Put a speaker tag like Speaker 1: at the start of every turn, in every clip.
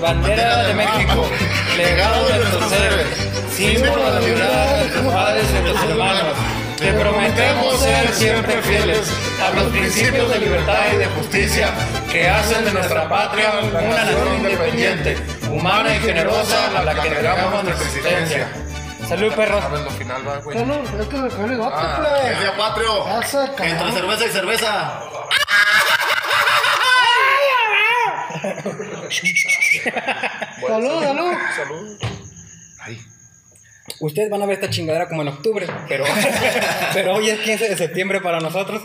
Speaker 1: Bandera de México, legado de nuestros héroes, símbolo de la unidad de nuestros padres y de nuestros hermanos. Te prometemos ser siempre fieles a los principios de libertad y de justicia que hacen de nuestra patria una nación independiente, humana y generosa a la que negamos nuestra existencia. Salud, perros.
Speaker 2: lo final va, güey.
Speaker 3: No, no, es que me pone el gato,
Speaker 2: Que
Speaker 3: play.
Speaker 2: sea patrio.
Speaker 3: Ya se acabó.
Speaker 2: Pues, Entre cerveza y cerveza.
Speaker 3: Salud, salud.
Speaker 1: Ustedes van a ver esta chingadera como en octubre, pero, pero hoy es 15 de septiembre para nosotros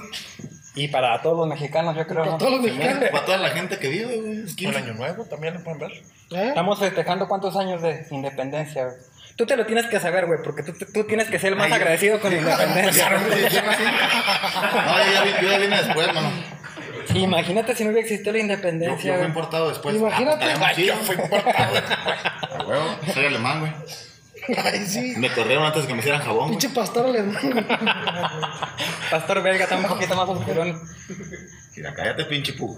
Speaker 1: y para todos los mexicanos, yo creo. ¿no?
Speaker 3: Para todos los mexicanos.
Speaker 2: Pues, Para toda la gente que vive, güey. Es
Speaker 4: El
Speaker 2: 15.
Speaker 4: año nuevo también lo pueden ver.
Speaker 3: ¿Eh?
Speaker 1: Estamos festejando cuántos años de independencia, güey. Tú te lo tienes que saber, güey, porque tú, tú tienes que ser el más
Speaker 2: Ay,
Speaker 1: agradecido con la independencia.
Speaker 2: No, yo ya, vi- yo ya vine después, mano.
Speaker 1: Imagínate si no hubiera existido la
Speaker 2: Yo, yo
Speaker 1: independencia,
Speaker 2: fui
Speaker 1: güey.
Speaker 2: importado después.
Speaker 3: Imagínate.
Speaker 2: Ah, pues, yo fui importado. A huevo, soy alemán, güey.
Speaker 3: Ay, sí.
Speaker 2: Me corrieron antes de que me hicieran jabón. güey.
Speaker 3: Pinche pastor alemán.
Speaker 1: Pastor belga está un poquito más oscurón.
Speaker 2: Mira, cállate, pinche pugo.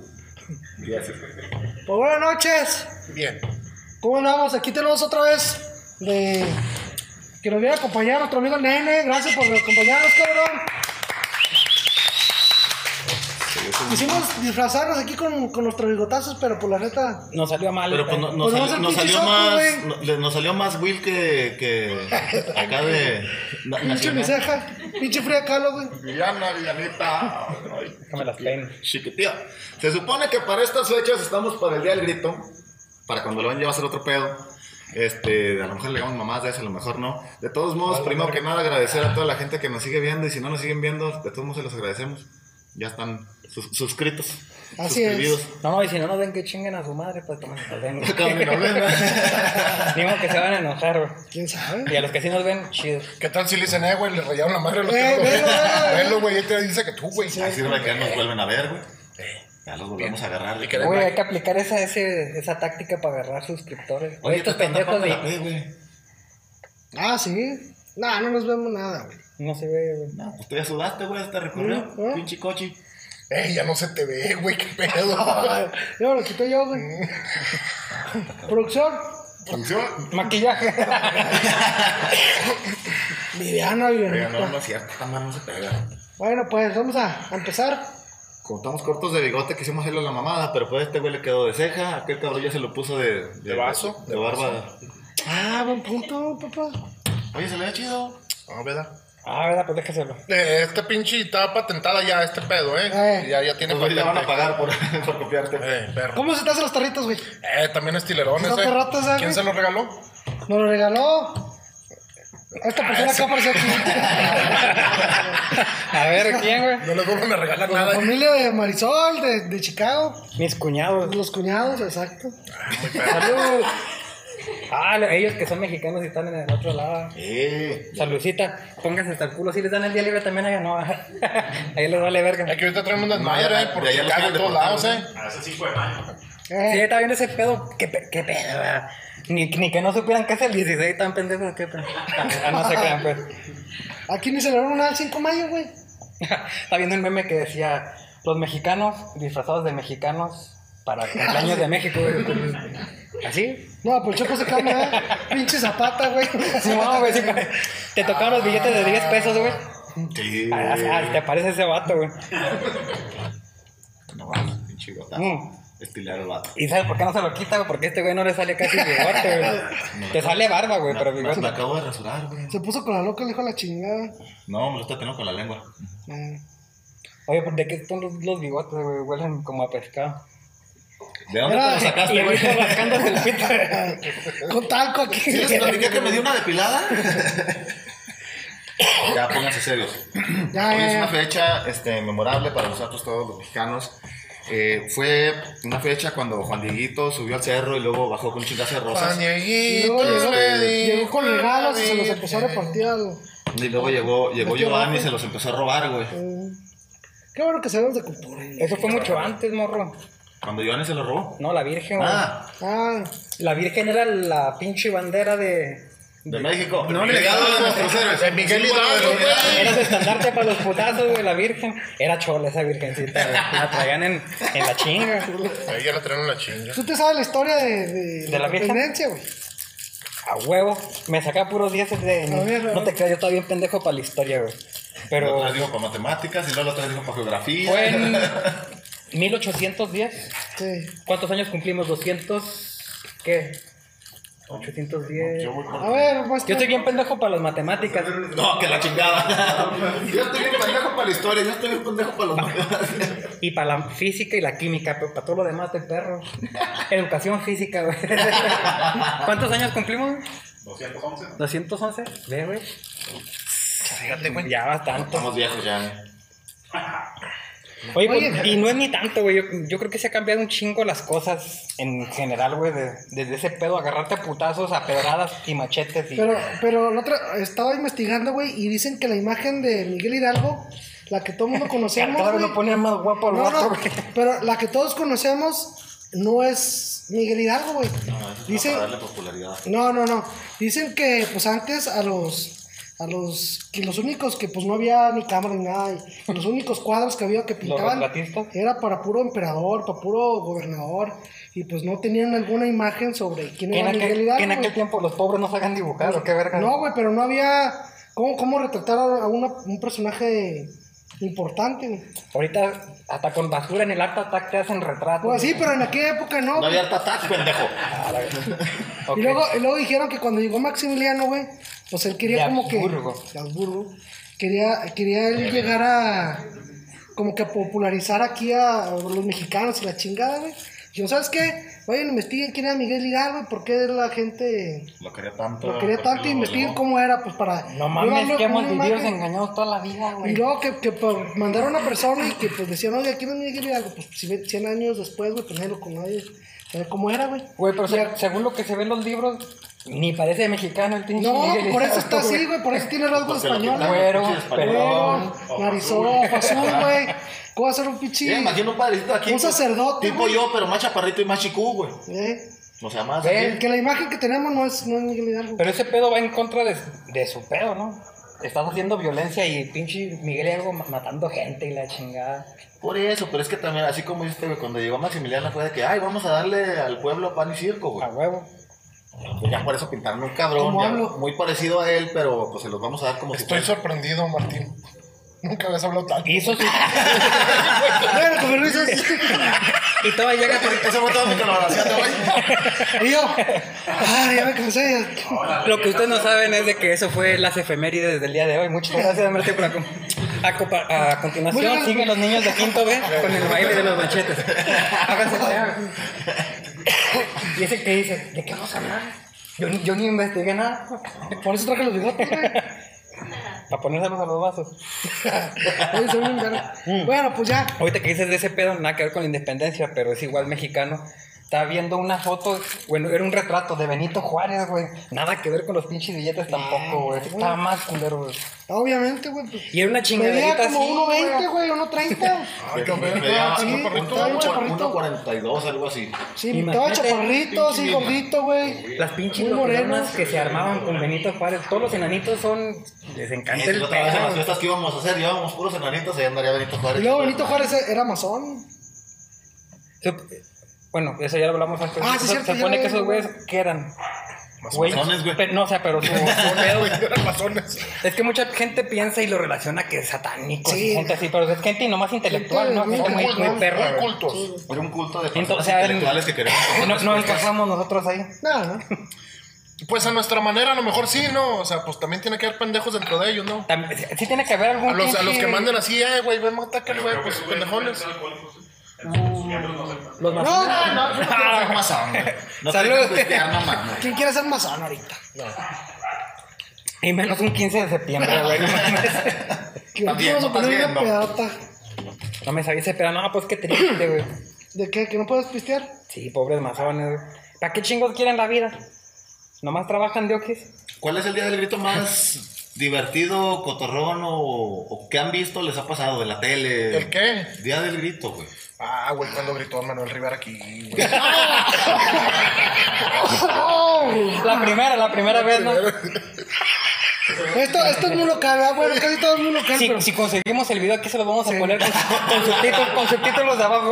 Speaker 3: Pues buenas noches.
Speaker 4: Bien.
Speaker 3: ¿Cómo andamos? Aquí tenemos otra vez de que nos viene a acompañar nuestro amigo el Nene. Gracias por acompañarnos, cabrón. Hicimos disfrazarnos aquí con, con nuestros bigotazos, pero por la neta.
Speaker 1: Nos salió mal.
Speaker 2: Pero pues
Speaker 1: güey.
Speaker 2: no- nos
Speaker 3: Pues
Speaker 2: salió,
Speaker 3: vamos al
Speaker 2: nos
Speaker 3: pinche
Speaker 2: salió
Speaker 3: Soco,
Speaker 2: más.
Speaker 3: güey.
Speaker 2: no- le- Nos salió más Will que. que acá de. na-
Speaker 3: Pinche mi
Speaker 2: nacional.
Speaker 3: ceja, pinche fría calo, güey.
Speaker 2: Villana, villanita. Ay,
Speaker 1: Déjame las peino.
Speaker 2: Chiquitía. Se supone que para estas fechas estamos para el día del grito. Para cuando lo ven ya va a ser otro pedo. Este, a lo mejor le damos mamás de eso, a lo mejor no. De todos modos, primero que nada, agradecer a toda la gente que nos sigue viendo. Y si no nos siguen viendo, de todos modos se los agradecemos. Ya están sus- suscritos.
Speaker 3: Así
Speaker 2: suscribidos.
Speaker 1: No, no, y si no nos ven que chinguen a su madre, pues que no nos ven. güey.
Speaker 2: Acaban de nos ver, ¿no?
Speaker 1: Ni modo que se van a enojar, güey.
Speaker 3: ¿Quién sabe?
Speaker 1: Y a los que sí nos ven, chido.
Speaker 4: ¿Qué tal si le dicen, eh, güey, le rayaron la madre a los
Speaker 3: Eh,
Speaker 4: que
Speaker 3: velo, velo,
Speaker 4: Velo, güey, él te dice que tú, güey.
Speaker 2: Así es que ya nos vuelven a ver, güey. Ya los volvemos a agarrar.
Speaker 4: Y que de-
Speaker 1: Güey, hay que aplicar esa, ese, esa táctica para agarrar suscriptores. Oye,
Speaker 2: Oye,
Speaker 1: estos
Speaker 2: te están
Speaker 1: pendejos
Speaker 2: tapando la
Speaker 1: de...
Speaker 2: P, güey.
Speaker 3: Ah, sí. Nah, no nos vemos nada, güey.
Speaker 1: No se ve, güey.
Speaker 2: No, usted ya sudaste, güey, hasta recorrió.
Speaker 3: ¿eh?
Speaker 2: Pinche coche.
Speaker 4: Eh, ya no se te ve, güey, qué pedo.
Speaker 3: Ah. Ya me lo quité yo, güey. Producción.
Speaker 4: Funciona.
Speaker 1: Maquillaje.
Speaker 3: Viviana,
Speaker 2: Oiga, no, no
Speaker 3: Viviana.
Speaker 2: es cierto, esta mano no se pega.
Speaker 3: Bueno, pues vamos a a empezar.
Speaker 2: Como estamos cortos de bigote, quisimos hacerle la mamada, pero pues este güey le quedó de ceja, aquel cabrón ya se lo puso de... De,
Speaker 4: vaso,
Speaker 2: De,
Speaker 4: de
Speaker 2: barba.
Speaker 3: Ah, buen punto, papá.
Speaker 2: Oye, se le ve chido.
Speaker 4: No, ¿verdad?
Speaker 1: Ah, verdad, pues déjaselo.
Speaker 4: Eh, esta pinche está patentada ya, este pedo, eh.
Speaker 3: Eh.
Speaker 4: Ya, ya tiene
Speaker 2: Pues güey, le van a pagar por, por copiarte.
Speaker 4: Eh, perro.
Speaker 3: ¿Cómo se te hacen los tarritos, güey?
Speaker 4: Eh, también estilerones,
Speaker 3: Está
Speaker 4: eh.
Speaker 3: perrote, ¿sabes?
Speaker 4: ¿Quién se lo regaló?
Speaker 3: Nos lo regaló. Esta persona acá apareció aquí.
Speaker 1: A ver, ¿quién, güey?
Speaker 4: No les vuelven a regalar
Speaker 3: Con la
Speaker 4: nada. ¿eh?
Speaker 3: familia de Marisol, de, de Chicago.
Speaker 1: Mis cuñados.
Speaker 3: Los cuñados, exacto.
Speaker 1: Salud. Ah, lo- ellos que son mexicanos y están en el otro lado.
Speaker 2: Eh,
Speaker 1: Saludcita. Pónganse hasta el culo. Si les dan el día libre también allá, no. Ahí les vale verga.
Speaker 4: Es que ahorita traen un
Speaker 2: No, ya-
Speaker 4: desmadre, eh,
Speaker 2: ya
Speaker 4: por
Speaker 2: los
Speaker 4: Chicago
Speaker 2: quieren
Speaker 4: en todos
Speaker 2: deportar,
Speaker 4: lados, eh.
Speaker 1: Sí,
Speaker 3: Eh,
Speaker 1: está viendo ese pedo. ¿Qué, pe- qué pedo, verdad? Ni, ni que no supieran que es el 16 tan pendejo. ¿Qué pedo? Ah, no se crean, pues.
Speaker 3: aquí ni celebraron nada el 5 de mayo, güey.
Speaker 1: Está viendo un meme que decía los mexicanos disfrazados de mexicanos para el cumpleaños de México. güey. ¿Así?
Speaker 3: No, pues el choco se cambia, ¿eh? Pinche zapata, güey.
Speaker 1: Sí, no, güey, sí, güey. te tocaban los billetes de 10 pesos, güey.
Speaker 2: sí.
Speaker 1: Ah, ah, te parece ese vato, güey.
Speaker 2: No, bueno, pinche bigotazo.
Speaker 1: Mm.
Speaker 2: Estilero el vato.
Speaker 1: ¿Y sabes por qué no se lo quita, güey? Porque a este güey no le sale casi bigote, güey. Te sale barba, güey, pero
Speaker 2: Me, me
Speaker 1: bigote.
Speaker 2: acabo de rasurar, güey.
Speaker 3: Se puso con la loca, le dijo la chingada.
Speaker 2: No, me lo está teniendo con la lengua.
Speaker 3: Eh,
Speaker 1: Oye, ¿por ¿de qué son los, los bigotes, güey? Huelen como a pescado.
Speaker 2: ¿De dónde te lo
Speaker 1: Y
Speaker 2: sacaste,
Speaker 1: el güey
Speaker 2: güey?
Speaker 1: está rascándose el pito.
Speaker 3: Con talco aquí.
Speaker 2: ¿Sí les platiqué que me dio una depilada? ya, pónganse serios.
Speaker 3: Ya,
Speaker 2: Hoy
Speaker 3: ya,
Speaker 2: es
Speaker 3: ya.
Speaker 2: una fecha este, memorable para nosotros todos los mexicanos. Eh, fue una fecha cuando Juan Dieguito subió al cerro y luego bajó con un chingazo de rosas.
Speaker 3: Y luego
Speaker 4: Pañeguito,
Speaker 3: llegó,
Speaker 4: le
Speaker 3: llegó
Speaker 4: dijo
Speaker 3: con
Speaker 4: la
Speaker 3: regalos y se los
Speaker 4: vida.
Speaker 3: empezó a repartir a los-
Speaker 2: Y luego llegó, llegó
Speaker 3: Metió
Speaker 2: Giovanni y
Speaker 3: abajo.
Speaker 2: se los empezó a robar, güey.
Speaker 3: eh. Qué bueno que sabemos de cultura. güey.
Speaker 1: Eso fue mucho antes, morro.
Speaker 2: Cuando Giovanni se los robó.
Speaker 1: No, la Virgen, güey.
Speaker 2: Ah,
Speaker 3: Ah,
Speaker 1: La Virgen era la pinche bandera de,
Speaker 2: de México.
Speaker 4: No, le-
Speaker 2: Legado de nuestros héroes.
Speaker 4: De Miguel
Speaker 2: Símbolo
Speaker 4: Hidalgo,
Speaker 2: de la
Speaker 4: güey.
Speaker 1: Era su estandarte para los putazos, güey, la virgen. Era chola esa virgencita, güey. La traían en, en la chinga.
Speaker 4: Ahí ya la traen la chinga.
Speaker 3: ¿Tú te sabes la historia de, de,
Speaker 1: ¿De la vieja?
Speaker 3: independencia, güey?
Speaker 1: A huevo. Me sacaba puros 10 de...
Speaker 3: A ver, a ver.
Speaker 1: No te creas, yo estaba bien pendejo para la historia, güey.
Speaker 2: Pero
Speaker 1: Pero
Speaker 2: otras digo para matemáticas y luego la otra digo para geografía.
Speaker 1: fue en 1810.
Speaker 3: Sí.
Speaker 1: ¿Cuántos años cumplimos? ¿200? ¿Qué?
Speaker 4: Yo
Speaker 1: 810.
Speaker 4: voy por-
Speaker 3: A ver, pues.
Speaker 1: Yo estoy bien pendejo para las matemáticas.
Speaker 2: No, que la chingada. Yo estoy bien pendejo para la historia, yo estoy bien pendejo para los matemáticas.
Speaker 1: Y para la física y la química, pero para todo lo demás del perro. Educación física, güey. ¿Cuántos años cumplimos? 211. 211, ve, güey. Fíjate, güey. Ya bastante.
Speaker 2: Estamos viejos ya. ¿eh?
Speaker 1: Oye, pues,
Speaker 3: Oye.
Speaker 1: y no es ni tanto, güey. Yo, yo creo que se ha cambiado un chingo las cosas en general, güey. de- desde ese pedo, agarrarte a putazos, a pedradas y machetes. Y...
Speaker 3: Pero, pero la otra, estaba investigando, güey, y dicen que la imagen de Miguel Hidalgo, la que todo el mundo conocemos.
Speaker 1: Cada vez
Speaker 3: güey,
Speaker 1: lo ponía más guapo al
Speaker 3: no,
Speaker 1: vato,
Speaker 3: no,
Speaker 1: güey.
Speaker 3: pero la que todos conocemos no es Miguel Hidalgo, güey.
Speaker 2: Dice.
Speaker 3: Dicen,
Speaker 2: Para darle popularidad.
Speaker 3: no, no, no. Dicen que, pues antes a los, a los, que los únicos que, pues no había ni cámara ni nada, y los únicos cuadros que había que pintaban
Speaker 1: retratistas?
Speaker 3: era para puro emperador, para puro gobernador, y pues no tenían alguna imagen sobre quién
Speaker 1: Que en,
Speaker 3: era
Speaker 1: aquel,
Speaker 3: Miguel Hidalgo.
Speaker 1: que en aquel
Speaker 3: güey.
Speaker 1: tiempo los pobres no sabían dibujar, ¿o qué verga?
Speaker 3: No, güey, pero no había. ¿Cómo, cómo retratar a una- un personaje importante, güey?
Speaker 1: Ahorita, hasta con basura en el art attack te hacen retratos.
Speaker 3: Pues sí, pero en aquella época no.
Speaker 2: No
Speaker 3: güey.
Speaker 2: había tatac, pendejo.
Speaker 1: Ok.
Speaker 3: Y, luego, y luego dijeron que cuando llegó Maximiliano, güey, pues él quería
Speaker 1: De
Speaker 3: como que.
Speaker 1: Habsburgo.
Speaker 3: de Habsburgo. Quería, quería él llegar a. Como que a popularizar aquí a, a los mexicanos y la chingada, güey. Yo, ¿sabes qué? Vayan, investiguen quién era Miguel Hidalgo y por qué la gente
Speaker 2: Lo quería
Speaker 1: Ah,
Speaker 2: tanto.
Speaker 3: lo quería
Speaker 2: porque
Speaker 3: tanto
Speaker 2: lo
Speaker 3: investiguen
Speaker 2: elevó.
Speaker 3: cómo era, pues para.
Speaker 1: No mames,
Speaker 3: llevarlo
Speaker 1: que
Speaker 3: como
Speaker 1: hemos
Speaker 3: una
Speaker 1: vivido
Speaker 3: imagen.
Speaker 1: engañados toda la vida,
Speaker 3: Y
Speaker 1: güey.
Speaker 3: luego que, que por mandar a una persona y que pues decían, oye, aquí no me quiere algo, pues si ve- 100 años después, güey, pues nadie lo conoce, sabe cómo era, güey.
Speaker 1: Güey, pero
Speaker 3: Y
Speaker 1: se-
Speaker 3: a-
Speaker 1: según lo que se ve en los libros, ni parece mexicano el pinche
Speaker 3: No,
Speaker 1: Miguel
Speaker 3: por eso
Speaker 1: Hidalgo,
Speaker 3: está así, güey, por eso tiene rasgos
Speaker 2: Porque lo
Speaker 3: españoles.
Speaker 2: pintaron.
Speaker 3: güey.
Speaker 1: Güero,
Speaker 2: Pinche español.
Speaker 1: pelón.
Speaker 3: Güero, narizón, ojo azul, güey. ¿Cómo hacer un
Speaker 2: Sí,
Speaker 3: pichín?
Speaker 2: me imagino un padrecito aquí.
Speaker 3: Un sacerdote,
Speaker 2: Tipo
Speaker 3: güey.
Speaker 2: yo, pero más chaparrito y más chicú, güey. O sea, más.
Speaker 1: Ve.
Speaker 2: así.
Speaker 3: eh? Que la imagen que tenemos no es, no es Miguel Hidalgo.
Speaker 1: Pero ese pedo va en contra de, de su pedo, ¿no? Estás haciendo violencia y pinche Miguel Hidalgo ma- matando gente y la chingada.
Speaker 2: Por eso, pero es que también, así como dijiste, güey, cuando llegó Maximiliano fue de que, ay, vamos a darle al pueblo pan y circo, güey.
Speaker 1: A huevo.
Speaker 2: Pues ya por eso pintaron un cabrón,
Speaker 3: Ah, ¿Cómo
Speaker 2: ya
Speaker 3: hablo?
Speaker 2: muy parecido a él, pero pues se los vamos a dar como si
Speaker 4: Estoy
Speaker 2: fuera-
Speaker 4: sorprendido, Martín. Nunca habías hablado tanto.
Speaker 1: Hizo su...
Speaker 3: Bueno, con permiso, sí.
Speaker 1: y todavía llega por-
Speaker 2: Esa fue toda mi colaboración de hoy.
Speaker 3: Y yo, ay, ya me cansé.
Speaker 1: Lo que ustedes no saben es de que eso fue las efemérides del día de hoy. Muchas gracias, Martín, por acom- a, copa- a
Speaker 3: Muy
Speaker 1: continuación
Speaker 3: bien.
Speaker 1: siguen los niños de quinto B con el baile de los machetes. Háganse para allá. Y es el que dice, ¿de qué vamos a hablar? Yo, ni- yo ni investigué nada.
Speaker 3: Por eso traje los bigotes, güey.
Speaker 1: Para ponérselos a los vasos.
Speaker 3: Oye, soy un verga. Bueno, pues ya.
Speaker 1: Ahorita que dices de ese pedo, nada que ver con la independencia, pero es igual mexicano. Estaba viendo una foto, bueno, era un retrato de Benito Juárez, güey. Nada que ver con los pinches billetes tampoco, Ah, güey. Estaba más culero, güey.
Speaker 3: Obviamente, güey. pues,
Speaker 1: Y era una
Speaker 3: Medía
Speaker 1: chingaderita así,
Speaker 3: como
Speaker 1: güey.
Speaker 3: 1.20, güey, 1.30.
Speaker 4: Ay, qué verga,
Speaker 2: Veía
Speaker 4: sí,
Speaker 2: un-
Speaker 4: chaparrito.
Speaker 3: estaba un
Speaker 2: un-
Speaker 3: chaparrito.
Speaker 2: 1.42, algo así.
Speaker 3: Sí, estaba
Speaker 1: Imagínate.
Speaker 3: chaparrito, sí, gordito, güey.
Speaker 1: Las pinches
Speaker 3: Muy
Speaker 1: loqueronas
Speaker 3: morenos.
Speaker 1: que se armaban con Benito Juárez. Todos los enanitos son. Les encanta
Speaker 2: Y
Speaker 1: el
Speaker 2: otra vez en las
Speaker 1: pedo.
Speaker 2: fiestas que íbamos a hacer, llevábamos puros enanitos, ahí andaría Benito
Speaker 3: Y
Speaker 2: Juárez.
Speaker 3: luego Benito Juárez era masón.
Speaker 1: Sup- Bueno, eso ya lo hablamos antes.
Speaker 3: Ah, sí,
Speaker 1: se,
Speaker 3: cierto,
Speaker 1: se
Speaker 3: ya
Speaker 1: supone
Speaker 3: lo
Speaker 1: que esos
Speaker 3: habíamos-
Speaker 1: güeyes que eran.
Speaker 2: masones, güey.
Speaker 1: pe- No, o sea, pero su, su pedo.
Speaker 4: Razones.
Speaker 1: Es que mucha gente piensa y lo relaciona que es satánico.
Speaker 3: Sí.
Speaker 1: y gente así, pero es gente nomás intelectual, ¿no?
Speaker 3: Gente
Speaker 1: Gente muy, muy
Speaker 3: intelectual,
Speaker 1: perra.
Speaker 4: pues, Muy
Speaker 1: güey.
Speaker 4: cultos.
Speaker 2: Era un culto de personas
Speaker 1: Entonces, o sea,
Speaker 2: intelectuales que queremos.
Speaker 1: No, no encajamos nosotros ahí.
Speaker 3: No, no.
Speaker 4: Pues a nuestra manera, a lo mejor sí, ¿no? O sea, pues también tiene que haber pendejos dentro de ellos, ¿no?
Speaker 1: También- sí tiene que haber algún.
Speaker 4: A los, a los que
Speaker 1: pinche-
Speaker 4: mandan así, eh, güey, ven, mata que güey, pues pendejones.
Speaker 1: Los más.
Speaker 3: No, no, no.
Speaker 2: No quiero ser masón, güey. No este te
Speaker 1: Salud.
Speaker 2: dejes cristiano, mamá.
Speaker 3: ¿Quién quiere ser masón ahorita?
Speaker 1: Y menos un 15 de septiembre, güey.
Speaker 3: Que
Speaker 2: Estás
Speaker 3: ahorita vamos a
Speaker 2: viendo,
Speaker 3: poner
Speaker 2: estás
Speaker 3: una pedata.
Speaker 1: No me sabía ese pedo. No, pues qué triste, güey.
Speaker 3: ¿De qué? ¿Que no puedes pistear?
Speaker 1: Sí, pobres masones. ¿Para qué chingos quieren la vida? Nomás trabajan de oquis.
Speaker 2: ¿Cuál es el día del grito más divertido, cotorrón o, o que han visto, les ha pasado de la tele?
Speaker 4: ¿El qué?
Speaker 2: Día del grito, güey.
Speaker 4: Ah, güey, cuando gritó Manuel Rivera aquí, güey.
Speaker 3: ¡Oh! ¡Wow!
Speaker 1: La primera, la primera vez, ¿no?
Speaker 3: Esto, esto es muy local, ¿verdad? Bueno, casi todo es muy local,
Speaker 1: Si,
Speaker 3: pero...
Speaker 1: si conseguimos el video, aquí se lo vamos a poner con, con subtítulos, con subtítulos de abajo.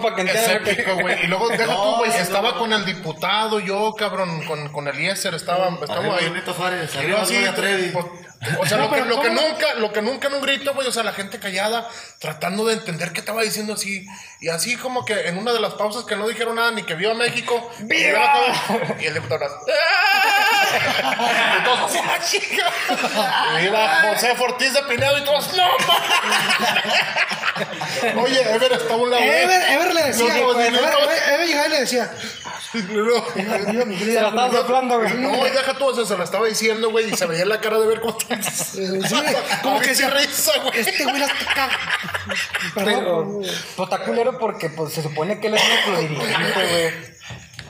Speaker 1: Para que
Speaker 4: Es
Speaker 1: entiendan lo que-
Speaker 4: épico, güey. Y luego deja
Speaker 2: No,
Speaker 4: tú, güey.
Speaker 2: sí,
Speaker 4: Estaba
Speaker 2: no.
Speaker 4: con el diputado, yo, cabrón, con, con Eliezer, estaba, estaba
Speaker 2: Arriba
Speaker 4: ahí.
Speaker 2: Benito Juárez,
Speaker 4: Y
Speaker 2: arriba
Speaker 4: luego así,
Speaker 2: Gloria Trevi.
Speaker 4: pues, o sea,
Speaker 3: No,
Speaker 4: lo, que,
Speaker 3: pero
Speaker 4: lo que
Speaker 3: ¿cómo?
Speaker 4: nunca, lo que nunca en un grito, güey, o sea, la gente callada, tratando de entender qué estaba diciendo así. Y así como que en una de las pausas que no dijeron nada, ni que viva México.
Speaker 1: ¡Viva!
Speaker 4: Y el diputado ¡Ah! Y todos así, ¡ah, chica! Viva José Ortiz de Pinedo y todos, ¡no, ma-". Oye, Ever está a un lado. eh. de-
Speaker 3: Ever, Ever le decía,
Speaker 4: No, no,
Speaker 3: Ever,
Speaker 4: no, no.
Speaker 3: Ever- Ever llegaba y le decía,
Speaker 4: No, no.
Speaker 1: Se la estaban soplando, güey.
Speaker 4: No, y deja tú, o sea, se la estaba diciendo, güey, y se veía la cara de ver cómo
Speaker 3: eh, sí, como que
Speaker 4: se
Speaker 3: decía,
Speaker 4: risa, güey.
Speaker 3: este güey la está cagando.
Speaker 1: Pero,
Speaker 3: Perdón.
Speaker 1: pues está culero porque pues, se supone que él es nuestro dirigente, güey.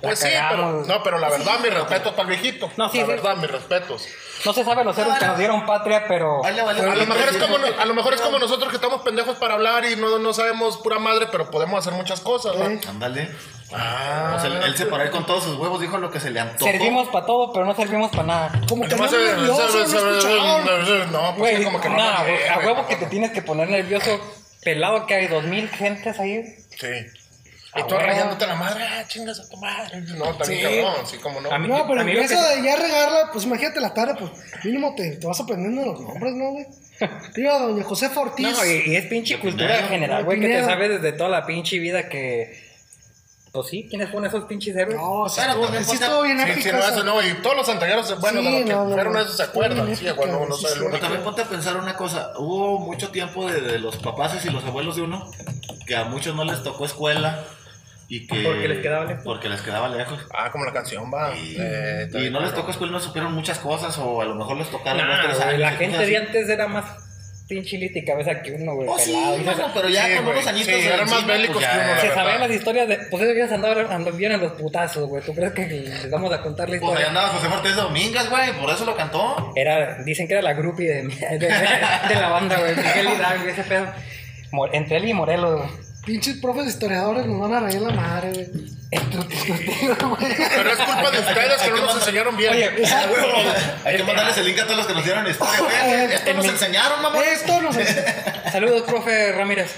Speaker 1: La
Speaker 4: Pues sí, pero,
Speaker 1: cagamos.
Speaker 4: no, pero la verdad, mi respeto para el viejito.
Speaker 1: No, sí,
Speaker 4: la
Speaker 1: sí.
Speaker 4: verdad, mis respetos.
Speaker 1: No se sabe los héroes que nos dieron patria, pero.
Speaker 2: Ahí le vale
Speaker 4: A lo,
Speaker 2: madre.
Speaker 4: mejor es como, no- a lo mejor es como nosotros que estamos pendejos para hablar y no, no sabemos pura madre, pero podemos hacer muchas cosas, ¿no?
Speaker 3: ¿eh?
Speaker 2: Ándale.
Speaker 4: Ah,
Speaker 2: O sea, él se paró ahí con todos sus huevos, dijo lo que se le antojó.
Speaker 1: Servimos para todo, pero no servimos para nada.
Speaker 3: Como que
Speaker 4: nomás
Speaker 3: andaba
Speaker 4: se-
Speaker 3: nervioso,
Speaker 4: se-
Speaker 3: no escucharon.
Speaker 4: se- No, pues sí,
Speaker 1: Güey,
Speaker 4: como que no.
Speaker 1: nah,
Speaker 4: güey,
Speaker 1: güey, a
Speaker 4: güey,
Speaker 1: huevo que te tienes que poner nervioso. Pelado que hay dos mil gentes ahí.
Speaker 4: Sí.
Speaker 1: A
Speaker 4: Y tú
Speaker 1: huevo.
Speaker 4: rayándote la madre, ah, chingas a tu madre. No, también
Speaker 1: Sí.
Speaker 4: cabrón, sí, como no.
Speaker 1: A mí-
Speaker 3: No, pero
Speaker 1: A mí
Speaker 3: en
Speaker 1: lo
Speaker 3: eso
Speaker 1: que-
Speaker 3: de ya regarla, pues imagínate la tarde, pues mínimo te, te vas aprendiendo los nombres, ¿no, güey? Digo, doña José Fortís.
Speaker 1: No, y, y es pinche cultura
Speaker 2: Pinedo.
Speaker 1: general,
Speaker 3: De
Speaker 1: güey, que te
Speaker 3: Pinedo.
Speaker 1: sabes desde toda la pinche vida que. Pues sí, ¿quiénes fueron esos pinches héroes?
Speaker 3: No, sí,
Speaker 2: Pero
Speaker 3: estuvo-
Speaker 2: también
Speaker 3: sí
Speaker 2: pasa-
Speaker 3: estuvo bien
Speaker 4: Sí,
Speaker 3: épica
Speaker 4: sí, no,
Speaker 3: esa.
Speaker 4: eso no, y todos los santagueros, bueno, de
Speaker 3: Sí,
Speaker 4: los que
Speaker 3: no, no,
Speaker 4: fueron
Speaker 3: no.
Speaker 4: esos se acuerdan, sí, güey, no, no soy el
Speaker 2: Pero
Speaker 4: único.
Speaker 2: también ponte a pensar una cosa, hubo mucho tiempo de, de los papaces y los abuelos de uno que a muchos no les tocó escuela y que
Speaker 1: Porque les quedaba lejos.
Speaker 2: Porque les quedaba lejos.
Speaker 4: Ah, como la canción va.
Speaker 2: Y,
Speaker 4: eh,
Speaker 2: y no les tocó escuela, no supieron muchas cosas o a lo mejor les tocaron
Speaker 1: Nah,
Speaker 2: dos, tres
Speaker 1: güey,
Speaker 2: años,
Speaker 1: la
Speaker 2: cosas
Speaker 1: gente
Speaker 2: así.
Speaker 1: de antes era más pinche liti cabeza que uno, güey.
Speaker 2: Oh, sí,
Speaker 1: pelado.
Speaker 2: bueno, pero ya
Speaker 4: Sí,
Speaker 2: con
Speaker 4: güey,
Speaker 2: unos añitos
Speaker 4: sí, eran más
Speaker 2: encima,
Speaker 4: bélicos
Speaker 2: pues,
Speaker 4: que uno, la
Speaker 1: Se
Speaker 4: verdad.
Speaker 1: sabían las historias de. Pues ellos andaban andaban bien en los putazos, güey. ¿Tú crees que les vamos a contar la
Speaker 2: Pues ahí
Speaker 1: historia?
Speaker 2: andaba José Fortes de Domingas, güey, por eso lo cantó.
Speaker 1: Era, dicen que era la groupie de, de- de la banda, güey. Miguel Hidalgo, ese pedo. Mo- Entre él y Morelos, güey.
Speaker 3: Pinches profes historiadores nos van a reír la madre, güey.
Speaker 4: Pero es culpa de ustedes que no nos enseñaron bien.
Speaker 1: Oye,
Speaker 2: Hay que mandarles el link a todos los que nos dieron historia, güey. Esto nos enseñaron, mamá.
Speaker 1: Eh.
Speaker 3: Esto nos
Speaker 1: saludos, profe Ramírez.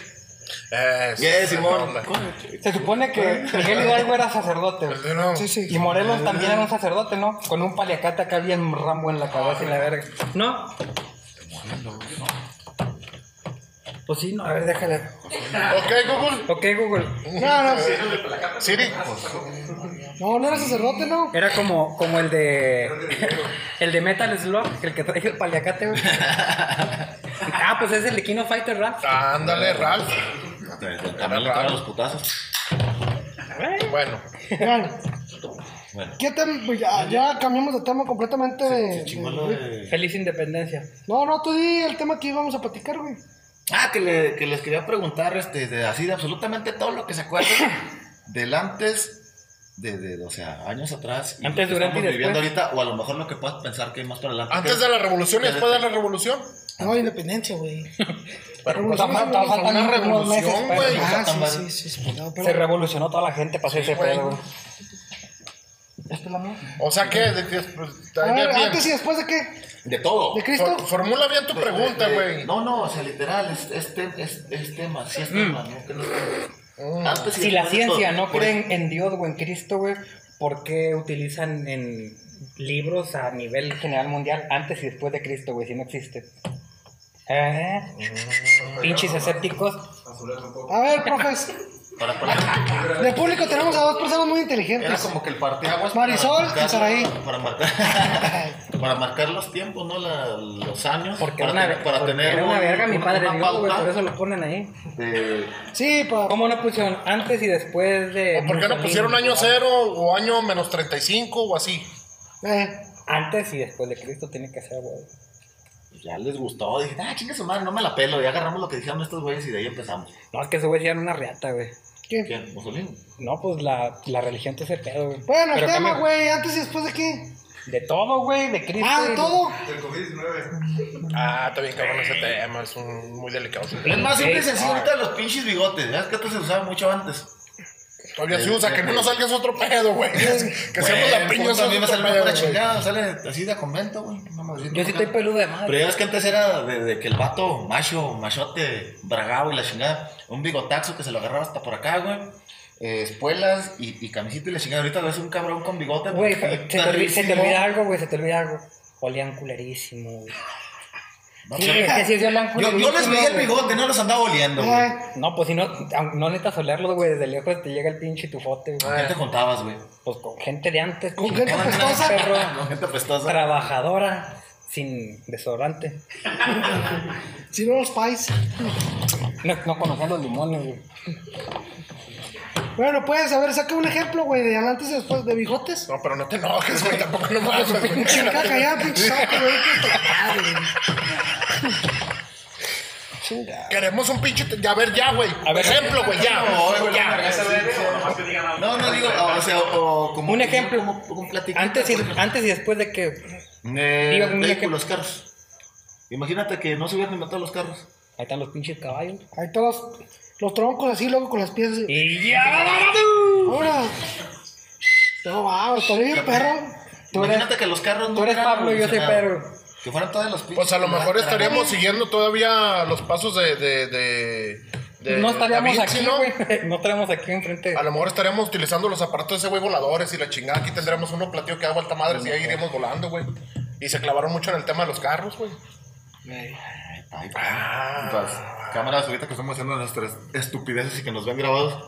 Speaker 4: Eh, sí,
Speaker 2: Yeah,
Speaker 4: sí,
Speaker 2: Simón.
Speaker 4: no,
Speaker 1: Se supone que Miguel Hidalgo era sacerdote, güey.
Speaker 4: no.
Speaker 3: Sí, sí.
Speaker 1: Y Morelos también era un sacerdote, ¿no? Con un paliacate acá bien rambo en la cabeza y la verga. ¿No? Pues sí, no, a ver, déjale.
Speaker 4: Ok, Google.
Speaker 1: Ok, Google.
Speaker 3: No, no,
Speaker 4: Siri.
Speaker 3: no, no era sacerdote, no.
Speaker 1: Era como, como el de. El de Metal Slug, el que trae el paliacate, güey. Ah, pues es el de Kino Fighter Rap.
Speaker 4: Ándale, Ralph.
Speaker 2: También le tocaron los putazos.
Speaker 4: Bueno,
Speaker 3: Bueno,
Speaker 2: Bueno.
Speaker 3: ¿qué tem- pues ya, ya cambiamos de tema completamente de-
Speaker 2: Se chingó lo
Speaker 3: de-
Speaker 2: de-
Speaker 1: Feliz Independencia.
Speaker 3: No, no, tú di el tema que íbamos a platicar, güey.
Speaker 2: Ah, que, le- que les quería preguntar, este, de, así de absolutamente todo lo que se acuerden del antes, de, de, o sea, años atrás. y lo
Speaker 1: Antes,
Speaker 2: que
Speaker 1: durante y
Speaker 2: estamos viviendo
Speaker 1: después.
Speaker 2: ahorita, o a lo mejor lo que puedas pensar que hay más para adelante.
Speaker 4: antes de la revolución y después de la revolución.
Speaker 3: No, independencia, güey.
Speaker 4: Pero
Speaker 1: Pues,
Speaker 3: Revolución,
Speaker 1: falta-
Speaker 3: güey.
Speaker 1: faltan
Speaker 4: una
Speaker 1: unos meses,
Speaker 4: revolución,
Speaker 1: pero-
Speaker 4: güey.
Speaker 3: Ah,
Speaker 2: Tan mal.
Speaker 3: sí, sí, sí, sí. No,
Speaker 1: Se
Speaker 3: pero...
Speaker 1: revolucionó toda la gente para hacer
Speaker 4: Sí,
Speaker 1: ese
Speaker 4: güey.
Speaker 1: pedo, güey.
Speaker 4: O sea que. de- de-
Speaker 3: A ver,
Speaker 4: bien.
Speaker 3: antes y después de qué?
Speaker 2: De todo.
Speaker 3: ¿De Cristo?
Speaker 4: For- formula bien tu
Speaker 2: De-
Speaker 4: pregunta,
Speaker 2: de- de-
Speaker 4: güey.
Speaker 2: Pues, eh, No, no, o sea, literal, es, es, tem- es, es tema, sí es tema, ¿no? Que no- Antes y
Speaker 1: Mm. Si la
Speaker 2: después de
Speaker 1: ciencia
Speaker 2: Pues todo. ¿eh?
Speaker 1: no
Speaker 2: Por
Speaker 1: creen en Dios o en Cristo, güey, ¿por qué utilizan en libros a nivel general mundial antes y después de Cristo, güey, si no existe? ¿Eh? Pinches escépticos.
Speaker 3: A ver, profes.
Speaker 2: Para poner-
Speaker 3: De público tenemos a dos personas muy
Speaker 2: Era
Speaker 3: inteligentes.
Speaker 2: como que el parteaguas.
Speaker 3: Marisol
Speaker 2: para
Speaker 3: y
Speaker 2: marcar-
Speaker 3: Saraí.
Speaker 2: Para marcar, para marcar los tiempos, ¿no? La- los años.
Speaker 1: Porque
Speaker 2: para
Speaker 1: era
Speaker 2: tener-
Speaker 1: una,
Speaker 2: para
Speaker 1: porque
Speaker 2: tener
Speaker 1: era una
Speaker 2: un-
Speaker 1: verga mi
Speaker 2: una-
Speaker 1: padre
Speaker 2: una
Speaker 1: Dios, güey,
Speaker 2: pauta
Speaker 1: por eso lo ponen ahí.
Speaker 2: de-
Speaker 3: Sí, pa.
Speaker 1: ¿Cómo no pusieron antes y después de
Speaker 4: ¿O por qué no
Speaker 1: Mussolini?
Speaker 4: pusieron año
Speaker 2: eh?
Speaker 4: cero o año menos 35 o así?
Speaker 3: Eh,
Speaker 1: Antes y después de Cristo tiene que ser, güey.
Speaker 2: ya les gustó. Dije, ah, chinga su madre, no me la pelo. Ya agarramos lo que dijeron estos güeyes y de ahí empezamos.
Speaker 1: No, es que esos güeyes eran una reata, güey.
Speaker 3: ¿qué?
Speaker 2: ¿Quién? Mussolini.
Speaker 1: No, pues la, la religión te hace pedo, güey.
Speaker 3: Bueno, el
Speaker 1: Pero
Speaker 3: tema,
Speaker 1: cambia-
Speaker 3: güey, antes y después de qué.
Speaker 1: De todo, güey, de Cristo.
Speaker 3: Ah,
Speaker 1: y
Speaker 3: de todo.
Speaker 4: Ah, está bien cabrón ese tema, es un- muy delicado. ese tema.
Speaker 2: Es más simple y
Speaker 1: Sí,
Speaker 2: sencillo
Speaker 1: ah.
Speaker 2: ahorita los pinches bigotes. Ya es que antes se usaba mucho antes.
Speaker 4: Todavía se usa, que no nos salga es otro pedo, güey. Que seamos la piña,
Speaker 2: A mí me
Speaker 4: es otro
Speaker 2: sale una pura
Speaker 4: pedo, güey.
Speaker 2: chingada. Sale así de convento, güey. No me siento
Speaker 1: Yo sí
Speaker 2: acá.
Speaker 1: estoy peludo de madre.
Speaker 2: Pero ya ves que antes era de, de que el vato macho, machote, bragado y la chingada. Un bigotaxo que se lo agarraba hasta por acá, güey. Eh, espuelas y, y camisita y la chingada. Ahorita ves un cabrón con bigote.
Speaker 1: Güey, se
Speaker 2: perfecto,
Speaker 1: te, olvi- se te
Speaker 2: rísimo.
Speaker 1: olvida algo, güey, se te olvida algo. Olían culerísimo, güey.
Speaker 2: No,
Speaker 1: Sí,
Speaker 2: pero-
Speaker 1: es que sí, sí olían
Speaker 2: yo,
Speaker 1: culerísimo.
Speaker 2: yo les veía el
Speaker 1: güey.
Speaker 2: bigote, no los andaba oliendo, güey.
Speaker 3: Eh,
Speaker 1: No, pues si no, aun- no necesitas olerlo, güey, desde lejos te llega el pinche tufote,
Speaker 2: ¿Con
Speaker 1: güey.
Speaker 2: quién te contabas, güey?
Speaker 1: Pues con gente de antes.
Speaker 3: Con gente
Speaker 1: chingona,
Speaker 3: apestosa.
Speaker 1: perro,
Speaker 2: Con gente apestosa.
Speaker 1: trabajadora, sin desodorante.
Speaker 3: si no los pais.
Speaker 1: No, no conocían los limones, güey.
Speaker 3: Bueno, pues, a ver, saca un ejemplo, güey, de antes y después de bigotes.
Speaker 4: No, pero no te enojes, güey, tampoco no mames, güey.
Speaker 3: Pinche caca ya, pinche saco, güey, que te padre, güey.
Speaker 4: Queremos un pinche. te- Ya, a ver, ya, güey.
Speaker 1: A ver,
Speaker 4: ejemplo, güey, ya.
Speaker 2: No, güey,
Speaker 4: ya.
Speaker 2: No, no digo, o o sea, o como.
Speaker 1: Un ejemplo.
Speaker 2: como- como un platillo.
Speaker 1: Antes y,
Speaker 2: por ejemplo.
Speaker 1: antes y después de que.
Speaker 2: Eh,
Speaker 1: Digo, un
Speaker 2: vehículos, carros. Imagínate que no se hubieran inventado los carros.
Speaker 1: Ahí están los pinches caballos.
Speaker 3: Ahí todos los troncos así, luego con las piezas.
Speaker 1: Y ya.
Speaker 3: Ahora. No, va, está bien, perro.
Speaker 1: Tú eres-
Speaker 2: Imagínate que los carros no
Speaker 1: tú eres
Speaker 2: hubieran
Speaker 1: Pablo, yo soy
Speaker 2: evolucionado.
Speaker 1: Pedro.
Speaker 2: Que fueran todas las
Speaker 4: Pues a lo mejor
Speaker 2: las-
Speaker 4: estaríamos siguiendo todavía los pasos de. de, de, de
Speaker 1: no estaríamos
Speaker 4: Da Vinci,
Speaker 1: aquí,
Speaker 4: ¿no?
Speaker 1: güey. No estaríamos aquí enfrente.
Speaker 4: A lo mejor estaríamos utilizando los aparatos de ese güey voladores y la chingada. Aquí tendremos uno platillo que da vuelta madres y ahí iríamos volando, güey. Y se clavaron mucho en el tema de los carros, güey.
Speaker 2: Ay, pues,
Speaker 4: Ah.
Speaker 2: las cámaras ahorita que estamos haciendo nuestras estupideces y que nos ven grabados.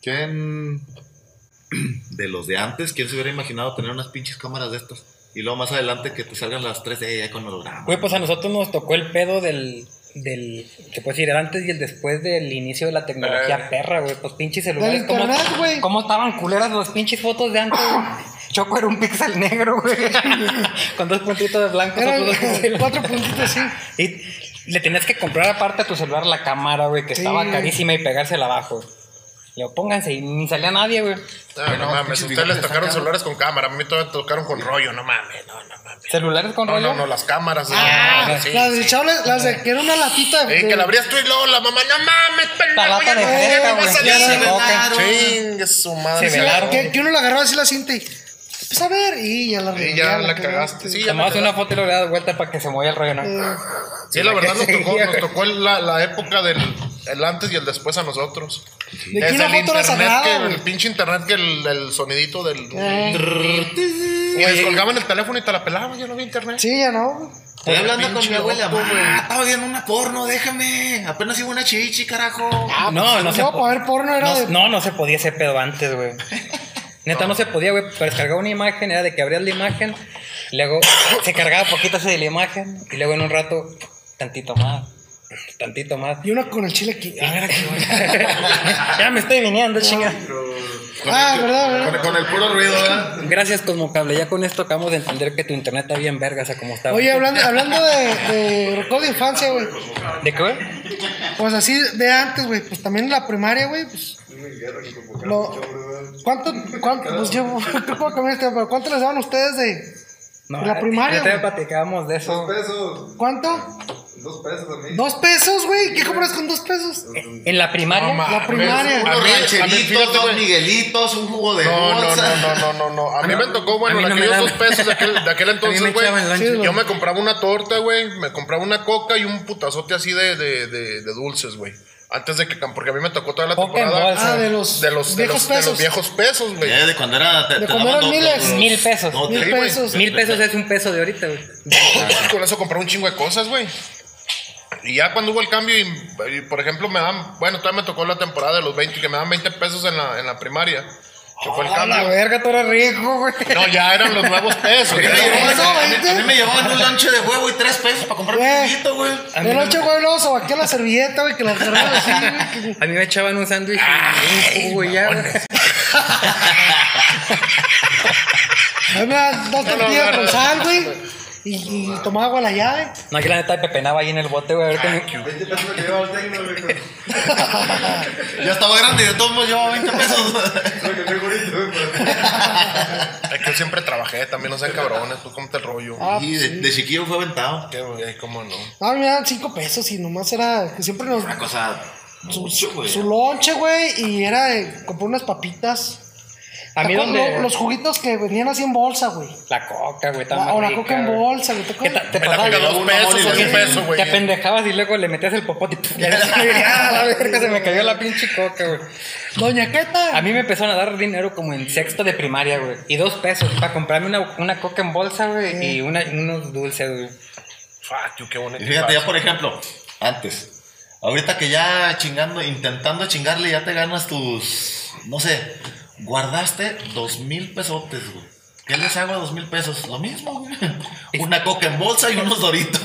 Speaker 2: ¿Quién de los de antes, quién se hubiera imaginado tener unas pinches cámaras de estas? Y luego más adelante que te salgan las 3D ya con holograma.
Speaker 1: Güey, pues a nosotros nos tocó el pedo del. del se puede decir, el antes y el después del inicio de la tecnología
Speaker 4: Eh.
Speaker 1: perra, güey. Pues pinches celulares.
Speaker 3: Del
Speaker 1: ¿cómo-
Speaker 3: internet, güey.
Speaker 1: ¿Cómo estaban culeras las pinches fotos de antes? güey? Choco era un pixel negro, güey. Con dos puntitos blancos.
Speaker 3: Eran
Speaker 1: otros dos píxeles.
Speaker 3: cuatro puntitos, sí.
Speaker 1: Y le tenías que comprar aparte a tu celular la cámara, güey, que
Speaker 3: Sí.
Speaker 1: estaba carísima y pegársela abajo. Le digo, pónganse y ni salía nadie, güey.
Speaker 4: Ay, Ah, no mames,
Speaker 2: pinches
Speaker 4: ustedes les
Speaker 2: bigotes
Speaker 4: tocaron
Speaker 2: acá.
Speaker 4: celulares con cámara, a mí todavía me tocaron con rollo, no mames, no, no mames.
Speaker 1: Celulares con
Speaker 4: No,
Speaker 1: rollo.
Speaker 4: no, no, las cámaras.
Speaker 1: Ah,
Speaker 4: no, sí.
Speaker 3: Las de Charles, las de que era una latita.
Speaker 4: Ey,
Speaker 3: de-
Speaker 4: que la abrías tú y luego la mamá, no mames,
Speaker 1: La
Speaker 4: pendejo,
Speaker 1: lata
Speaker 4: ya
Speaker 1: de
Speaker 4: no
Speaker 1: fresca,
Speaker 4: ya no va a
Speaker 1: güey.
Speaker 4: salir.
Speaker 1: Ya se toca.
Speaker 4: Chingue su madre.
Speaker 1: Se velaron.
Speaker 3: que, que uno la agarraba así la cinta y. Pues a ver, y ya la
Speaker 4: Y
Speaker 3: ya
Speaker 4: ya la cagaste. Sí, ya la
Speaker 1: Tomabas
Speaker 4: cagaste.
Speaker 1: una foto y lo le das vuelta para que se mueva el rollo, ¿no?
Speaker 3: Eh,
Speaker 4: Sí, la verdad nos tocó,
Speaker 1: Sí.
Speaker 4: nos tocó el- la, la época del el antes y el después a nosotros.
Speaker 3: De que una
Speaker 4: el
Speaker 3: foto era
Speaker 4: internet que,
Speaker 3: sagrada,
Speaker 4: el
Speaker 3: güey.
Speaker 4: pinche internet que el, el sonidito del.
Speaker 2: Estoy
Speaker 4: Y descolgaban el teléfono y te la pelaban, ya no había internet.
Speaker 3: Sí, ya no.
Speaker 2: hablando con mi
Speaker 4: pues, Pinche
Speaker 2: abuela,
Speaker 4: loco,
Speaker 2: "Ma, estaba viendo una porno, déjame. Apenas iba una chichi, carajo.
Speaker 4: Ah,
Speaker 1: no, no,
Speaker 3: No,
Speaker 1: se po-
Speaker 3: para ver porno era
Speaker 1: no,
Speaker 3: de.
Speaker 1: no, no se podía ese pedo antes, güey. Neta, no. se podía, güey. Para descargar una imagen era de que abrías la imagen, y luego se cargaba poquito así de la imagen, y luego en un rato, tantito más, tantito más.
Speaker 3: Y uno con el chile aquí.
Speaker 1: A ver, aquí voy. ya me estoy viniendo, chinga.
Speaker 3: Ah, verdad, verdad.
Speaker 2: Con, con el puro ruido, ¿verdad?
Speaker 1: Gracias, Cosmocable. Ya con esto acabamos de entender que tu internet está bien vergas a como estaba.
Speaker 3: Oye, hablando, hablando de, de recuerdo de infancia, güey.
Speaker 1: ¿De qué?
Speaker 3: Pues así de antes, güey. Pues también en la primaria, güey. Pues, lo- ¿Cuánto, cuánto, pues yo no puedo cambiar este, pero ¿cuánto les daban ustedes de En la primaria,
Speaker 1: Ya te
Speaker 3: güey.
Speaker 1: platicábamos de eso.
Speaker 5: pesos,
Speaker 3: cuánto?
Speaker 5: dos pesos a mí.
Speaker 3: Dos pesos, güey. ¿Qué compras con dos pesos?
Speaker 1: En la primaria.
Speaker 4: No,
Speaker 3: La primaria.
Speaker 4: A
Speaker 2: Unos
Speaker 4: mí- a mí,
Speaker 2: rancheritos,
Speaker 4: fíjate,
Speaker 2: dos
Speaker 4: güey.
Speaker 2: miguelitos, un jugo de
Speaker 4: No, no,
Speaker 2: bolsa.
Speaker 4: no, no, no, no, no. A mí me tocó, bueno,
Speaker 1: A mí
Speaker 4: en
Speaker 1: no me
Speaker 4: aquellos dos
Speaker 1: dan.
Speaker 4: pesos de aquel, de aquel
Speaker 1: A mí me
Speaker 4: entonces, güey.
Speaker 1: echaban lonche.
Speaker 4: Yo me compraba una torta, güey. Me compraba una coca y un putazote así de, de, de, de dulces, güey. Antes de que, cam- porque a mí me tocó toda la
Speaker 1: Coca en
Speaker 4: temporada.
Speaker 1: bolsa.
Speaker 3: Ah, de los,
Speaker 4: de los, de
Speaker 3: viejos
Speaker 4: los, de
Speaker 3: pesos.
Speaker 4: los viejos pesos, güey.
Speaker 2: Ya de cuando era. Te,
Speaker 3: De
Speaker 2: te
Speaker 3: cuando
Speaker 2: daban
Speaker 3: eran
Speaker 2: dos-
Speaker 3: miles.
Speaker 2: dos-
Speaker 1: Mil pesos.
Speaker 2: dos-
Speaker 3: Mil
Speaker 2: tres,
Speaker 3: pesos.
Speaker 1: Mil pesos es un peso de ahorita, güey.
Speaker 4: Con eso compré un chingo de cosas, güey. Y ya cuando hubo el cambio, y, y, por ejemplo, me dan, bueno, todavía me tocó la temporada de los 20, que me dan 20 pesos en la, en la primaria. Que fue el
Speaker 3: Ah,
Speaker 1: A la
Speaker 4: cambio.
Speaker 1: verga, tú eres rico, güey.
Speaker 4: No, ya eran los nuevos pesos. ya
Speaker 3: ¿Eso,
Speaker 4: llegó-
Speaker 3: veinte?
Speaker 2: A mí me llevaban un lonche de huevo y tres pesos para comprar
Speaker 3: Güey.
Speaker 2: un poquito, güey.
Speaker 3: De noche, güey, luego se vaqueó la servilleta, güey, que la cerraron así, güey. que-
Speaker 1: A mí me echaban un sándwich y un jugo y ya, güey.
Speaker 3: A mí me daban dos tortillas con sal, güey. Y, y tomaba agua a la llave.
Speaker 1: No, yo la neta pepenaba ahí en el bote, güey, a ver Ah, qué me...
Speaker 5: 20 pesos que lleva al tecno, güey. Creo
Speaker 2: Ya estaba grande y de todos modos llevaba 20 pesos.
Speaker 5: que soy bonito, güey. pero-
Speaker 4: Es que yo siempre trabajé, también no sean cabrones, tú cómo te el rollo.
Speaker 3: Ah,
Speaker 2: Y de, de chiquillo fue aventado.
Speaker 4: Qué, güey, cómo no.
Speaker 3: No, a mí me daban cinco pesos y nomás era que siempre nos.
Speaker 2: Una cosa.
Speaker 3: Su,
Speaker 2: mucho, güey.
Speaker 3: su lonche, güey, y era de comprar unas papitas.
Speaker 1: A mí
Speaker 3: Lo-
Speaker 1: donde...
Speaker 3: Los juguitos que venían así en bolsa, güey.
Speaker 1: La coca, güey, estaba
Speaker 3: La-
Speaker 1: más
Speaker 3: O la
Speaker 1: rica,
Speaker 3: coca en
Speaker 1: güey.
Speaker 3: bolsa, güey. ¿te
Speaker 1: ¿Qué
Speaker 3: acuerdas?
Speaker 1: ta- te
Speaker 4: Me la
Speaker 1: pasaba?
Speaker 4: pegué
Speaker 1: de-
Speaker 4: dos
Speaker 2: un
Speaker 4: pesos,
Speaker 2: amor y
Speaker 4: güey,
Speaker 2: le-
Speaker 4: un peso, güey.
Speaker 1: Te apendejabas y luego le metías el popote. y Ya ya, la verga, se me cayó la pinche coca, güey.
Speaker 3: Doña Queta.
Speaker 1: A mí me empezaron a dar dinero como en sexto de primaria, güey. Y dos pesos para comprarme una, una coca en bolsa, güey. Y una- unos dulces, güey.
Speaker 4: Fuck, you, qué bonito.
Speaker 2: Y fíjate, ya
Speaker 4: paso.
Speaker 2: por ejemplo, antes. Ahorita que ya chingando, intentando chingarle, ya te ganas tus. No sé, guardaste dos mil pesotes, güey. ¿Qué les hago a dos mil pesos? Lo mismo, güey. Una coca en bolsa y unos doritos.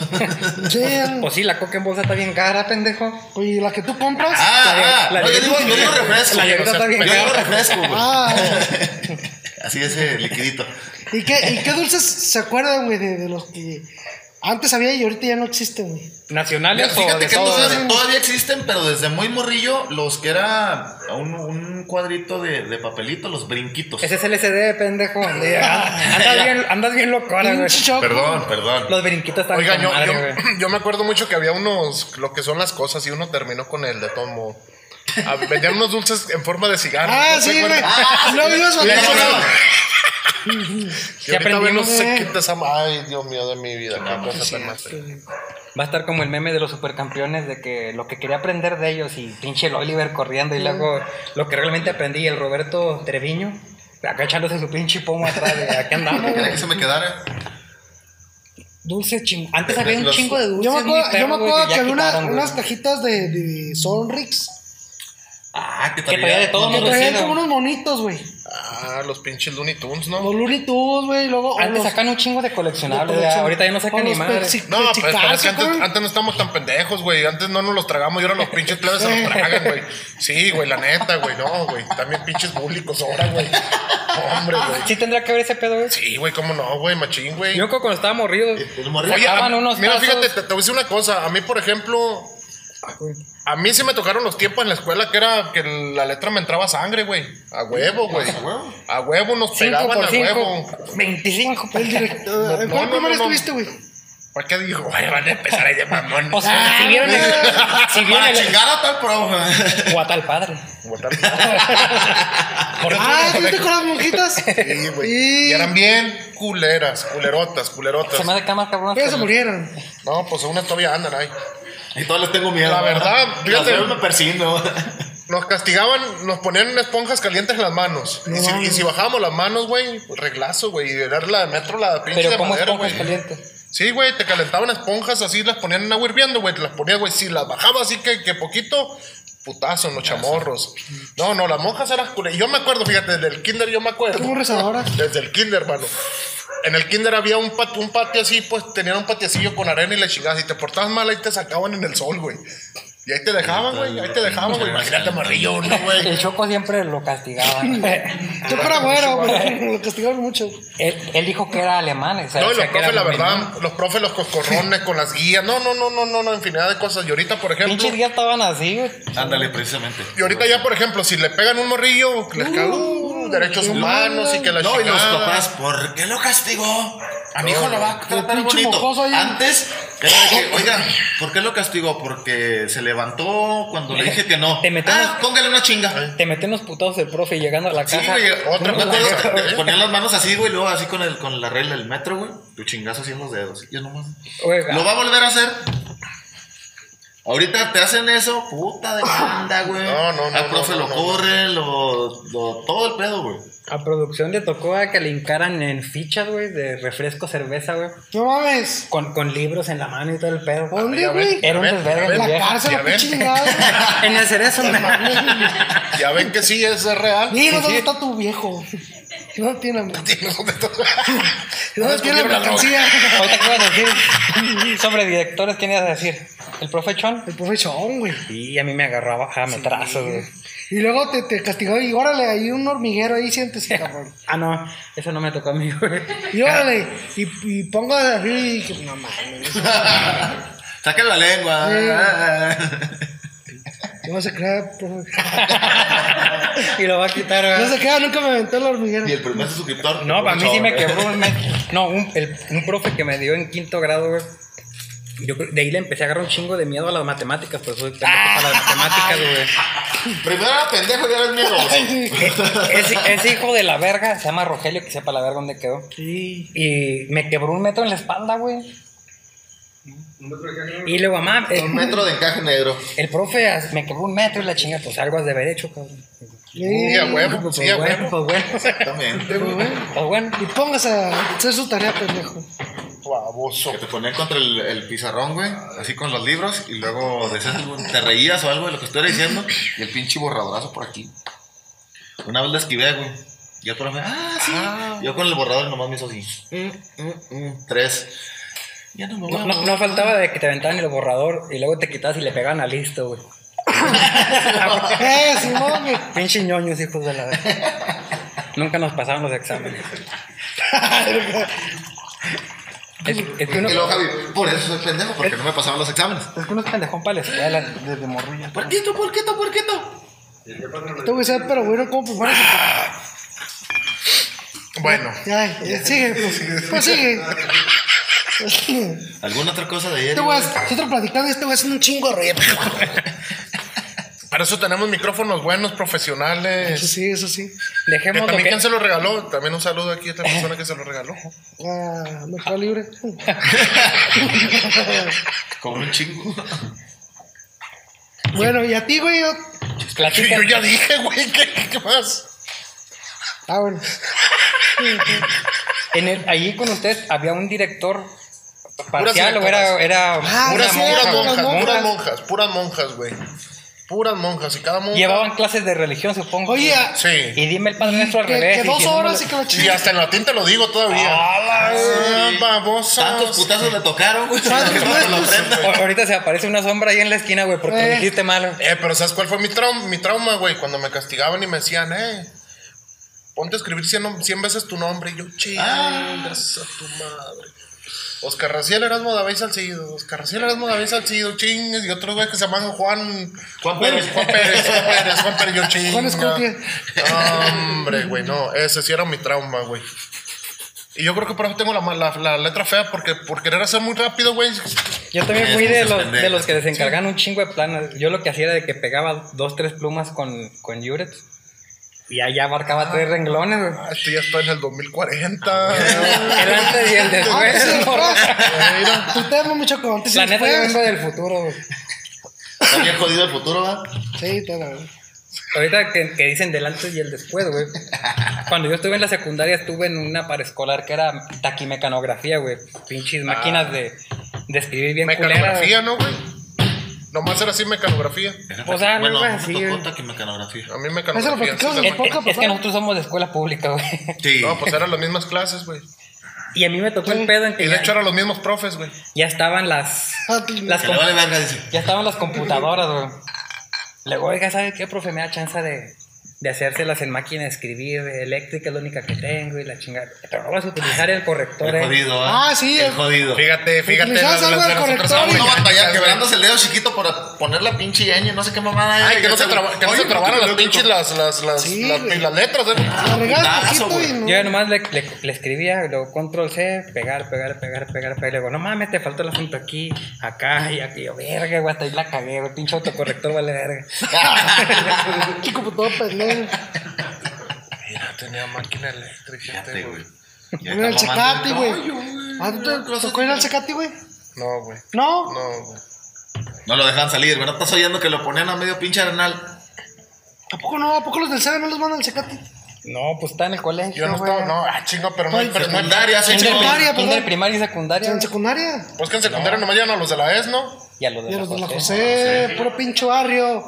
Speaker 3: Sí, el-
Speaker 1: Pues sí, la coca en bolsa está bien cara, pendejo.
Speaker 3: Oye, la que tú compras.
Speaker 2: ah, ah,
Speaker 1: La- la-
Speaker 2: no, yo digo, yo digo refresco.
Speaker 1: La llegada está bien
Speaker 2: Yo digo
Speaker 1: cara.
Speaker 2: refresco, güey.
Speaker 3: Ah,
Speaker 2: Así ese liquidito.
Speaker 3: ¿y, qué, ¿Y qué dulces se acuerdan, güey, de, de los que antes había y ahorita ya no existen, güey?
Speaker 1: ¿Nacionales o
Speaker 2: Fíjate
Speaker 1: de
Speaker 2: que
Speaker 1: todo? ¿eh?
Speaker 2: entonces
Speaker 1: güey?
Speaker 2: todavía existen, pero desde muy morrillo, los que era un, un cuadrito de, de papelito, los brinquitos.
Speaker 1: Ese es el SD, pendejo. Andas bien, andas bien locora, güey.
Speaker 3: Pinche choco.
Speaker 2: Perdón, perdón.
Speaker 1: Los brinquitos están
Speaker 4: Oigan,
Speaker 1: con
Speaker 4: yo,
Speaker 1: madre,
Speaker 4: yo-
Speaker 1: güey.
Speaker 4: yo me acuerdo mucho que había unos, lo que son las cosas, y uno terminó con el de tomo. Ah, Vendían unos dulces en forma de cigarro.
Speaker 3: Ah,
Speaker 4: ¿no se
Speaker 3: sí, güey.
Speaker 4: acuerdan?
Speaker 3: Ah, Luego ibas
Speaker 2: Mira,
Speaker 3: batallando.
Speaker 2: ahora-
Speaker 4: Que ahorita
Speaker 1: aprendimos,
Speaker 4: no sé
Speaker 3: eh.
Speaker 4: qué te esa Ay, Dios mío de mi vida, qué cosa tan más.
Speaker 1: Va a estar como el meme de los supercampeones de que lo que quería aprender de ellos y pinche el Oliver corriendo y luego lo que realmente aprendí el Roberto Treviño acá echándose su pinche pomo atrás de acá andamos.
Speaker 2: Quería
Speaker 1: güey.
Speaker 2: que se me quedara.
Speaker 1: Dulce ching. Antes había un
Speaker 2: Los-
Speaker 1: chingo de dulces.
Speaker 3: Yo me
Speaker 1: bien
Speaker 3: acuerdo, yo me
Speaker 1: perros, güey,
Speaker 3: acuerdo que
Speaker 1: ya
Speaker 3: había una-
Speaker 1: quitaron, güey.
Speaker 3: unas cajitas de, de Sonrix
Speaker 2: Ah, que
Speaker 1: Que traía de todo,
Speaker 3: que
Speaker 1: Los
Speaker 3: traían
Speaker 1: recién,
Speaker 3: como
Speaker 1: güey.
Speaker 3: unos monitos, güey.
Speaker 4: Ah, los pinches Looney Tunes,
Speaker 3: Los
Speaker 4: ¿no?
Speaker 3: Looney Tunes, güey, y luego... o
Speaker 1: Antes
Speaker 3: los-
Speaker 1: sacan un chingo de coleccionables. güey.
Speaker 3: coleccion-
Speaker 1: Ahorita ya no
Speaker 3: o
Speaker 1: sacan ni
Speaker 3: los
Speaker 1: madre.
Speaker 3: pexi-
Speaker 4: No, pues, pero es
Speaker 3: pexicazos,
Speaker 4: que antes,
Speaker 3: güey.
Speaker 4: antes no estábamos tan pendejos, güey. Antes no nos los tragamos y ahora los pinches plebes se los tragan, güey. Sí, güey, la neta, güey. No, güey. También pinches públicos ahora, güey. Hombre, güey.
Speaker 1: Sí tendría que haber ese pedo, güey.
Speaker 4: Sí, güey, cómo no, güey, machín, güey.
Speaker 1: Yo creo que cuando estaba morrido.
Speaker 2: El morrillo.
Speaker 4: Oye,
Speaker 1: Sacaban
Speaker 4: a-
Speaker 1: unos
Speaker 4: mira,
Speaker 1: tazos.
Speaker 4: fíjate, te, te voy a decir una cosa. A mí, por ejemplo, a mí sí me tocaron los tiempos en la escuela que era que la letra me entraba sangre, güey. A huevo, güey.
Speaker 2: A huevo.
Speaker 4: A huevo nos
Speaker 1: 5
Speaker 4: pegaban
Speaker 1: por pues,
Speaker 4: a
Speaker 1: 5.
Speaker 4: huevo.
Speaker 1: 25
Speaker 3: El director... ¿En
Speaker 4: No,
Speaker 3: cuál
Speaker 4: no,
Speaker 3: primaria
Speaker 4: no, no.
Speaker 3: estuviste, güey?
Speaker 4: ¿Para qué digo? Güey, van a empezar ahí de mamón.
Speaker 1: O sea, si vieron el. Si vieron
Speaker 4: Ah,
Speaker 2: Para
Speaker 1: el.
Speaker 2: chingar a Ah, tal profe.
Speaker 1: O a tal padre.
Speaker 3: Ah, ¿estuviste con las monjitas?
Speaker 4: Sí, güey.
Speaker 3: Y-
Speaker 4: Y eran bien culeras, culerotas,
Speaker 1: Se
Speaker 4: culerotas.
Speaker 1: me de cama, cabrón.
Speaker 3: Pero se murieron.
Speaker 4: No, pues unas todavía andan ahí.
Speaker 2: Y todos les tengo miedo.
Speaker 4: La verdad,
Speaker 2: Las
Speaker 4: fíjate.
Speaker 2: veo y me persino.
Speaker 4: Nos castigaban, nos ponían esponjas calientes en las manos. y, si, y si bajábamos las manos, güey, pues, reglazo, güey. Y era la de metro, la pinche
Speaker 1: Pero
Speaker 4: de
Speaker 1: como
Speaker 4: madera,
Speaker 1: esponjas
Speaker 4: güey.
Speaker 1: calientes.
Speaker 4: Sí, güey, te calentaban esponjas así, las ponían en agua hirviendo, güey, te las ponías, güey, si las bajaba así que, que poquito, putazo en los chamorros. No, no, las monjas eran culeras. Yo me acuerdo, fíjate, desde el kinder yo me acuerdo.
Speaker 3: ¿Cómo rezadora?
Speaker 4: Desde el kinder, hermano. En el kinder había un, pat- un patio así, pues tenían un patiecillo con arena y le chingabas. Y te portabas mal, ahí te sacaban en el sol, güey. Y ahí te dejaban, güey, ahí te dejaban, güey. Imagínate, marrillo, ¿no, güey?
Speaker 1: El Choco siempre lo castigaba. Él,
Speaker 3: Yo era güero, pero lo castigaron mucho.
Speaker 1: él dijo que era alemán. o sea,
Speaker 4: No, y
Speaker 1: decía
Speaker 4: los
Speaker 1: que era
Speaker 4: profes, la
Speaker 1: menor.
Speaker 4: verdad, los profes, los coscorrones con las guías. No, no, no, no, no, no, infinidad de cosas. Y ahorita, por ejemplo.
Speaker 1: Pinches días estaban así, güey.
Speaker 2: Ándale, precisamente.
Speaker 4: Y ahorita ya, por ejemplo, si le pegan un morrillo, les cago uh, derechos humanos y que la
Speaker 2: No, y los
Speaker 4: chingada.
Speaker 2: papás, ¿por qué lo castigó? A mi hijo lo va a tratar
Speaker 3: pinche mocoso
Speaker 2: bonito.
Speaker 3: ahí.
Speaker 2: Antes, era de que, oiga, ¿por qué lo castigó? Porque se levantó cuando le dije que no.
Speaker 1: Te metemos-
Speaker 2: Ah, póngale una chinga.
Speaker 1: Te meten los putados el profe y llegando a la
Speaker 2: Sí,
Speaker 1: casa.
Speaker 2: güey, otra
Speaker 1: unos
Speaker 2: vez
Speaker 1: lagartos,
Speaker 2: te ponían las manos así, güey, luego así con, el, con la regla del metro, güey. Tu chingazo así en los dedos. Yo nomás.
Speaker 1: güey.
Speaker 2: ¿Lo va a volver a hacer? Ahorita te hacen eso, puta demanda, güey.
Speaker 4: No, no, no,
Speaker 2: Al profe
Speaker 4: no, no,
Speaker 2: lo
Speaker 4: no.
Speaker 2: corren, lo, lo- todo el pedo, güey.
Speaker 1: A producción le tocó a que le hincaran en fichas, güey, de refresco, cerveza, güey.
Speaker 3: No mames.
Speaker 1: Con, con libros en la mano y todo el pedo.
Speaker 3: ¿Dónde,
Speaker 4: ya
Speaker 3: güey?
Speaker 4: ven,
Speaker 1: Era un
Speaker 4: Ya ven, ya
Speaker 1: desvergue
Speaker 4: ven.
Speaker 1: el
Speaker 3: La
Speaker 1: viejo.
Speaker 3: cárcel,
Speaker 4: ya
Speaker 3: la
Speaker 4: ven.
Speaker 3: pinche chingada.
Speaker 1: En el cerezo, güey.
Speaker 4: Ya ven que sí, es real.
Speaker 3: Mira dónde está tu viejo. No tiene la No tiene la mercancía.
Speaker 1: Ahorita qué vas a decir sobre directores, ¿quién ibas a decir? ¿El profe Chon?
Speaker 3: El profe Chon, güey.
Speaker 1: Y a mí me agarraba a metrazos, güey.
Speaker 3: Y luego te, te castigó y órale, hay un hormiguero ahí, siéntese, cabrón.
Speaker 1: Ah, no, eso no me tocó a mí, güey.
Speaker 3: Y órale, y, y pongo así, que no mames.
Speaker 2: Saca la lengua. Ah,
Speaker 3: No se crea, profe.
Speaker 1: Y lo va a quitar, güey.
Speaker 3: No se crea, nunca me aventó el hormiguero.
Speaker 2: y el primer suscriptor.
Speaker 1: No, para mí sí me
Speaker 2: quedó.
Speaker 1: quebró un mes. No, un, el- un profe que me dio en quinto grado, güey. Yo creo- de ahí le empecé a agarrar un chingo de miedo a las matemáticas, por eso soy pendejo para las matemáticas, güey.
Speaker 2: Primero era pendejo y ahora es miedo.
Speaker 1: Ese, ese hijo de la verga, se llama Rogelio, que sepa la verga dónde quedó.
Speaker 3: Sí.
Speaker 1: Y me quebró un metro en la espalda, güey. Y luego, mamá, eh,
Speaker 2: Un metro de encaje negro.
Speaker 1: el profe as- me quebró un metro y la chinga, pues algo has de haber hecho, cabrón.
Speaker 3: Sí.
Speaker 4: Sí, a huevo,
Speaker 1: Pues
Speaker 4: sí, a
Speaker 1: bueno,
Speaker 4: huevo.
Speaker 1: pues bueno.
Speaker 2: También.
Speaker 1: Pues bueno.
Speaker 3: Y póngase a hacer su tarea, pendejo.
Speaker 4: Baboso.
Speaker 2: Que te ponían contra el, el pizarrón, güey, así con los libros, y luego decías algo, te reías o algo de lo que estuviera diciendo, y el pinche borradorazo por aquí. Una vez la esquivé, güey. Y el profe, ah, sí. Yo con el borrador nomás me hizo así. Mm, mm, mm, tres. Ya no me voy
Speaker 1: No,
Speaker 2: a
Speaker 1: no-
Speaker 2: mover.
Speaker 1: no faltaba de que te aventaran el borrador y luego te quitabas y le pegaban a listo, güey.
Speaker 3: ¡Eh, Simón, güey!
Speaker 1: Pinche ñoños, hijos de la verga. Nunca nos pasaban los exámenes. es, es que uno,
Speaker 2: Y luego, Javi, por eso soy pendejo, porque no me pasaban los exámenes.
Speaker 1: es que uno es pendejón para la escuela desde morrillo.
Speaker 2: Puerquito, puerquito, puerquito.
Speaker 3: Te voy a decir, pero bueno, ¿cómo pues, bueno,
Speaker 1: Ah.
Speaker 4: Bueno,
Speaker 3: Ya, ya, sigue, pues, pues sigue.
Speaker 2: ¿Alguna otra cosa de ayer?
Speaker 3: Este güey, nosotros platicando, este güey haciendo un chingo de ruido.
Speaker 4: para eso tenemos micrófonos buenos,
Speaker 3: Eso
Speaker 4: profesionales.
Speaker 3: sí, eso sí.
Speaker 4: Que
Speaker 1: Dejemos lo
Speaker 4: también
Speaker 1: que-
Speaker 4: quien se lo regaló, también un saludo aquí a esta persona que se lo regaló.
Speaker 3: Ah, me quedo libre.
Speaker 2: Como un chingo.
Speaker 3: Bueno, y a ti, güey, yo.
Speaker 1: Pues
Speaker 4: Sí,
Speaker 1: platica-
Speaker 4: yo ya dije, güey, ¿qué, qué más?
Speaker 3: Ah, bueno.
Speaker 1: en el- ahí con ustedes había un director parcial
Speaker 4: Puras
Speaker 1: o era, era
Speaker 3: Ah,
Speaker 1: una
Speaker 4: Puras,
Speaker 3: sí,
Speaker 4: puras
Speaker 3: eran
Speaker 1: monja,
Speaker 4: monjas,
Speaker 3: unas monjas.
Speaker 4: puras monjas, puras monjas, güey. Puras monjas, y cada monja.
Speaker 1: Llevaban clases de religión, supongo.
Speaker 3: Oye, a-
Speaker 4: Sí.
Speaker 1: y dime el padre nuestro al
Speaker 3: que,
Speaker 1: revés.
Speaker 3: que dos
Speaker 1: diciéndole-
Speaker 3: horas y que la
Speaker 4: Y
Speaker 3: chingada.
Speaker 4: hasta en latín te lo digo todavía. Ah, baboso.
Speaker 2: Tantos putazos le tocaron, güey.
Speaker 3: Tantos putazos.
Speaker 1: A- Ahorita se aparece una sombra ahí en la esquina, güey, porque
Speaker 3: Eh.
Speaker 1: me dijiste malo.
Speaker 4: Eh, pero ¿sabes cuál fue mi, trau- mi trauma, güey? Cuando me castigaban y me decían, eh, ponte a escribir 100, veces tu nombre. Y yo, chingas a tu madre. Oscar Raciel Erasmo David Salcido, Oscar Raciel Erasmo David Salcido, chingues, y otros güeyes que se llaman Juan...
Speaker 2: Juan Pérez.
Speaker 4: Juan Pérez, Juan Pérez, Juan Pérez, yo chingas.
Speaker 3: Juan Escutia.
Speaker 4: Hombre, güey, no, ese sí era mi trauma, güey. Y yo creo que por eso tengo la, ma- la- la letra fea, porque por querer hacer muy rápido, güey,
Speaker 1: Yo también
Speaker 2: Es
Speaker 1: fui de
Speaker 2: muchas
Speaker 1: los, de
Speaker 2: pendejas.
Speaker 1: los que les encargan un chingo de planas. Yo lo que hacía era de que pegaba dos, tres plumas con, con Yurex. Y allá abarcaba tres renglones, güey.
Speaker 4: Ah, esto ya está en el 2040.
Speaker 1: Ah, El antes y el
Speaker 3: Ah,
Speaker 1: después.
Speaker 3: sí,
Speaker 1: ¿no?
Speaker 3: pues. Tu tema, mucho con antes y
Speaker 1: La neta, yo
Speaker 3: después.
Speaker 1: vengo del futuro, güey.
Speaker 2: Está bien jodido el futuro, ¿verdad?
Speaker 3: Sí, te la
Speaker 1: Ahorita que, que dicen del antes y el después, güey. Cuando yo estuve en la secundaria, estuve en una paraescolar que era taquimecanografía, güey. Pinches máquinas de, de escribir bien culeras. güey.
Speaker 4: Ah. mecanografía, ¿no, güey? Nomás era así mecanografía.
Speaker 1: O sea,
Speaker 2: bueno,
Speaker 1: algo
Speaker 2: no
Speaker 1: así,
Speaker 2: me tocó
Speaker 1: güey.
Speaker 2: taquimecanografía.
Speaker 4: A mí
Speaker 3: Eso lo
Speaker 4: mecanografía. sí,
Speaker 3: platicamos
Speaker 4: la
Speaker 1: Es,
Speaker 3: en el
Speaker 4: ma-
Speaker 3: podcast
Speaker 1: es que
Speaker 3: pasado.
Speaker 1: nosotros somos de escuela pública, güey.
Speaker 2: Sí.
Speaker 4: No, pues eran las mismas clases, güey.
Speaker 1: Y a mí me tocó el pedo en
Speaker 4: Y
Speaker 1: que
Speaker 4: de
Speaker 1: ya,
Speaker 4: hecho eran los mismos profes, güey.
Speaker 1: ya estaban las,
Speaker 3: Ah, tú-
Speaker 1: las
Speaker 2: Que le vale verga, dice.
Speaker 1: Ya estaban las computadoras, güey. Luego, oiga, ¿sabe qué, profe? Me da chance de, de hacérselas en máquina de escribir eléctrica, es la única que tengo y la chingada. Pero no vas a utilizar el corrector,
Speaker 2: El
Speaker 1: eh.
Speaker 2: jodido, ¿eh?
Speaker 3: Ah, sí,
Speaker 2: El
Speaker 3: el-
Speaker 2: jodido.
Speaker 4: Fíjate, fíjate.
Speaker 3: Utilizabas algo del
Speaker 4: nosotros
Speaker 3: corrector,
Speaker 4: eran
Speaker 2: Uno batalla
Speaker 4: mecánicas,
Speaker 2: quebrándose el dedo chiquito para poner la pinche ñ, no sé qué mamada.
Speaker 4: güey. Ay, que no se, traba-
Speaker 2: trabaja
Speaker 4: que no se trabaran las pinches las, las, las,
Speaker 3: Sí,
Speaker 4: las,
Speaker 3: güey.
Speaker 4: las letras, güey.
Speaker 3: La regala
Speaker 2: putazo,
Speaker 3: poquito y
Speaker 2: güey.
Speaker 1: Yo
Speaker 3: no.
Speaker 1: ya nomás le, le, le escribía, luego control C, pegar, pegar, pegar, pegar, pegar. Luego, no mames, te faltó el asunto aquí, acá y aquí. Yo, verga, güey, hasta ahí la cagué, güey. Pinche autocorrector vale verga.
Speaker 3: Chico, pues todo pendejo.
Speaker 4: Mira, tenía máquina eléctrica.
Speaker 2: Fíjate, güey. Ya
Speaker 3: Mira el
Speaker 2: está mamando.
Speaker 3: Ah, Checati, güey. ¿A ti te tocó ir al Checati, güey?
Speaker 4: No, güey.
Speaker 3: No.
Speaker 4: No, güey.
Speaker 2: No lo dejaban salir, ¿verdad? Estás oyendo que lo ponían a medio pinche arenal.
Speaker 3: ¿A poco no? ¿A poco los del SEDA no los mandan al Secati?
Speaker 1: No, pues está en el colegio.
Speaker 4: Yo no
Speaker 1: güey.
Speaker 4: estaba, no, ah, chingo, pero no,
Speaker 3: Ay,
Speaker 4: pero no-
Speaker 2: Secundaria,
Speaker 3: En
Speaker 2: señor.
Speaker 3: Pues, secundaria,
Speaker 1: Kinder,
Speaker 3: perdón.
Speaker 1: primaria y secundaria.
Speaker 3: En secundaria.
Speaker 4: Pues que en secundaria nomás llegan a los de la ES, ¿no?
Speaker 1: Y a los de,
Speaker 3: Y a
Speaker 1: la
Speaker 3: los de la
Speaker 1: José.
Speaker 3: José, puro pincho barrio.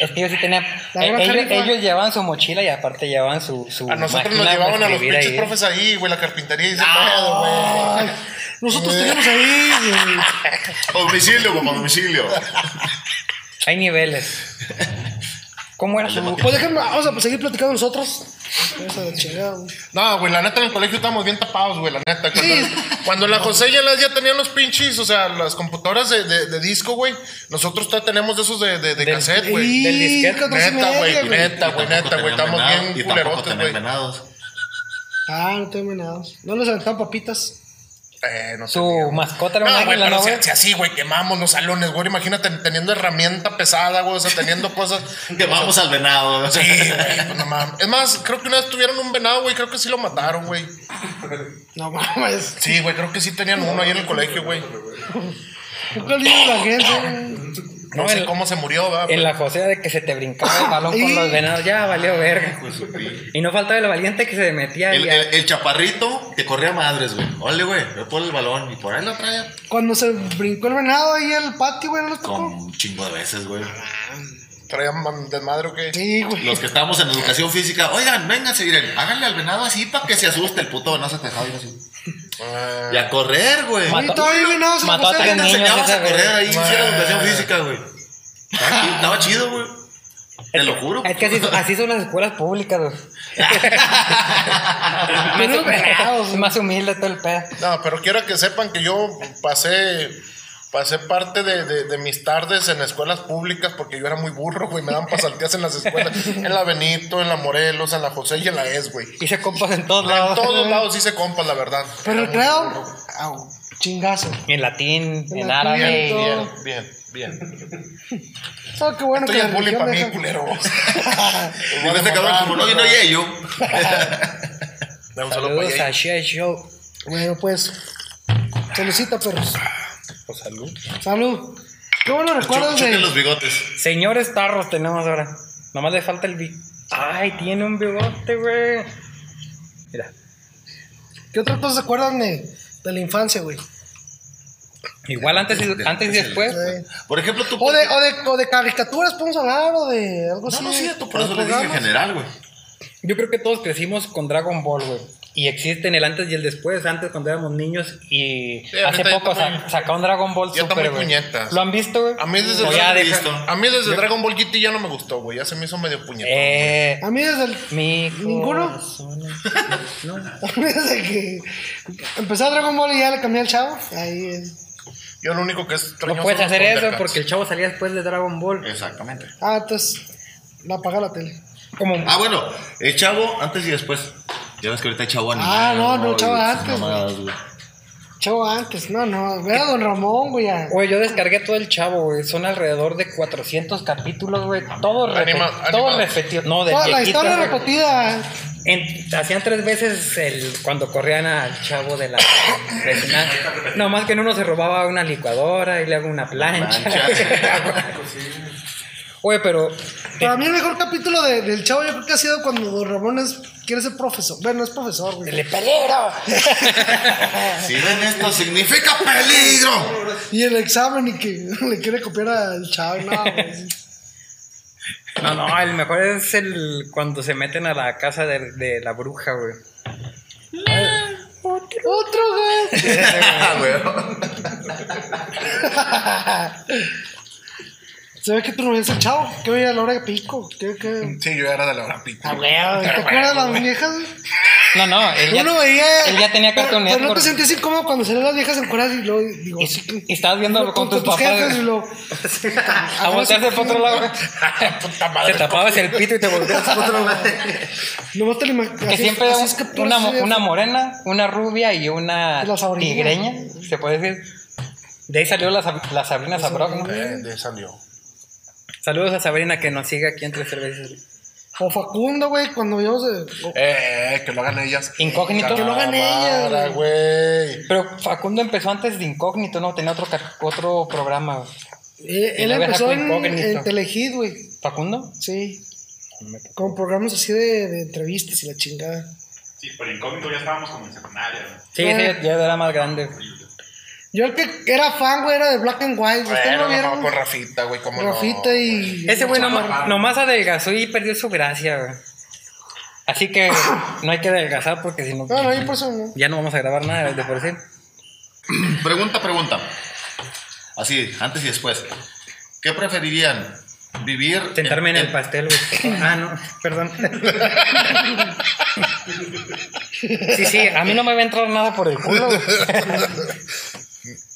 Speaker 1: Es que ellos sí tenían.
Speaker 3: La
Speaker 1: eh,
Speaker 3: Gran
Speaker 1: ellos,
Speaker 3: Jalifa.
Speaker 1: ellos llevaban su mochila y aparte llevaban su. su
Speaker 4: A nosotros
Speaker 1: máquina
Speaker 4: nos
Speaker 1: para
Speaker 4: llevaban a los
Speaker 1: escribir
Speaker 4: pinches
Speaker 1: ahí.
Speaker 4: profes ahí, güey, la carpintería y ese pedo, güey.
Speaker 3: Nosotros teníamos ahí. güey.
Speaker 2: Domicilio, como domicilio.
Speaker 1: Hay niveles. ¿Cómo era su.?
Speaker 3: Pues déjenme, vamos a seguir platicando nosotros. Esa de chingada, güey.
Speaker 4: No, güey, la neta en el colegio estábamos bien tapados, güey, la neta. Cuando,
Speaker 3: Sí.
Speaker 4: cuando la José ya las ya tenían los pinches, o sea, las computadoras de, de- de disco, güey. Nosotros todavía tenemos de esos de, de, de
Speaker 1: Del-
Speaker 4: cassette, güey.
Speaker 3: Y
Speaker 1: del disquete.
Speaker 3: 14 y
Speaker 4: Neta, güey,
Speaker 3: media, güey.
Speaker 4: neta, güey, neta, güey. Estamos bien
Speaker 2: Y tampoco
Speaker 4: culerotes,
Speaker 2: tenían
Speaker 4: güey.
Speaker 2: venados.
Speaker 3: Ah, no tengo nada. No les aventaban papitas.
Speaker 4: Eh, no sé.
Speaker 1: Su mascota era un
Speaker 4: No, güey,
Speaker 1: águila,
Speaker 4: pero
Speaker 1: ¿no, güey?
Speaker 4: si, si así, güey, quemamos los salones, güey. Imagínate teniendo herramienta pesada, güey, o sea, teniendo cosas.
Speaker 2: Que vamos al venado.
Speaker 4: Sí, güey, pues, no mames. Es más, creo que una vez tuvieron un venado, güey, creo que sí lo mataron, güey.
Speaker 3: No mames.
Speaker 4: Sí, güey, creo que sí tenían uno ahí en el colegio, güey.
Speaker 3: Nunca olvido de la gente. güey.
Speaker 4: No,
Speaker 1: No,
Speaker 4: sé
Speaker 1: el-
Speaker 4: cómo se murió, ¿verdad?
Speaker 1: En la José de que se te brincaba el balón con los venados. Ya valió verga. Y no faltaba el valiente que se metía ahí.
Speaker 2: El, el- el chaparrito que corría madres, güey. Ole, güey, ve por el balón y por ahí lo traía.
Speaker 3: Cuando se brincó el venado ahí al patio, güey, no los
Speaker 2: Con
Speaker 3: tocó.
Speaker 2: un chingo de veces, güey.
Speaker 4: Traían man- desmadre o qué.
Speaker 3: Sí, güey.
Speaker 2: Los que estábamos en educación física, oigan, vénganse, miren, háganle al venado así para que se asuste el puto, no se te dejaba ir así.
Speaker 4: Ah,
Speaker 2: Y a correr, güey.
Speaker 1: Mató-
Speaker 3: Y todavía venados en la
Speaker 1: mató a
Speaker 3: José,
Speaker 1: tres
Speaker 2: Ahí
Speaker 3: güey.
Speaker 2: te
Speaker 1: niños
Speaker 2: enseñabas
Speaker 1: esa
Speaker 2: a correr
Speaker 1: vez.
Speaker 2: ahí, hicieron educación física, güey. Estaba chido- Estaba chido, güey. Te lo juro.
Speaker 1: Es que así, así son las escuelas públicas, güey.
Speaker 3: Menos
Speaker 1: más,
Speaker 3: venados, güey.
Speaker 1: más humilde todo el pedo.
Speaker 4: No, pero quiero que sepan que yo pasé. Pasé parte de, de- de mis tardes en escuelas públicas porque yo era muy burro, güey. Me daban pasantías en las escuelas. En la Benito, en la Morelos, en la José y en la ES, güey.
Speaker 1: Hice compas en todos
Speaker 4: En
Speaker 1: lados.
Speaker 4: todos lados hice compas, la verdad.
Speaker 3: Pero el pedo, au, chingazo.
Speaker 1: En latín, en
Speaker 3: En
Speaker 1: árabe.
Speaker 3: latín.
Speaker 4: Bien, bien, bien.
Speaker 3: Oh, qué bueno
Speaker 4: Estoy
Speaker 3: que
Speaker 4: en
Speaker 3: la
Speaker 4: bullying
Speaker 3: religión
Speaker 4: para mí,
Speaker 3: deja-
Speaker 4: culero.
Speaker 2: Y este cabrón, como no vino y yo.
Speaker 4: Da un solo
Speaker 1: Saludos a
Speaker 4: país.
Speaker 1: Shea Show.
Speaker 3: Bueno, pues. Saludcita, perros.
Speaker 1: Pues salud.
Speaker 3: Salud. Qué buenos recuerdos
Speaker 2: Choquen los
Speaker 3: de.
Speaker 2: bigotes.
Speaker 1: Señores tarros tenemos ahora. Nomás le falta el bigote. Ay, tiene un bigote, güey. Mira,
Speaker 3: ¿Qué otras cosas se acuerdan de, de la infancia, güey?
Speaker 1: igual antes y, antes y después.
Speaker 3: Sí.
Speaker 2: Por ejemplo, tú.
Speaker 3: O de, o, de, o de caricaturas, podemos hablar, o de algo
Speaker 2: eh. No,
Speaker 3: así.
Speaker 2: no es cierto, por
Speaker 3: de
Speaker 2: eso le dije en
Speaker 3: programas.
Speaker 2: general, güey.
Speaker 1: Yo creo que todos crecimos con Dragon Ball, güey. Y existen el antes y el después, antes cuando éramos niños y
Speaker 4: Sí, ahorita
Speaker 1: hace
Speaker 4: ya
Speaker 1: poco
Speaker 4: está muy-
Speaker 1: sa- sacaron Dragon Ball
Speaker 4: ya está
Speaker 1: Super,
Speaker 4: muy
Speaker 1: güey.
Speaker 4: puñetas.
Speaker 1: ¿Lo han visto, güey?
Speaker 4: A mí desde
Speaker 1: O
Speaker 4: el
Speaker 1: ya
Speaker 4: Dragon
Speaker 1: deja-
Speaker 2: visto.
Speaker 4: A mí desde Dragon Ball GT ya no me gustó, güey. Ya se me hizo medio puñetón.
Speaker 1: Eh,
Speaker 3: A mí desde el.
Speaker 1: mi
Speaker 3: ¿Ninguno?
Speaker 1: corazón- No.
Speaker 3: a mí desde que. Empezó Dragon Ball y ya le cambié al chavo. Ahí es.
Speaker 4: Yo lo único que es
Speaker 1: No puedes hacer eso porque el chavo salía después de Dragon Ball.
Speaker 2: Exactamente.
Speaker 3: Ah, entonces. La apaga la tele.
Speaker 1: Como
Speaker 2: Ah, bueno, el chavo antes y después. Ya ves que ahorita hay chavo
Speaker 3: Ah, no, no,
Speaker 2: y
Speaker 3: chavo
Speaker 2: sus
Speaker 3: antes,
Speaker 2: mamadas, güey.
Speaker 3: Chavo antes, no, no. Ve a Don Ramón, güey. a-
Speaker 1: Güey, yo descargué todo el chavo, güey. Son alrededor de 400 capítulos, güey. Todo, repe-
Speaker 4: Anima-
Speaker 1: todo
Speaker 4: animados.
Speaker 1: repetido. No, de
Speaker 3: Toda la
Speaker 1: viejito,
Speaker 3: historia
Speaker 1: güey.
Speaker 3: repetida.
Speaker 1: En- Hacían tres veces el, cuando corrían al chavo de la vecina. No, más que en uno se robaba una licuadora y le hago una plancha. Güey, pero. Eh.
Speaker 3: Para mí el mejor capítulo de- del chavo yo creo que ha sido cuando Don Ramón es- quiere ser profesor. Bueno, es profesor, güey.
Speaker 1: ¡Le peligro!
Speaker 2: Si ven esto, significa peligro.
Speaker 3: Y el examen y que le quiere copiar al chavo. No, güey.
Speaker 1: No, no, el mejor es el cuando se meten a la casa de, de la bruja, güey.
Speaker 3: Otro, güey.
Speaker 2: Ah, güey.
Speaker 3: Se ve que tú no ves el chavo. Que veía a la hora de pico. Que, que...
Speaker 4: Sí, yo era de la hora
Speaker 1: Ah,
Speaker 4: pico.
Speaker 3: ¿Te acuerdas de las viejas? güey?
Speaker 1: No, no, él ya,
Speaker 3: Uno veía.
Speaker 1: él ya tenía
Speaker 3: pero,
Speaker 1: Cartoon
Speaker 3: pero no te
Speaker 1: Network.
Speaker 3: sentías incómodo cuando salían las viejas en cuerdas y luego digo.
Speaker 1: Y,
Speaker 3: sí que-
Speaker 1: y estabas viendo
Speaker 3: con,
Speaker 1: con,
Speaker 3: con
Speaker 1: tus papás.
Speaker 3: jefes y
Speaker 1: güey.
Speaker 3: luego.
Speaker 1: A voltearse para otro lado.
Speaker 4: Puta
Speaker 1: Te
Speaker 4: madre.
Speaker 1: tapabas el pito y te volteabas para otro lado.
Speaker 3: Nomás te lo imag-
Speaker 1: Que
Speaker 3: así-
Speaker 1: siempre
Speaker 3: así
Speaker 1: un-
Speaker 3: es que tú
Speaker 1: una, mo-
Speaker 3: recibías-
Speaker 1: una morena, una rubia y una
Speaker 3: Y la Sabrina.
Speaker 1: tigreña, se puede decir. De ahí salió la, Sab- la Sabrina Sabrok, ¿no?
Speaker 4: Eh, de salió.
Speaker 1: Saludos a Sabrina que nos sigue aquí entre cervezas.
Speaker 3: O Facundo, güey, cuando yo. se-
Speaker 4: Eh, eh, que lo hagan ellas.
Speaker 1: Incógnito.
Speaker 4: Que lo hagan ellas. güey.
Speaker 1: Pero Facundo empezó antes de incógnito, ¿no? Tenía otro, ca- otro programa. güey.
Speaker 3: Eh,
Speaker 1: Y
Speaker 3: él
Speaker 1: la
Speaker 3: empezó
Speaker 1: deja
Speaker 3: en,
Speaker 1: con incógnito.
Speaker 3: en Telehit, güey.
Speaker 1: ¿Facundo?
Speaker 3: Sí.
Speaker 1: No me-
Speaker 3: Con programas así de, de entrevistas y la chingada.
Speaker 6: Sí, pero incógnito ya estábamos como en secundaria. güey.
Speaker 1: Sí, sí,
Speaker 3: Eh.
Speaker 1: ya ya era más grande.
Speaker 3: Yo el que era fan, güey, era de Black and White. ¿Ustedes lo
Speaker 4: Bueno,
Speaker 3: Pues vieron?
Speaker 4: no, con Rafita, güey, como no.
Speaker 3: Rafita y.
Speaker 1: Ese güey nomás, nomás adelgazó y perdió su gracia, güey. Así que no hay que adelgazar porque si no,
Speaker 3: Ah, No, no, yo por eso no.
Speaker 1: ya no vamos a grabar nada de por sí.
Speaker 2: Pregunta, pregunta. Así, antes y después. ¿Qué preferirían? Vivir.
Speaker 1: Sentarme en el pastel, güey. Ah, no, perdón. Sí, sí, a mí no me va a entrar nada por el culo, güey.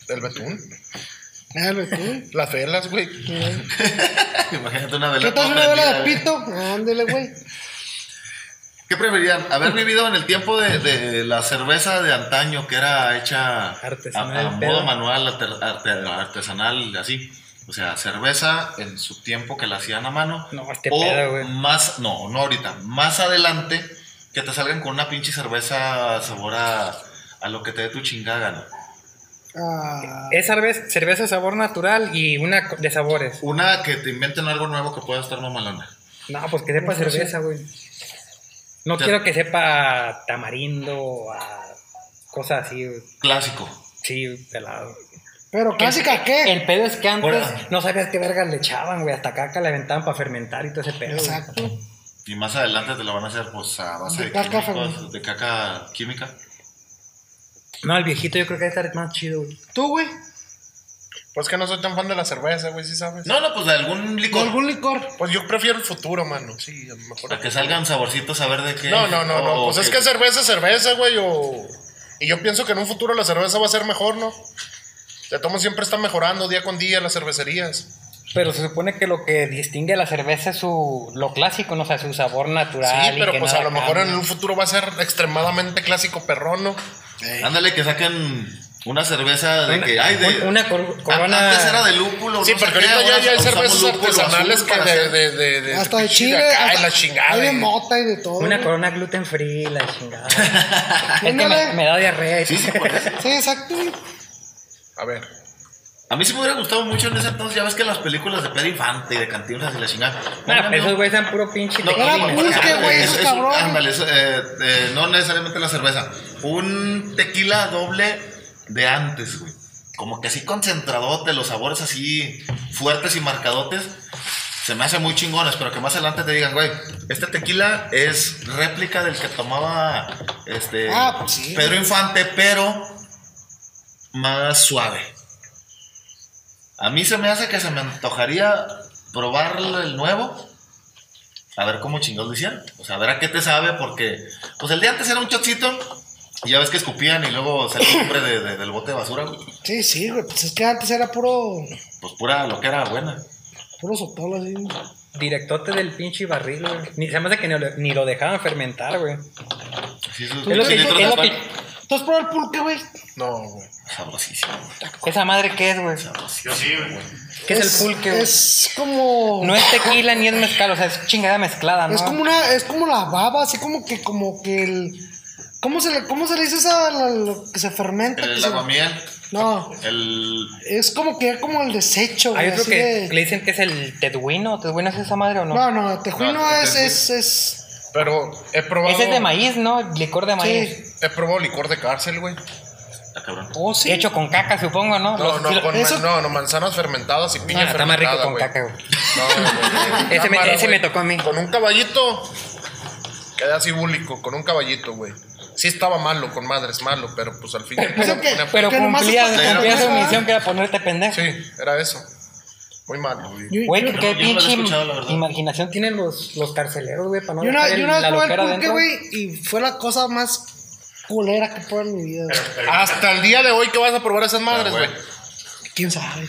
Speaker 4: El betún.
Speaker 3: Ah, lo tú.
Speaker 4: Las velas, güey.
Speaker 2: Imagínate una vela.
Speaker 3: ¿Qué tal
Speaker 2: toda
Speaker 3: una
Speaker 2: prendida,
Speaker 3: vela de
Speaker 2: güey.
Speaker 3: pito? Ándale, güey.
Speaker 2: ¿Qué preferirían? ¿Haber vivido en el tiempo de, de la cerveza de antaño que era hecha
Speaker 1: Artesanal,
Speaker 2: a, a
Speaker 1: pedo.
Speaker 2: modo manual, arte- arte- artesanal, así? O sea, cerveza en su tiempo que la hacían a mano.
Speaker 1: No, este
Speaker 2: o
Speaker 1: pedo, güey.
Speaker 2: más, no, no ahorita, más adelante que te salgan con una pinche cerveza sabor a, a lo que te dé tu chingada gana.
Speaker 3: Ah,
Speaker 1: Es cerveza, cerveza sabor natural y una co- de sabores.
Speaker 2: Una que te inventen algo nuevo que pueda estar mamalona.
Speaker 1: No, pues que sepa cerveza, güey. No
Speaker 2: Ya.
Speaker 1: quiero que sepa a tamarindo, a cosas así, güey.
Speaker 2: Clásico.
Speaker 1: Sí, güey, pelado.
Speaker 3: pero clásica, ¿qué?
Speaker 1: El pedo es que antes
Speaker 2: Ahora.
Speaker 1: no sabías qué vergas le echaban, güey. Hasta caca le aventaban para fermentar y todo ese pedo. güey.
Speaker 3: Exacto.
Speaker 2: Y más adelante te la van a hacer pues a base
Speaker 3: De
Speaker 2: de,
Speaker 3: caca,
Speaker 2: químicos,
Speaker 3: Fabián.
Speaker 2: de caca química.
Speaker 1: No, el viejito yo creo que debe estar más chido, güey.
Speaker 3: ¿Tú, güey?
Speaker 4: Pues que no soy tan fan de la cerveza, güey, sí sabes.
Speaker 2: No, no, pues de algún
Speaker 3: ¿Con
Speaker 2: licor.
Speaker 3: algún licor?
Speaker 4: Pues yo prefiero el futuro, mano. Sí, a lo mejor.
Speaker 2: Para que Oh, salgan saborcitos a ver de qué.
Speaker 4: No, no, no, no.
Speaker 2: o
Speaker 4: Pues es que cerveza es cerveza, güey. O... Y yo pienso que en un futuro la cerveza va a ser mejor, ¿no? Se toman siempre están mejorando día con día las cervecerías.
Speaker 1: Pero se supone que lo que distingue a la cerveza es su, lo clásico, ¿no? O sea, su sabor natural.
Speaker 4: sí,
Speaker 1: y
Speaker 4: pero
Speaker 1: que
Speaker 4: pues a
Speaker 1: nada
Speaker 4: lo mejor en
Speaker 1: cambia.
Speaker 4: un futuro va a ser extremadamente clásico perrón, ¿no?
Speaker 2: Ándale, que saquen una cerveza de que. Ay, de.
Speaker 1: Un- Una cor- corona.
Speaker 2: Antes era de lúpulo.
Speaker 4: Sí,
Speaker 2: no sé
Speaker 4: porque
Speaker 2: qué,
Speaker 4: ahorita ya,
Speaker 2: ahora
Speaker 4: ya hay
Speaker 2: usamos
Speaker 4: cervezas
Speaker 2: lúpulo azul
Speaker 4: artesanales que
Speaker 2: para
Speaker 4: de,
Speaker 2: hacer-
Speaker 4: de, de, de-
Speaker 3: Hasta de
Speaker 4: pinche
Speaker 3: Chile.
Speaker 4: acá,
Speaker 3: hasta-
Speaker 4: y la chingada.
Speaker 3: Hay de
Speaker 4: y-
Speaker 3: mota y de todo.
Speaker 1: Una
Speaker 3: güey.
Speaker 1: corona gluten free, la chingada. es que
Speaker 3: Ándale.
Speaker 1: me, me da diarrea. y-
Speaker 2: Sí, pues. sí, por eso.
Speaker 3: Sí, exacto. güey.
Speaker 4: A ver.
Speaker 2: A mí sí me hubiera gustado mucho en ese entonces. Ya ves que las películas de Pedro Infante y de Cantinflas y la chingada.
Speaker 3: Ah,
Speaker 1: Nah,
Speaker 2: Mira,
Speaker 1: esos
Speaker 2: no.
Speaker 1: güeyes eran puro pinche.
Speaker 2: No,
Speaker 3: Era
Speaker 1: tequila.
Speaker 2: no, no,
Speaker 3: pulque, güey,
Speaker 2: es-
Speaker 3: esos
Speaker 2: es un-
Speaker 3: cabrones.
Speaker 2: ándale, es, eh, eh, no necesariamente la cerveza. Un tequila doble de antes, güey. Como que así concentradote, los sabores así fuertes y marcadotes. Se me hace muy chingones, pero que más adelante te digan, güey, este tequila es réplica del que tomaba este
Speaker 3: Ah, pues sí.
Speaker 2: Pedro Infante, pero más suave. A mí se me hace que se me antojaría probar el nuevo. A ver cómo chingados lo hicieron. O sea, a ver a qué te sabe, porque. Pues el día antes era un chocito. Y ya ves que escupían y luego salía siempre de, de- del bote de basura, güey.
Speaker 3: Sí, sí, güey. Pues es que antes era puro.
Speaker 2: Pues pura lo que era buena.
Speaker 3: Puro sopolo así.
Speaker 1: Directote del pinche barril, güey. Ni, se me hace que ni lo, ni lo dejaban fermentar, güey.
Speaker 2: Así sus
Speaker 1: Es Pues lo que- es
Speaker 2: litros de
Speaker 1: lo que-
Speaker 2: pan.
Speaker 3: ¿Tú has probado el pulque, güey?
Speaker 4: No, güey.
Speaker 2: Sabrosísimo, güey,
Speaker 1: ¿Esa madre qué es, güey?
Speaker 6: Yo sí, güey.
Speaker 1: ¿Qué es, el pulque, güey?
Speaker 3: Es como.
Speaker 1: No es tequila ni es mezcal, o sea, es chingada mezclada, ¿no?
Speaker 3: Es como una, es como la baba, así como que, como que el. ¿Cómo se le, cómo se le dice esa la- lo que se fermenta? que
Speaker 2: El
Speaker 3: se-
Speaker 2: aguamiel.
Speaker 3: no,
Speaker 2: El.
Speaker 3: es como que es como el desecho,
Speaker 1: Hay
Speaker 3: güey.
Speaker 1: otro
Speaker 3: así
Speaker 1: que
Speaker 3: de-
Speaker 1: le dicen que es el teduino. ¿Teduino es esa madre o no?
Speaker 3: No, no, tejuino
Speaker 2: No,
Speaker 3: es,
Speaker 2: tejuino.
Speaker 3: es, es.
Speaker 4: Pero he probado.
Speaker 1: Ese es de maíz, ¿no? Licor de maíz.
Speaker 3: Sí.
Speaker 4: He probado licor de cárcel, güey.
Speaker 2: Ah, cabrón.
Speaker 3: Oh, sí.
Speaker 1: Hecho con caca, supongo, ¿no?
Speaker 4: No,
Speaker 1: Los- sí
Speaker 4: no,
Speaker 1: lo-
Speaker 4: con
Speaker 3: eso-
Speaker 4: man- no, no, manzanas fermentadas y piña
Speaker 1: Ah,
Speaker 4: fermentada.
Speaker 1: está más rico con
Speaker 4: güey.
Speaker 1: caca, güey.
Speaker 4: No, güey.
Speaker 1: Ese me-
Speaker 4: Cámara,
Speaker 1: ese me
Speaker 4: güey.
Speaker 1: tocó a mí.
Speaker 4: Con un caballito. Queda así búlico, con un caballito, güey. Sí estaba malo, con madres, malo, pero pues al fin. y al cabo
Speaker 3: Pero-
Speaker 4: tenía-
Speaker 1: Pero
Speaker 3: Que nomás
Speaker 1: cumplía,
Speaker 3: es
Speaker 2: para
Speaker 1: cumplía
Speaker 2: comer,
Speaker 1: su
Speaker 3: ¿verdad?
Speaker 1: misión que era ponerte pendejo.
Speaker 4: Sí, era eso. Muy malo.
Speaker 3: Yo-
Speaker 1: Güey,
Speaker 3: yo-
Speaker 1: que qué
Speaker 2: no- yo no lo había
Speaker 1: pinche
Speaker 2: escuchado, la verdad.
Speaker 1: imaginación tienen los, los carceleros, güey, para no
Speaker 3: yo una,
Speaker 1: dejar
Speaker 3: yo
Speaker 1: el-
Speaker 3: una vez
Speaker 1: la
Speaker 3: probé el
Speaker 1: loquera
Speaker 3: pulque,
Speaker 1: adentro.
Speaker 3: güey, y fue la cosa más culera que probé en mi vida. güey.
Speaker 6: ah,
Speaker 4: Hasta el día de hoy que vas a probar esas madres,
Speaker 2: güey.
Speaker 4: güey.
Speaker 3: ¿Quién sabe?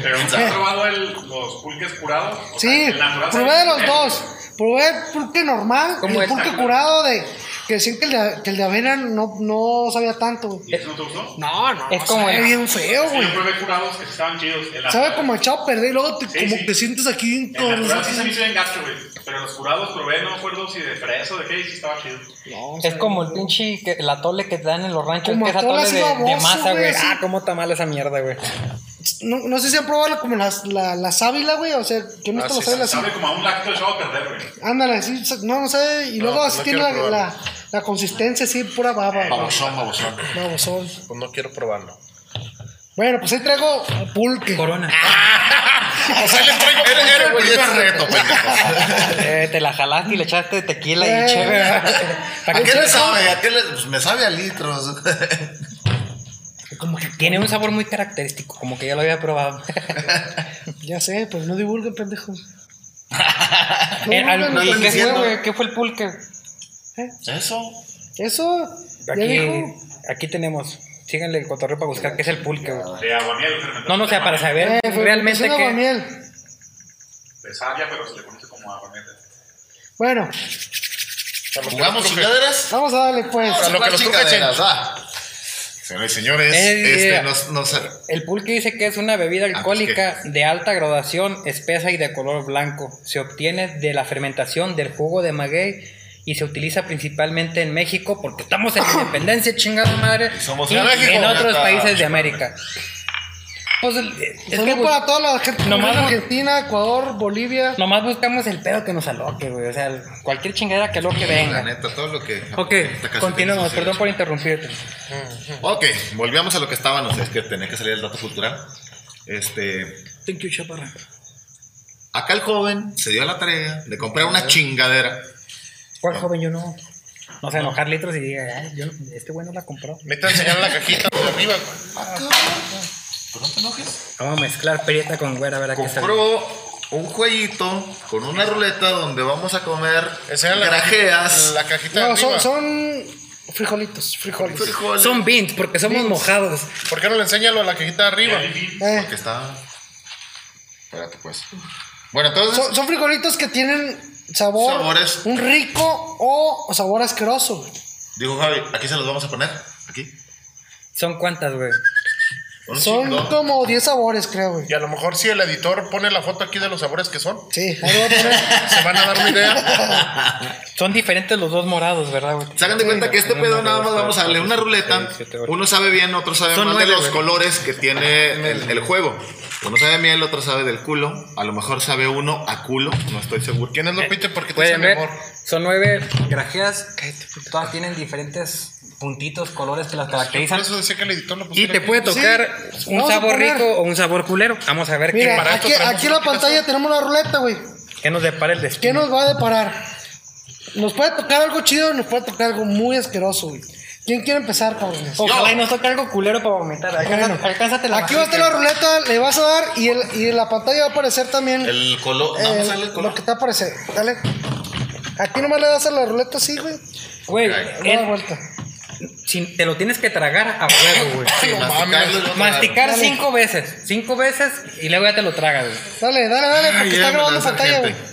Speaker 6: Pero ¿has probado el, los pulques curados? O sea,
Speaker 3: Sí,
Speaker 6: el natural
Speaker 3: probé
Speaker 6: sabe-
Speaker 3: de los dos. Probé el pulque normal y
Speaker 1: ¿Cómo
Speaker 3: el
Speaker 1: es?
Speaker 3: pulque curado de. Que decían que el de, que el de avena no, no sabía tanto, güey.
Speaker 6: ¿Y eso no te gustó?
Speaker 3: No, no.
Speaker 1: Es como
Speaker 3: sabe
Speaker 1: el-
Speaker 3: bien feo,
Speaker 6: Sí,
Speaker 3: güey.
Speaker 6: yo probé curados que estaban chidos.
Speaker 3: Sabe
Speaker 6: El natural-
Speaker 3: como echado a perder y luego te,
Speaker 6: Sí,
Speaker 3: como
Speaker 6: sí.
Speaker 3: te sientes aquí en
Speaker 6: El natural sí se me hizo bien gacho, güey. Pero los curados probé, no me acuerdo si de fresa o de qué, y sí estaba chido.
Speaker 1: Es como el pinche, que, el atole que te dan en los ranchos,
Speaker 3: Como
Speaker 1: que es
Speaker 3: atole
Speaker 1: atole
Speaker 3: así
Speaker 1: de, de
Speaker 3: baboso,
Speaker 1: masa,
Speaker 3: güey,
Speaker 1: güey.
Speaker 3: así.
Speaker 1: Ah, cómo está mal esa mierda, güey.
Speaker 3: No, no sé si han probado la- como las, la, la sábila, güey. O sea, que no
Speaker 4: Ah,
Speaker 3: está
Speaker 4: sí,
Speaker 3: la sábila así.
Speaker 6: Sabe como a un lacto echado a perder, güey.
Speaker 3: Ándale, así. No, no sé. Y
Speaker 4: No,
Speaker 3: luego
Speaker 4: no
Speaker 3: así
Speaker 4: la
Speaker 3: tiene la,
Speaker 4: quiero probar.
Speaker 3: la, la consistencia así, pura baba. güey.
Speaker 2: Babosón, babosón.
Speaker 3: Babosón.
Speaker 4: Pues no quiero probarlo.
Speaker 3: Bueno, pues ahí traigo pulque.
Speaker 1: Corona.
Speaker 4: O sea, le traigo. Era, era el primer reto, pendejo.
Speaker 1: Eh, te la jalaste y le echaste tequila
Speaker 3: Eh.
Speaker 1: y chévere.
Speaker 2: ¿A qué le sabe? ¿A qué le.? Pues me sabe a litros.
Speaker 1: Como que tiene un sabor muy característico, como que ya lo había probado.
Speaker 3: Ya sé, pues no divulguen, pendejo. No,
Speaker 1: Eh, al-
Speaker 3: no,
Speaker 1: ¿y
Speaker 3: no,
Speaker 1: qué fue,
Speaker 2: diciendo.
Speaker 1: güey? ¿Qué fue el pulque?
Speaker 2: Eso.
Speaker 3: Eso. Ya
Speaker 1: Aquí, eh,
Speaker 3: dijo.
Speaker 1: aquí tenemos. Síganle el cotorreo para buscar qué es el pulque, güey.
Speaker 6: De aguamiel fermentado.
Speaker 1: No, no, o sea, para saber
Speaker 3: Eh, fue-
Speaker 1: realmente
Speaker 3: es una
Speaker 1: qué.
Speaker 3: guamiel.
Speaker 6: De savia, pero se le conoce como aguamiel.
Speaker 3: Bueno,
Speaker 2: ¿Jugamos chingaderas?
Speaker 3: vamos a darle pues.
Speaker 2: Vamos a
Speaker 4: lo que
Speaker 2: jugar
Speaker 4: nos toca,
Speaker 2: chingaderas,
Speaker 4: Ah.
Speaker 2: va. Señores y señores,
Speaker 1: Eh,
Speaker 2: este
Speaker 1: yeah.
Speaker 2: nos. nos
Speaker 1: El pulque dice que es una bebida
Speaker 2: pues,
Speaker 1: alcohólica de alta graduación, espesa y de color blanco. Se obtiene de la fermentación del jugo de maguey y se utiliza principalmente en México porque estamos en independencia, chingada madre,
Speaker 2: somos
Speaker 1: y
Speaker 2: de México,
Speaker 1: en otros
Speaker 2: neta,
Speaker 1: países de América. Pues el- es que,
Speaker 3: Saludos
Speaker 1: güey,
Speaker 3: para toda la gente.
Speaker 1: Nomás-
Speaker 3: Argentina, Ecuador, Bolivia.
Speaker 1: nomás buscamos el pedo que nos aloque, güey. O sea, el- cualquier chingadera que lo que
Speaker 2: La
Speaker 1: venga.
Speaker 2: neta, todo lo que. este
Speaker 1: Ok, continuamos, perdón por interrumpirte.
Speaker 2: Ok, volvíamos a lo que estábamos. Es que tenía que salir el dato cultural. Este.
Speaker 1: Thank you, chaparra.
Speaker 2: Acá el joven se dio a la tarea de comprar una chingadera.
Speaker 1: ¿Cuál joven? Yo no. No sé, enojar litros y diga, "Ay, yo, no- este güey no la compró.
Speaker 4: Neta, enseñar la cajita de arriba, güey.
Speaker 2: Pero no te enojes.
Speaker 1: Vamos a mezclar prieta con güera, a ver a qué sale.
Speaker 2: Compró un jueguito con una ruleta donde vamos a comer
Speaker 4: Enseñar la
Speaker 2: grajeas.
Speaker 4: La cajita de
Speaker 3: No, son,
Speaker 4: arriba.
Speaker 3: son frijolitos, frijoles.
Speaker 2: frijoles.
Speaker 1: Son beans, porque somos mojados.
Speaker 4: ¿Por qué no le enseñalo a la cajita de arriba?
Speaker 3: Eh,
Speaker 2: Que está. Espérate, pues. Bueno, entonces.
Speaker 3: son, son frijolitos que tienen sabor.
Speaker 2: Sabores.
Speaker 3: Un rico o sabor asqueroso. güey.
Speaker 2: Dijo Javi, aquí se los vamos a poner. Aquí.
Speaker 1: ¿Son cuántas, güey?
Speaker 2: Un
Speaker 3: Son
Speaker 2: chingo.
Speaker 3: como 10 sabores, creo, güey.
Speaker 4: Y a lo mejor si el editor pone la foto aquí de los sabores que son,
Speaker 3: Sí, ahí lo voy a poner.
Speaker 4: se van a dar una idea.
Speaker 1: Son diferentes los dos morados, ¿verdad, güey?
Speaker 2: Se hagan de cuenta que este
Speaker 1: Uno,
Speaker 2: pedo nada
Speaker 1: dos,
Speaker 2: más vamos a
Speaker 1: tres,
Speaker 2: darle una
Speaker 1: cuatro,
Speaker 2: ruleta.
Speaker 1: seis, siete, ocho.
Speaker 2: Uno sabe bien, otro sabe
Speaker 1: Son
Speaker 2: más de
Speaker 1: nueve,
Speaker 2: los
Speaker 1: güey.
Speaker 2: colores que tiene el, el juego. Uno sabe miel, otro sabe del culo. A lo mejor sabe uno a culo, no estoy seguro.
Speaker 4: ¿Quién es Lupita? Porque te dice
Speaker 1: Pueden
Speaker 4: mi
Speaker 1: ver,
Speaker 4: amor.
Speaker 1: son nueve grajeas. Todas tienen diferentes puntitos, colores que las
Speaker 4: Yo
Speaker 1: caracterizan.
Speaker 4: Por eso decía que el editor lo
Speaker 1: Y
Speaker 4: pusiera
Speaker 1: te
Speaker 4: aquí.
Speaker 1: puede tocar
Speaker 3: Pues Sí,
Speaker 1: un
Speaker 3: vamos a
Speaker 1: sabor
Speaker 3: poner.
Speaker 1: rico o un sabor culero. Vamos a ver qué,
Speaker 3: Mira,
Speaker 1: para-
Speaker 3: aquí, aquí en la pantalla tenemos la ruleta, güey.
Speaker 1: qué nos depara el
Speaker 3: ¿Qué
Speaker 1: destino.
Speaker 3: nos va a deparar? Nos puede tocar algo chido, nos puede tocar algo muy asqueroso, güey. ¿Quién quiere empezar, cabrones?
Speaker 1: Ojalá y nos toque algo culero para vomitar.
Speaker 3: Bueno,
Speaker 1: Alcánzate, alcánzate la
Speaker 3: aquí va a estar la
Speaker 1: barriga.
Speaker 3: ruleta, le vas a dar y, el- y en la pantalla va a aparecer también
Speaker 2: El color.
Speaker 3: eh,
Speaker 2: Nada más sale el color.
Speaker 3: lo que te aparece. Dale. Aquí nomás le das a la ruleta así, güey.
Speaker 1: Güey,
Speaker 3: Le da
Speaker 1: eh,
Speaker 3: vuelta.
Speaker 1: si- te lo tienes que tragar a huevo, güey.
Speaker 2: Sí, masticarlo y luego
Speaker 1: Masticar
Speaker 3: Dale.
Speaker 1: cinco veces. Cinco veces y luego ya te lo tragas, güey.
Speaker 3: Dale, dale, dale,
Speaker 2: tragarlo.
Speaker 3: porque
Speaker 2: Ay,
Speaker 3: está
Speaker 2: ya,
Speaker 3: grabando
Speaker 2: ¿verdad,
Speaker 3: pantalla, güey.
Speaker 2: gente?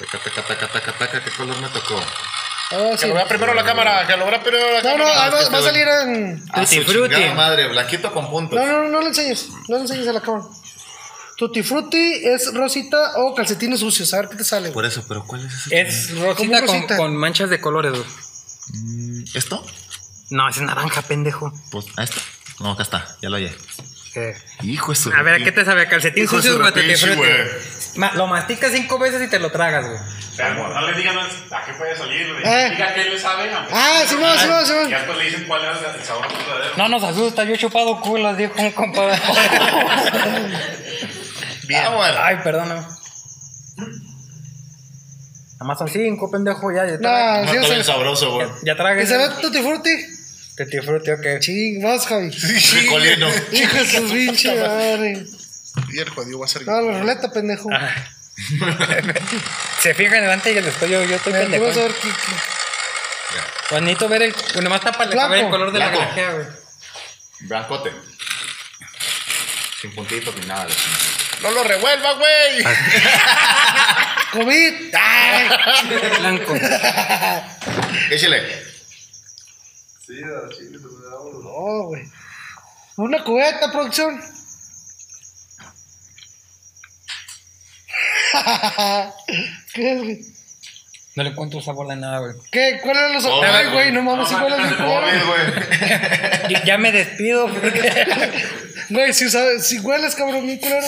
Speaker 2: Taca, taca, taca, taca, taca, ¿qué color me tocó?
Speaker 3: Ahora
Speaker 4: Que
Speaker 3: sí.
Speaker 4: lo vea primero la cámara, que lo vea primero la
Speaker 3: No, no,
Speaker 4: cámara.
Speaker 3: ahí va,
Speaker 2: este
Speaker 3: va a
Speaker 2: güey.
Speaker 3: salir en.
Speaker 2: A Ah, su
Speaker 1: Tutti frutti.
Speaker 2: chingada madre, blanquito con puntos.
Speaker 3: No, no, no, no le enseñes. No le enseñes a la cámara. Tutti Frutti es rosita o calcetines sucios. A ver qué te sale, güey.
Speaker 2: Por eso, pero ¿cuál es ese?
Speaker 1: Es rosita,
Speaker 3: ¿Cómo
Speaker 1: con-
Speaker 3: rosita?
Speaker 1: Con, manchas de colores, güey.
Speaker 2: ¿Esto?
Speaker 1: No, es naranja, pendejo.
Speaker 2: Pues, ¿a esto? No, acá está, ya lo hallé.
Speaker 1: Eh,
Speaker 2: Hijo, eso.
Speaker 1: A ver, ¿a qué te sabe? Calcetín
Speaker 2: Hijo de
Speaker 1: sucio,
Speaker 2: su
Speaker 1: güey. te
Speaker 2: repinche,
Speaker 1: frutti,
Speaker 2: güey.
Speaker 1: güey. Ma- Lo masticas cinco veces y te lo tragas, güey.
Speaker 6: O sea, no, no le digan a qué puede salir, güey.
Speaker 3: Eh.
Speaker 6: Diga qué le sabe. aunque-
Speaker 3: Ah, sí, no, sí, no, sí, no.
Speaker 6: Y después le dicen cuál era el sabor verdadero.
Speaker 1: No nos asusta, yo he chupado culos, dijo un compadre.
Speaker 2: Bien. Ah, bueno.
Speaker 1: Ay, perdóname. Nada más son cinco, pendejo, ya. Ya, traga-
Speaker 3: No,
Speaker 2: No,
Speaker 3: sí,
Speaker 2: está bien
Speaker 3: o sea,
Speaker 2: sabroso, güey.
Speaker 1: ya tragues.
Speaker 3: Que se ve Tutti Frutti.
Speaker 1: Te disfrute, ok.
Speaker 3: Ching, vas, Javi.
Speaker 2: Ricolino.
Speaker 3: Hijo de su pinche madre.
Speaker 4: Y el jodido va a ser.
Speaker 3: No, la ruleta, pendejo.
Speaker 1: Ah. se fijan delante y el estoy yo, yo estoy
Speaker 3: Mira, tú vas a
Speaker 1: pendejo.
Speaker 3: ver qué- qué-
Speaker 1: Bonito ver el. Nomás está para
Speaker 3: Blanco,
Speaker 1: ver el color de la
Speaker 2: blanco.
Speaker 1: grajea, güey.
Speaker 2: Blancote. Sin puntitos ni nada. Ah,
Speaker 4: No lo revuelva, güey.
Speaker 3: COVID. Ay.
Speaker 1: Blanco.
Speaker 2: Échale.
Speaker 5: Sí, a la chinga, pues, vámonos.
Speaker 3: No, güey. Una cubeta, producción. ¿Qué, es, güey?
Speaker 1: No le encuentro sabor de nada, güey.
Speaker 3: ¿Qué? ¿Cuál era los
Speaker 2: Joven,
Speaker 3: Ay, güey,
Speaker 2: güey.
Speaker 3: no mames,
Speaker 6: No,
Speaker 3: igual es
Speaker 6: no,
Speaker 3: mi
Speaker 6: no,
Speaker 3: culero.
Speaker 2: güey.
Speaker 1: Ya- Ya me despido. porque-
Speaker 3: Güey, si, sabes, si hueles, cabrón, mi culero.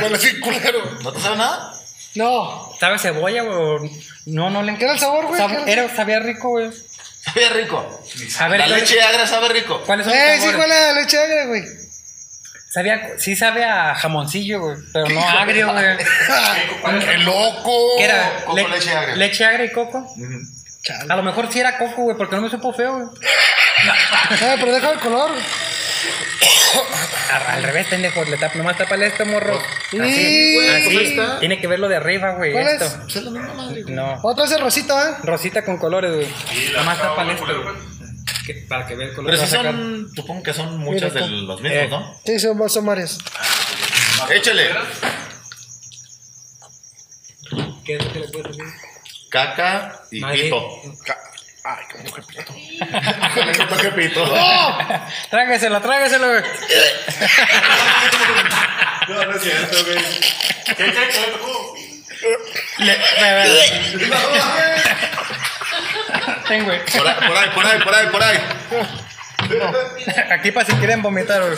Speaker 4: Bueno, sí, culero.
Speaker 2: ¿No te sabe nada?
Speaker 3: No.
Speaker 1: ¿Sabe cebolla, güey? No, no le
Speaker 3: ¿Qué era el sabor, güey?
Speaker 1: Sab-
Speaker 3: ¿Qué era el
Speaker 1: era- sabía rico, güey.
Speaker 2: Sabe rico.
Speaker 1: A ver,
Speaker 2: La
Speaker 1: ¿cuál-
Speaker 2: leche agra sabe rico.
Speaker 1: ¿cuáles son los
Speaker 3: Eh, sí
Speaker 1: sabores?
Speaker 3: huele a leche agria, güey.
Speaker 1: Sabía, sí sabe a jamoncillo, güey, pero no agrio, güey.
Speaker 4: ¡Qué loco!
Speaker 1: ¿Qué era?
Speaker 2: coco, leche agria.
Speaker 1: Leche agria y coco.
Speaker 3: Chale.
Speaker 1: A lo mejor sí era coco, güey, porque no me supo feo, güey.
Speaker 3: Eh, pero deja el color.
Speaker 1: A- Al revés, pendejo, le tap, nomás tapale esto, morro.
Speaker 3: Sí,
Speaker 1: Así,
Speaker 3: güey,
Speaker 1: así.
Speaker 2: pues ahí está.
Speaker 1: Tiene que verlo de arriba, güey.
Speaker 3: ¿Cuál
Speaker 1: esto.
Speaker 3: es?
Speaker 2: Es la misma madre.
Speaker 1: No.
Speaker 3: Otra vez el rosita, ¿eh?
Speaker 1: Rosita con colores, güey. Nomás tapale esto.
Speaker 6: culero,
Speaker 1: güey. Que- Para que vea el color.
Speaker 2: Pero si
Speaker 1: Vas a sacar- Eh.
Speaker 2: son, supongo que son muchas de
Speaker 3: Mira,
Speaker 2: los mismos, ¿no?
Speaker 3: Sí, son, son varias.
Speaker 2: Échale.
Speaker 1: ¿Qué es lo que le puedes decir?
Speaker 2: Caca y
Speaker 1: Madre.
Speaker 2: pito.
Speaker 4: Ca- Ay, qué mujer pito.
Speaker 2: Caca y pito.
Speaker 1: Trágaselo, trágaselo, güey.
Speaker 5: No, no es cierto, güey.
Speaker 6: ¿Qué, qué, qué? ¿Cómo?
Speaker 1: Le- ve, ve. Ten, güey.
Speaker 2: Por ahí, por ahí, por ahí, por ahí, por ahí.
Speaker 1: Aquí para si quieren vomitar, güey.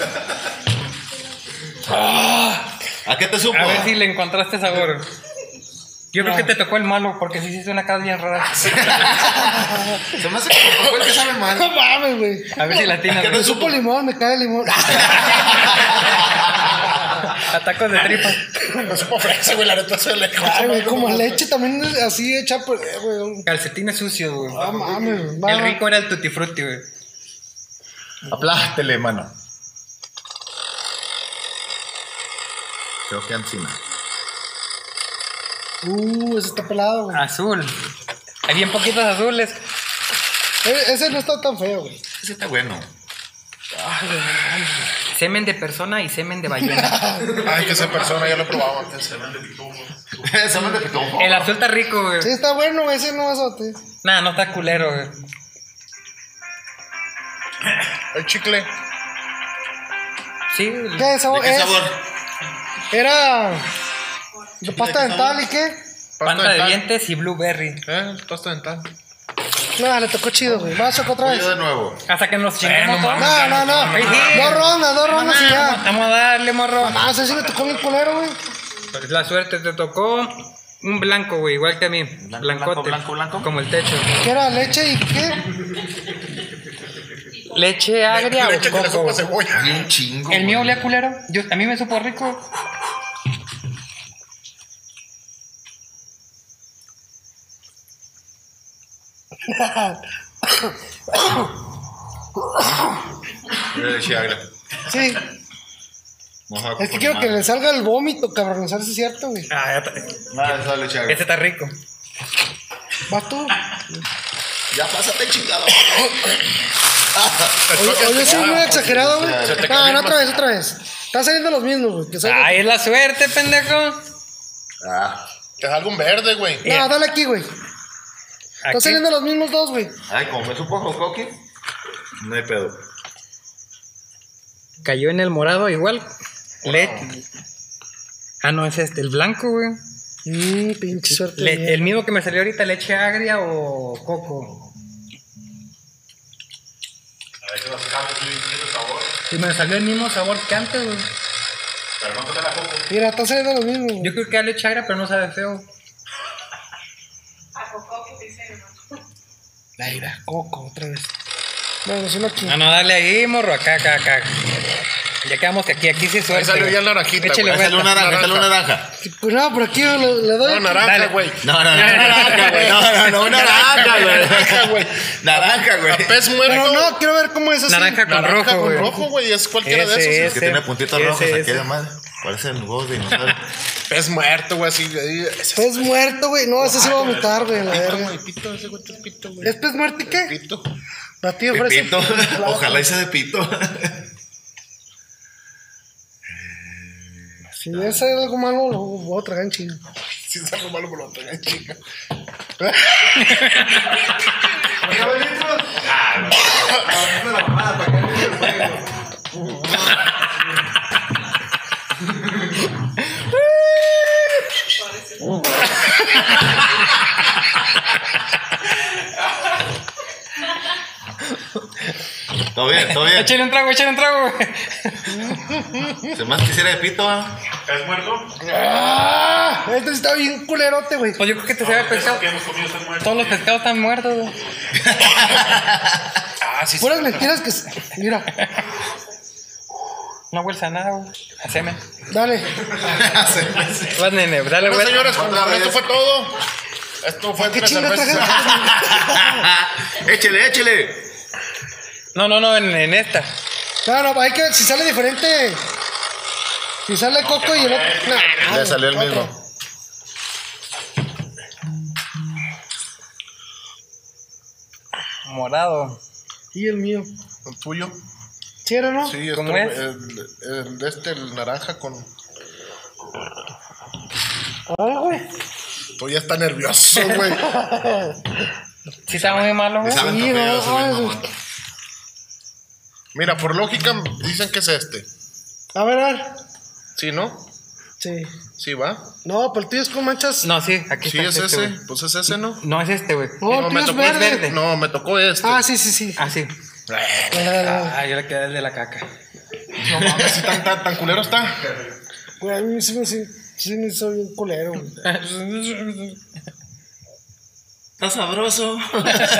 Speaker 2: ¿A qué te supo?
Speaker 1: A ver si le encontraste sabor. Yo creo que te tocó el malo, porque sí hiciste una cara bien rara.
Speaker 2: Ah, Se me hace como que el que sabe mal.
Speaker 3: No mames, güey.
Speaker 1: A ver si la tiene.
Speaker 2: ¿A qué te supo?
Speaker 3: Supo limón, me cae el limón.
Speaker 1: Atacos de tripa.
Speaker 4: No se ofrece, güey, la neta se le
Speaker 3: Ay, güey, como leche también así hecha, pues, eh, güey.
Speaker 1: Calcetines sucios, güey.
Speaker 3: No mames,
Speaker 1: El
Speaker 3: va.
Speaker 1: rico era el tutti frutti, güey.
Speaker 2: Aplástele, mano. Creo que encima.
Speaker 3: Uh, ese está pelado, güey.
Speaker 1: Azul. Hay bien poquitos azules.
Speaker 3: Eh, Ese no está tan feo, güey.
Speaker 2: Ese está bueno.
Speaker 1: Semen de persona y semen de ballena.
Speaker 4: Ay, que esa persona ya lo probaba antes.
Speaker 2: Ese me repito.
Speaker 1: El azul está rico, güey.
Speaker 3: Sí, está bueno, güey, ese no azote.
Speaker 1: Nah, no está culero, güey.
Speaker 4: El chicle.
Speaker 1: Sí, güey.
Speaker 3: ¿Qué
Speaker 2: ¿De
Speaker 3: sabor
Speaker 2: qué
Speaker 3: es?
Speaker 2: sabor?
Speaker 3: Era de pasta dental y qué?
Speaker 1: panta de
Speaker 4: dental.
Speaker 1: dientes y blueberry.
Speaker 4: Eh, pasta dental.
Speaker 3: No, le tocó chido, güey. Va a chocar otra vez.
Speaker 2: Yo de nuevo.
Speaker 1: Hasta que nos chingamos todos.
Speaker 3: No, no, no.
Speaker 1: Sí, sí.
Speaker 3: Dos rondas, dos rondas y ya.
Speaker 1: Vamos a darle, morro.
Speaker 3: Ah, ese sí le tocó bien culero, güey.
Speaker 1: Pues la suerte te tocó un blanco, güey, igual que a mí. Blancote.
Speaker 2: blanco, blanco.
Speaker 1: Como el techo.
Speaker 3: ¿Qué era leche y qué?
Speaker 1: Leche agria
Speaker 4: Leche
Speaker 1: o
Speaker 4: que
Speaker 1: coco.
Speaker 4: le supo
Speaker 1: güey?
Speaker 4: cebolla.
Speaker 2: Había un chingo.
Speaker 1: El mío
Speaker 2: güey.
Speaker 1: olía culero. Yo, a mí me supo rico.
Speaker 2: Yo le decía, "Agra,
Speaker 3: Sí.
Speaker 2: vamos a
Speaker 3: Es que quiero que le salga el vómito, cabrón. ¿Sabes si es cierto, güey?
Speaker 1: Ah, ya está-
Speaker 2: Nada, esa leche agra.
Speaker 1: Este está rico.
Speaker 3: Vas tú.
Speaker 2: Ya pásate, chingado.
Speaker 3: Oye,
Speaker 4: este
Speaker 3: oye, soy muy exagerado, güey.
Speaker 2: Se
Speaker 4: te
Speaker 3: No,
Speaker 4: cambió
Speaker 3: no,
Speaker 4: el
Speaker 3: otra vez, otra vez. Están saliendo los mismos, güey. que son-
Speaker 1: Ay, es la suerte, pendejo.
Speaker 2: Ah,
Speaker 4: Te salga un verde, güey.
Speaker 3: No, dale aquí, güey.
Speaker 1: Aquí-
Speaker 3: Están saliendo los mismos dos, güey.
Speaker 2: ay, como me supo Jocoqui. No hay pedo.
Speaker 1: Cayó en el morado igual. Le- Ah, no, es este, el blanco, güey.
Speaker 3: Mmm, pinche suerte.
Speaker 1: Le-
Speaker 3: güey.
Speaker 1: el mismo que me salió ahorita, leche agria o coco.
Speaker 6: A ver, ¿qué vas a sacar? ¿Qué es el sabor?
Speaker 1: Y me salió el mismo sabor que antes, güey.
Speaker 6: Pero no toca la coco.
Speaker 3: Mira, están saliendo los mismos. güey.
Speaker 1: Yo creo que era leche agria, pero no sabe feo.
Speaker 3: Ahí va, coco, otra vez. Bueno, solo aquí.
Speaker 1: Ah, No, no, dale ahí, morro, acá, acá, acá. Ya quedamos que aquí, aquí sí es suerte.
Speaker 4: Ahí salió
Speaker 1: güey.
Speaker 4: ya el naranjita,
Speaker 1: Échale,
Speaker 4: güey.
Speaker 1: güey.
Speaker 2: Dale una naranja, dale una naranja.
Speaker 3: Pues no, por aquí le, le doy.
Speaker 4: No, naranja,
Speaker 1: Dale.
Speaker 4: güey.
Speaker 2: No, no, no, naranja, güey. No, no, no, naranja,
Speaker 4: Naranja,
Speaker 2: güey.
Speaker 4: güey.
Speaker 2: Naranja, güey.
Speaker 4: A pez muerto.
Speaker 3: Pero no, quiero ver cómo es así.
Speaker 1: Naranja con
Speaker 4: naranja
Speaker 1: rojo,
Speaker 4: con
Speaker 1: güey.
Speaker 4: rojo, güey. Es cualquiera
Speaker 1: Ese
Speaker 4: de
Speaker 1: es.
Speaker 4: esos.
Speaker 2: Que tiene puntitos
Speaker 1: Ese,
Speaker 2: rojos aquí
Speaker 1: ese.
Speaker 2: de madre. Parecen huevos de dinosaurio.
Speaker 4: Pez muerto, güey, así. ahí, ese
Speaker 3: Pez muerto, güey. No, ese se va a vomitar, güey, la
Speaker 4: Pito,
Speaker 3: verga.
Speaker 4: güey, pito, ese güey es pito, güey.
Speaker 3: ¿Es pez muerto y qué?
Speaker 4: Pito.
Speaker 3: Batido
Speaker 2: De
Speaker 3: fresa.
Speaker 2: pito. Ojalá y sea de pito.
Speaker 3: Si es algo malo, lo voy a tragar en chino.
Speaker 4: Si es algo malo, me lo pegan, chica.
Speaker 2: Todo bien, todo todavía.
Speaker 1: Échale un trago, échale un trago, güey.
Speaker 2: Se más quisiera de pito, ¿ah?
Speaker 6: ¿Estás muerto?
Speaker 3: ¡Ah! Este está bien culerote, güey.
Speaker 1: Pues yo creo que te se había pescado.
Speaker 6: que hemos comido están muertos.
Speaker 1: Todos los pescados están muertos, güey.
Speaker 6: Ah, sí, sí.
Speaker 3: Puras mentiras que. s- Mira,
Speaker 1: No huelsa nada, güey. Haceme.
Speaker 3: dale.
Speaker 1: Vas, nene, dale,
Speaker 4: Bueno,
Speaker 1: güey.
Speaker 4: señores,
Speaker 2: Otra
Speaker 4: con
Speaker 2: vez.
Speaker 4: esto fue todo. Esto fue
Speaker 3: ¿Qué
Speaker 4: tres
Speaker 3: chinga
Speaker 4: cervezas.
Speaker 3: trajeron?
Speaker 2: échele, échele.
Speaker 1: No, no, no, en, en esta.
Speaker 3: No, no, hay que ver si sale diferente. Si sale Coco y el otro.
Speaker 1: Ah,
Speaker 3: Ah, Nah,
Speaker 2: Le salió el
Speaker 3: otro.
Speaker 2: mismo.
Speaker 1: Morado.
Speaker 3: Y el mío.
Speaker 4: ¿El tuyo?
Speaker 3: ¿Sí era, no?
Speaker 4: Sí,
Speaker 1: ¿Cómo
Speaker 4: este,
Speaker 1: es?
Speaker 4: El, el de este, el naranja con.
Speaker 3: Ay, Ah, güey.
Speaker 4: Tú ya está nervioso, güey.
Speaker 1: Sí, está muy malo,
Speaker 2: Y
Speaker 1: güey.
Speaker 2: saben
Speaker 3: Sí,
Speaker 2: tan
Speaker 3: no,
Speaker 2: feos,
Speaker 3: ay,
Speaker 2: güey,
Speaker 3: güey.
Speaker 2: mamón.
Speaker 4: Mira, por lógica dicen que es este.
Speaker 3: A ver, a ver.
Speaker 4: ¿Sí, no?
Speaker 3: Sí.
Speaker 4: Sí, va.
Speaker 3: No, pero el tuyo es con manchas.
Speaker 1: No, sí, aquí
Speaker 4: Sí,
Speaker 1: está.
Speaker 4: es
Speaker 1: este,
Speaker 4: ese.
Speaker 1: güey.
Speaker 4: Pues es ese, ¿no?
Speaker 1: No, es este, güey.
Speaker 3: No, Oh, el tuyo
Speaker 4: me
Speaker 3: es
Speaker 4: tocó
Speaker 3: verde.
Speaker 1: verde.
Speaker 4: No, me tocó este.
Speaker 3: Ah, sí, sí, sí.
Speaker 1: Ah, sí.
Speaker 3: Dale, dale, dale.
Speaker 1: Ah, yo le quedé el de la caca.
Speaker 4: No mames, sí, tan, tan, tan culero está.
Speaker 3: Güey, a mí sí me, sí, sí me hizo bien culero, güey.
Speaker 2: Está sabroso.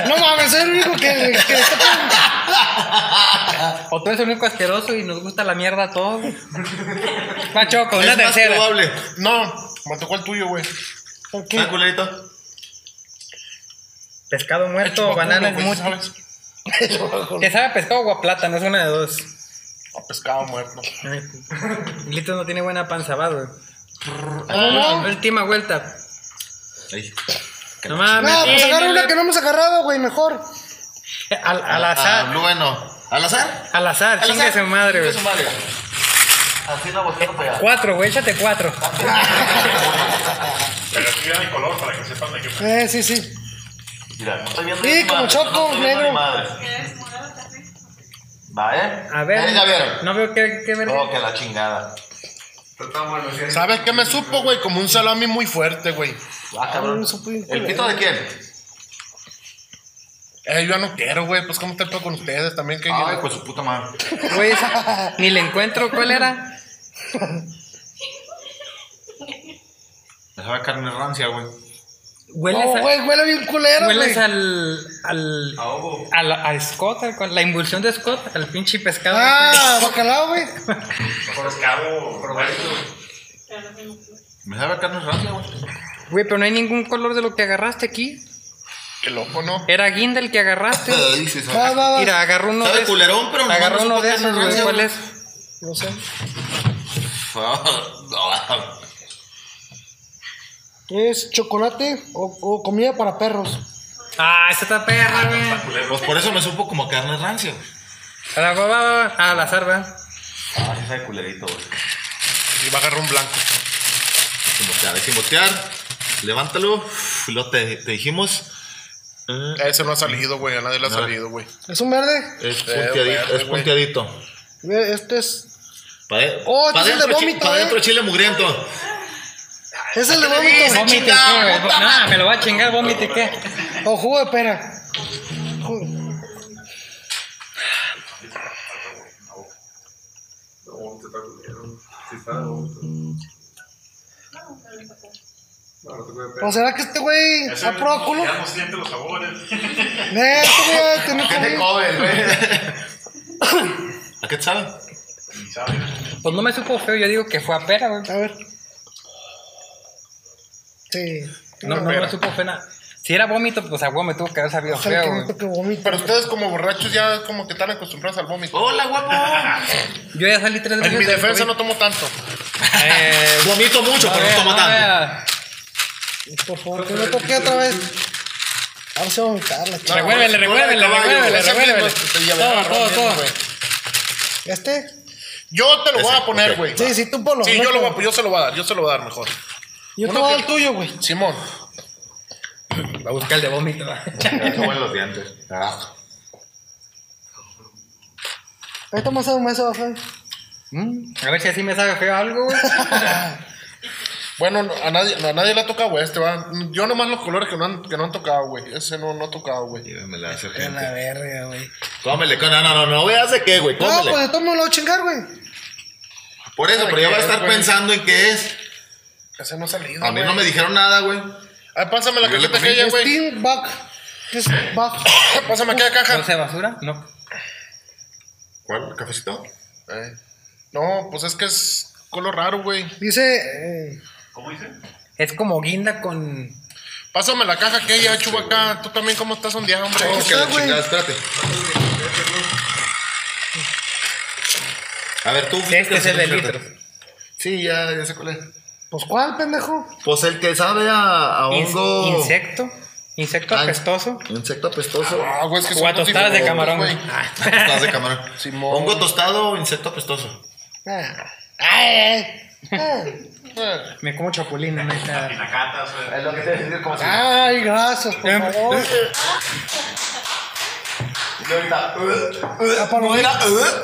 Speaker 3: No mames, soy el único que, que está con-
Speaker 1: O tú eres el único asqueroso y nos gusta la mierda a todos. güey. Va, Choco, una
Speaker 2: es más
Speaker 1: tercera.
Speaker 2: probable.
Speaker 4: No, me tocó el tuyo, güey.
Speaker 3: ¿Por qué?
Speaker 2: ¿Está culerito?
Speaker 1: Pescado muerto,
Speaker 4: Choco,
Speaker 1: banana
Speaker 4: güey,
Speaker 1: smoothie.
Speaker 4: ¿sabes?
Speaker 1: Te sabe a pescado o a plátano, es una de dos.
Speaker 4: A pescado muerto.
Speaker 1: Lito no tiene buena panza, va, güey.
Speaker 3: no?
Speaker 1: Última vuelta.
Speaker 2: Ahí.
Speaker 1: No mames.
Speaker 3: No, pues
Speaker 1: eh,
Speaker 3: agarra
Speaker 1: no
Speaker 3: una
Speaker 1: le-
Speaker 3: que no hemos agarrado, güey, mejor.
Speaker 1: Al, al
Speaker 2: Ah,
Speaker 1: azar.
Speaker 2: bueno. ¿Al azar?
Speaker 1: Al azar,
Speaker 2: Al
Speaker 1: chingue
Speaker 2: azar.
Speaker 1: su madre,
Speaker 2: Chingue
Speaker 1: güey.
Speaker 2: su madre. Así la pues, voltearon para allá.
Speaker 1: Cuatro, güey, échate cuatro.
Speaker 6: Pero aquí dan el color para que pues, sepan de qué.
Speaker 3: Eh, sí, sí.
Speaker 2: Mira, no estoy viendo
Speaker 3: Sí,
Speaker 2: ni
Speaker 3: como
Speaker 2: madre,
Speaker 3: choco,
Speaker 2: no estoy viendo
Speaker 3: negro.
Speaker 2: ni madre. Va, ¿eh?
Speaker 1: A ver.
Speaker 2: Ahí ya vieron.
Speaker 1: No veo qué, qué ver.
Speaker 2: Oh, que la chingada.
Speaker 5: Está bueno, sí.
Speaker 4: ¿Sabes qué me supo, güey? Como un salami muy fuerte, güey.
Speaker 2: Ah, cabrón.
Speaker 3: no supe bien
Speaker 2: ¿El
Speaker 3: culero.
Speaker 2: pito de quién?
Speaker 4: Eh, yo ya no quiero, güey. Pues, ¿cómo te pedo con ustedes también? Que
Speaker 2: Ay, pues su puta madre.
Speaker 1: Güey, esa- ni le encuentro cuál era.
Speaker 2: Me sabe a carne rancia, güey.
Speaker 1: Hueles,
Speaker 3: No,
Speaker 1: a-
Speaker 3: güey, huele bien culero, güey.
Speaker 1: hueles al. al.
Speaker 5: Ahogo.
Speaker 1: al- a Scott, al- con la invulsión de Scott, al pinche pescado.
Speaker 3: Ah, bacalao, güey.
Speaker 6: Pescado, muerto.
Speaker 2: Me sabe a carne rancia, güey.
Speaker 1: Güey, pero no hay ningún color de lo que agarraste aquí.
Speaker 4: Qué loco, ¿no?
Speaker 1: Era guinda el que agarraste.
Speaker 2: Ay, sí, sabe.
Speaker 3: Va, va, va.
Speaker 1: Mira, agarró uno
Speaker 2: Sabe
Speaker 1: de esos.
Speaker 2: culerón, pero nomás
Speaker 1: Agarró
Speaker 2: no
Speaker 1: uno
Speaker 2: supo
Speaker 1: de
Speaker 2: carne
Speaker 1: esos, güey.
Speaker 2: rancia,
Speaker 1: ¿Cuál
Speaker 2: güey.
Speaker 1: es?
Speaker 3: No sé.
Speaker 2: Ah, no.
Speaker 3: Es chocolate o, o comida para perros.
Speaker 1: Ah, esa está perra, güey.
Speaker 2: Pues por eso me supo como carne rancia, güey.
Speaker 1: Ah, va, va, va. Ah, la zarba.
Speaker 2: Ah, sí sabe culerito, güey.
Speaker 4: Y va a agarrar un blanco.
Speaker 2: Sin botear, sin botear. Levántalo. Uf, Lo te, te dijimos. eh,
Speaker 4: Ese no ha salido, güey. A nadie le ha
Speaker 2: Nada.
Speaker 4: salido, güey.
Speaker 3: ¿Es un verde?
Speaker 2: Es
Speaker 4: Eh,
Speaker 2: punteadito.
Speaker 4: verde,
Speaker 2: Es
Speaker 4: güey.
Speaker 2: punteadito.
Speaker 3: Ve, Este es.
Speaker 2: Para
Speaker 3: Oh, este es el de vómito, eh.
Speaker 2: adentro chile mugriento.
Speaker 3: Es el de vómito.
Speaker 1: Vómite,
Speaker 2: chingada,
Speaker 1: ¿qué, güey?
Speaker 2: puta
Speaker 1: No, me lo va a chingar, vómite, ¿qué?
Speaker 3: O jugo de pera. Ju-
Speaker 5: No, te está culero. Sí está de gusto. No, no te puede pegar.
Speaker 3: ¿O será que este güey
Speaker 6: Ese-
Speaker 3: ha probado culo?
Speaker 6: Ya no siente los sabores.
Speaker 3: Neta, güey, este no
Speaker 2: ¿Qué te
Speaker 3: come.
Speaker 2: comes, güey? ¿A qué te sabe?
Speaker 6: Ni sabe.
Speaker 1: Pues no me supo feo, yo digo que fue a pera, güey.
Speaker 3: A ver. Sí.
Speaker 1: No, no me supo feo nada. Si era vómito, pues a huevo me tuvo que haber sabido feo,
Speaker 3: Ojalá que
Speaker 1: güey.
Speaker 3: no toque vómito.
Speaker 4: Pero ustedes como borrachos ya como que están acostumbrados al vómito.
Speaker 2: ¡Hola, guapo!
Speaker 1: Yo ya salí tres veces.
Speaker 4: En mi
Speaker 1: del
Speaker 4: defensa
Speaker 1: COVID.
Speaker 4: no tomo tanto.
Speaker 1: Eh,
Speaker 2: Vomito mucho, pero
Speaker 1: vea,
Speaker 2: no tomo tanto.
Speaker 1: vea.
Speaker 3: Por favor, que no toque otra vez. Ahora se va a vomitar la chica.
Speaker 1: Revuélvele,
Speaker 4: güey, cola de
Speaker 1: revuélvele,
Speaker 4: caballo,
Speaker 1: revuélvele,
Speaker 4: ese
Speaker 1: revuélvele.
Speaker 4: mismo te lleva
Speaker 1: Todo,
Speaker 4: agarrón
Speaker 1: todo,
Speaker 4: mismo,
Speaker 1: todo.
Speaker 4: güey.
Speaker 3: ¿Este?
Speaker 4: Yo te lo voy
Speaker 2: Ese,
Speaker 4: a poner,
Speaker 2: ok.
Speaker 4: güey.
Speaker 3: Sí, sí, tú ponlo.
Speaker 4: Sí,
Speaker 3: no,
Speaker 4: yo, lo
Speaker 3: pero-
Speaker 4: voy a, yo se lo voy a dar, yo se lo voy a dar mejor.
Speaker 3: Yo te
Speaker 4: Uno
Speaker 3: voy a dar
Speaker 4: que-
Speaker 3: el tuyo, güey.
Speaker 4: Simón,
Speaker 1: Va a buscar el de vómito. va.
Speaker 2: Ya se huelen los dientes. Ah.
Speaker 3: Ahorita más o menos se va a hacer.
Speaker 1: Mm, A ver si así me sabe feo algo, güey.
Speaker 4: bueno, no- a nadie, no, a nadie le ha tocado, güey, este va. Yo nomás los colores que no han, que no han tocado, güey. Ese no, no ha tocado, güey.
Speaker 2: Llévenmela,
Speaker 1: A la
Speaker 2: sergente.
Speaker 1: verga, güey.
Speaker 2: Cómele, con- no, no, no, no veas de qué, güey,
Speaker 3: No,
Speaker 2: cómele.
Speaker 3: pues yo tomo lo voy a chingar, güey.
Speaker 2: Por eso, pero yo voy a estar pensando en qué es.
Speaker 4: Ese no ha salido.
Speaker 2: A mí no
Speaker 4: güey.
Speaker 2: me dijeron nada, güey.
Speaker 4: Ay, pásame la
Speaker 2: Yo le
Speaker 4: cajita
Speaker 2: comí.
Speaker 4: aquella, güey.
Speaker 3: Steam Buck. ¿Qué es Buck?
Speaker 4: Pásame aquella caja.
Speaker 1: ¿Bolsa de basura? No.
Speaker 2: ¿Cuál? ¿Cafecito?
Speaker 4: Eh, No, pues es que es color raro, güey.
Speaker 3: Dice. eh,
Speaker 6: ¿Cómo dice?
Speaker 1: Es como guinda con.
Speaker 4: Pásame la caja aquella, Chubaca. Tú también, ¿cómo estás ondeado, hombre?
Speaker 2: Oh, que
Speaker 3: está,
Speaker 2: la
Speaker 3: güey.
Speaker 2: chingada, espérate. A ver, tú.
Speaker 1: Este es el de
Speaker 2: Fíjate.
Speaker 1: litros.
Speaker 2: Sí, ya, ya sé cuál es.
Speaker 3: Pues cuál, pendejo.
Speaker 2: Pues el que sabe a, a
Speaker 1: ins-
Speaker 2: hongo.
Speaker 1: Insecto. Insecto
Speaker 2: Ah,
Speaker 1: apestoso.
Speaker 2: Insecto apestoso.
Speaker 4: Ah, güey, es que
Speaker 1: O a
Speaker 4: son dos
Speaker 1: tostadas de
Speaker 4: diferentes,
Speaker 1: camarón,
Speaker 4: güey.
Speaker 1: güey.
Speaker 2: Ah, tostadas de camarón.
Speaker 4: Simón.
Speaker 2: Hongo tostado o insecto apestoso.
Speaker 3: Ah. Ay, ay, ay.
Speaker 4: Eh,
Speaker 1: Me como chapulín, la neta.
Speaker 6: Pinacata, o sea.
Speaker 2: Es lo que te decir como si.
Speaker 3: Ay, gracias,
Speaker 1: Em.
Speaker 3: por favor. La palomita.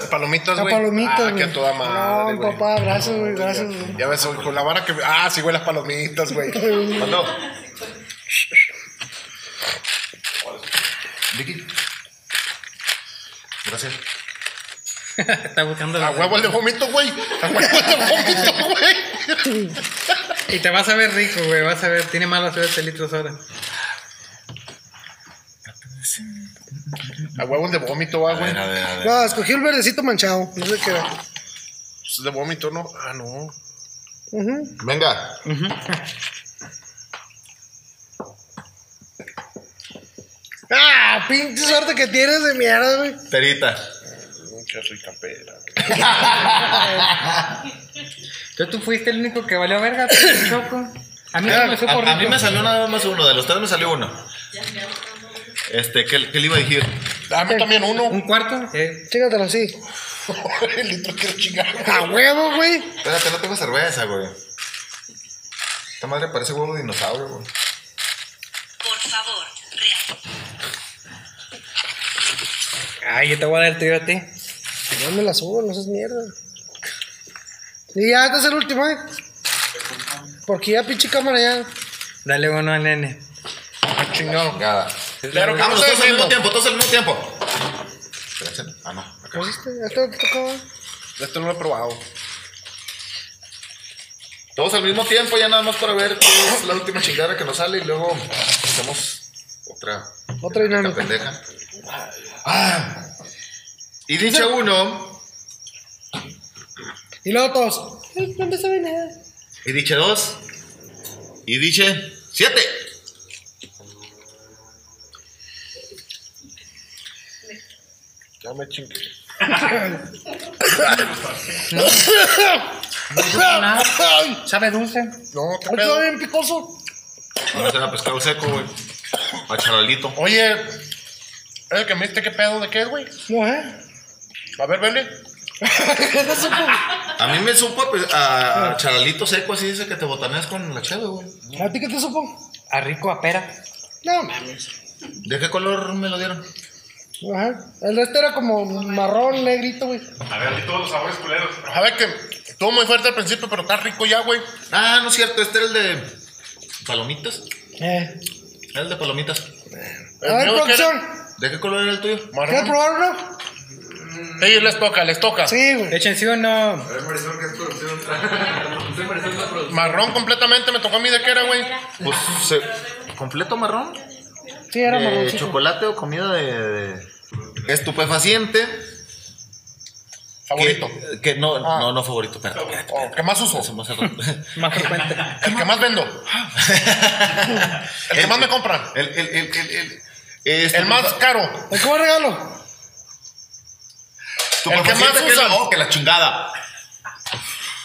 Speaker 4: Palomitas,
Speaker 3: La
Speaker 4: güey.
Speaker 3: palomita,
Speaker 4: Ah, que a toda madre,
Speaker 3: No,
Speaker 4: güey.
Speaker 3: papá, gracias, güey, gracias, güey.
Speaker 4: Ya ves, con la vara que. Ah, sí, güey, las palomitas, güey.
Speaker 2: ¿Cuándo? Vicky. Gracias.
Speaker 1: Está buscando
Speaker 4: A
Speaker 1: la.
Speaker 4: huevo el de vómito, güey. A huevo el de vómito, güey.
Speaker 1: Y te vas a ver rico, güey. Vas a ver. Tiene mala suerte litros ahora.
Speaker 4: A huevo el de vómito, va,
Speaker 2: A
Speaker 4: güey.
Speaker 2: ver, a ver, a ver.
Speaker 3: No, escogí el verdecito manchado. No sé qué era.
Speaker 4: Es de vómito, ¿no? Ah, no.
Speaker 3: Ujú.
Speaker 2: Venga.
Speaker 3: Ah, pinche suerte que tienes de mierda, güey.
Speaker 2: Perita.
Speaker 4: Mm, Qué rica pera.
Speaker 1: Entonces tú fuiste el único que valió verga, pinche choco. A mí no me supo
Speaker 2: Eh, A, a mí
Speaker 1: rico.
Speaker 2: me salió nada más uno, de los tres me salió uno. Este, ¿qué, qué le iba a decir?
Speaker 4: Dame también uno.
Speaker 1: ¿Un cuarto? Eh,
Speaker 3: Chingatelo así.
Speaker 4: el litro quiero chingar. güey.
Speaker 3: A huevo, güey.
Speaker 2: Espérate, no tengo cerveza, güey. Esta madre parece huevo de dinosaurio, güey.
Speaker 7: Por favor, reacciona.
Speaker 1: Ay, yo te voy a dar el tiro a ti.
Speaker 3: No Pues me la subo, no seas mierda. Y ya, este es el último, eh. Porque ya, pinche cámara, ya.
Speaker 1: Dale uno al nene.
Speaker 4: Ah, chingado.
Speaker 2: Nada.
Speaker 4: Claro que
Speaker 2: Vamos
Speaker 4: no,
Speaker 2: todos al
Speaker 4: mismo.
Speaker 2: mismo tiempo, todos al mismo tiempo. Espérate, Ah, no. acá.
Speaker 3: Pues este, este te tocaba.
Speaker 4: Esto Este no lo he probado.
Speaker 2: Todos al mismo tiempo, ya nada más para ver qué es la última chingada que nos sale y luego hacemos otra.
Speaker 3: Otra dinámica.
Speaker 2: pendeja. Ah. Y dicho uno,
Speaker 3: Y luego todos. "Ay, No me sabe nada.
Speaker 2: y dicho dos, y diche siete.
Speaker 4: Ya me chingué.
Speaker 1: Nada. ¿Sabe dulce?
Speaker 4: No, qué
Speaker 3: Ay, está
Speaker 4: pedo.
Speaker 3: bien picoso.
Speaker 2: No será pescado seco, güey. A charalito.
Speaker 4: Oye, ¿el que me diste qué pedo de qué es, güey?
Speaker 3: No, eh.
Speaker 4: A ver, vele.
Speaker 3: No supo.
Speaker 2: A mí me supo a, pe- a- a charalito seco, así dice que te botaneas con la chave, güey.
Speaker 3: ¿A ti qué te supo?
Speaker 1: A rico, a pera.
Speaker 3: No mames.
Speaker 2: ¿De qué color me lo dieron?
Speaker 3: Ajá. El de este era como marrón, negrito, güey.
Speaker 6: A ver, di todos los sabores culeros.
Speaker 4: A ver, que estuvo muy fuerte al principio, pero está rico ya, güey.
Speaker 2: Ah, no es cierto, este era el de palomitas.
Speaker 3: Eh.
Speaker 2: Era el de palomitas.
Speaker 4: El
Speaker 3: A ver,
Speaker 4: mío que era
Speaker 3: producción.
Speaker 2: ¿De qué color era el tuyo?
Speaker 3: ¿Quieres
Speaker 4: Marrón.
Speaker 3: probarlo?
Speaker 4: Ellos les toca, les toca.
Speaker 3: Sí, güey.
Speaker 1: Échense uno.
Speaker 5: A ver, Marisol, ¿qué es producción?
Speaker 4: Marrón completamente me tocó a mí de qué era, güey.
Speaker 2: Pues, se- ¿completo marrón?
Speaker 3: Sí, era
Speaker 2: de
Speaker 3: marroncito.
Speaker 2: chocolate o comida de, de- estupefaciente que,
Speaker 4: Favorito.
Speaker 2: que no,
Speaker 4: Ah.
Speaker 2: no, no favorito, espérate, espérate,
Speaker 4: Oh, ¿Qué más uso?
Speaker 2: eso más al rato.
Speaker 1: Más frecuente.
Speaker 4: El que más vendo. El que más me compran.
Speaker 2: El, el, el, el, el, eh,
Speaker 4: El más
Speaker 2: estupefa-
Speaker 4: caro.
Speaker 3: ¿El cómo regalo?
Speaker 2: estupefaciente
Speaker 4: el que más
Speaker 2: que es la-
Speaker 4: usan.
Speaker 2: oh, que la chingada.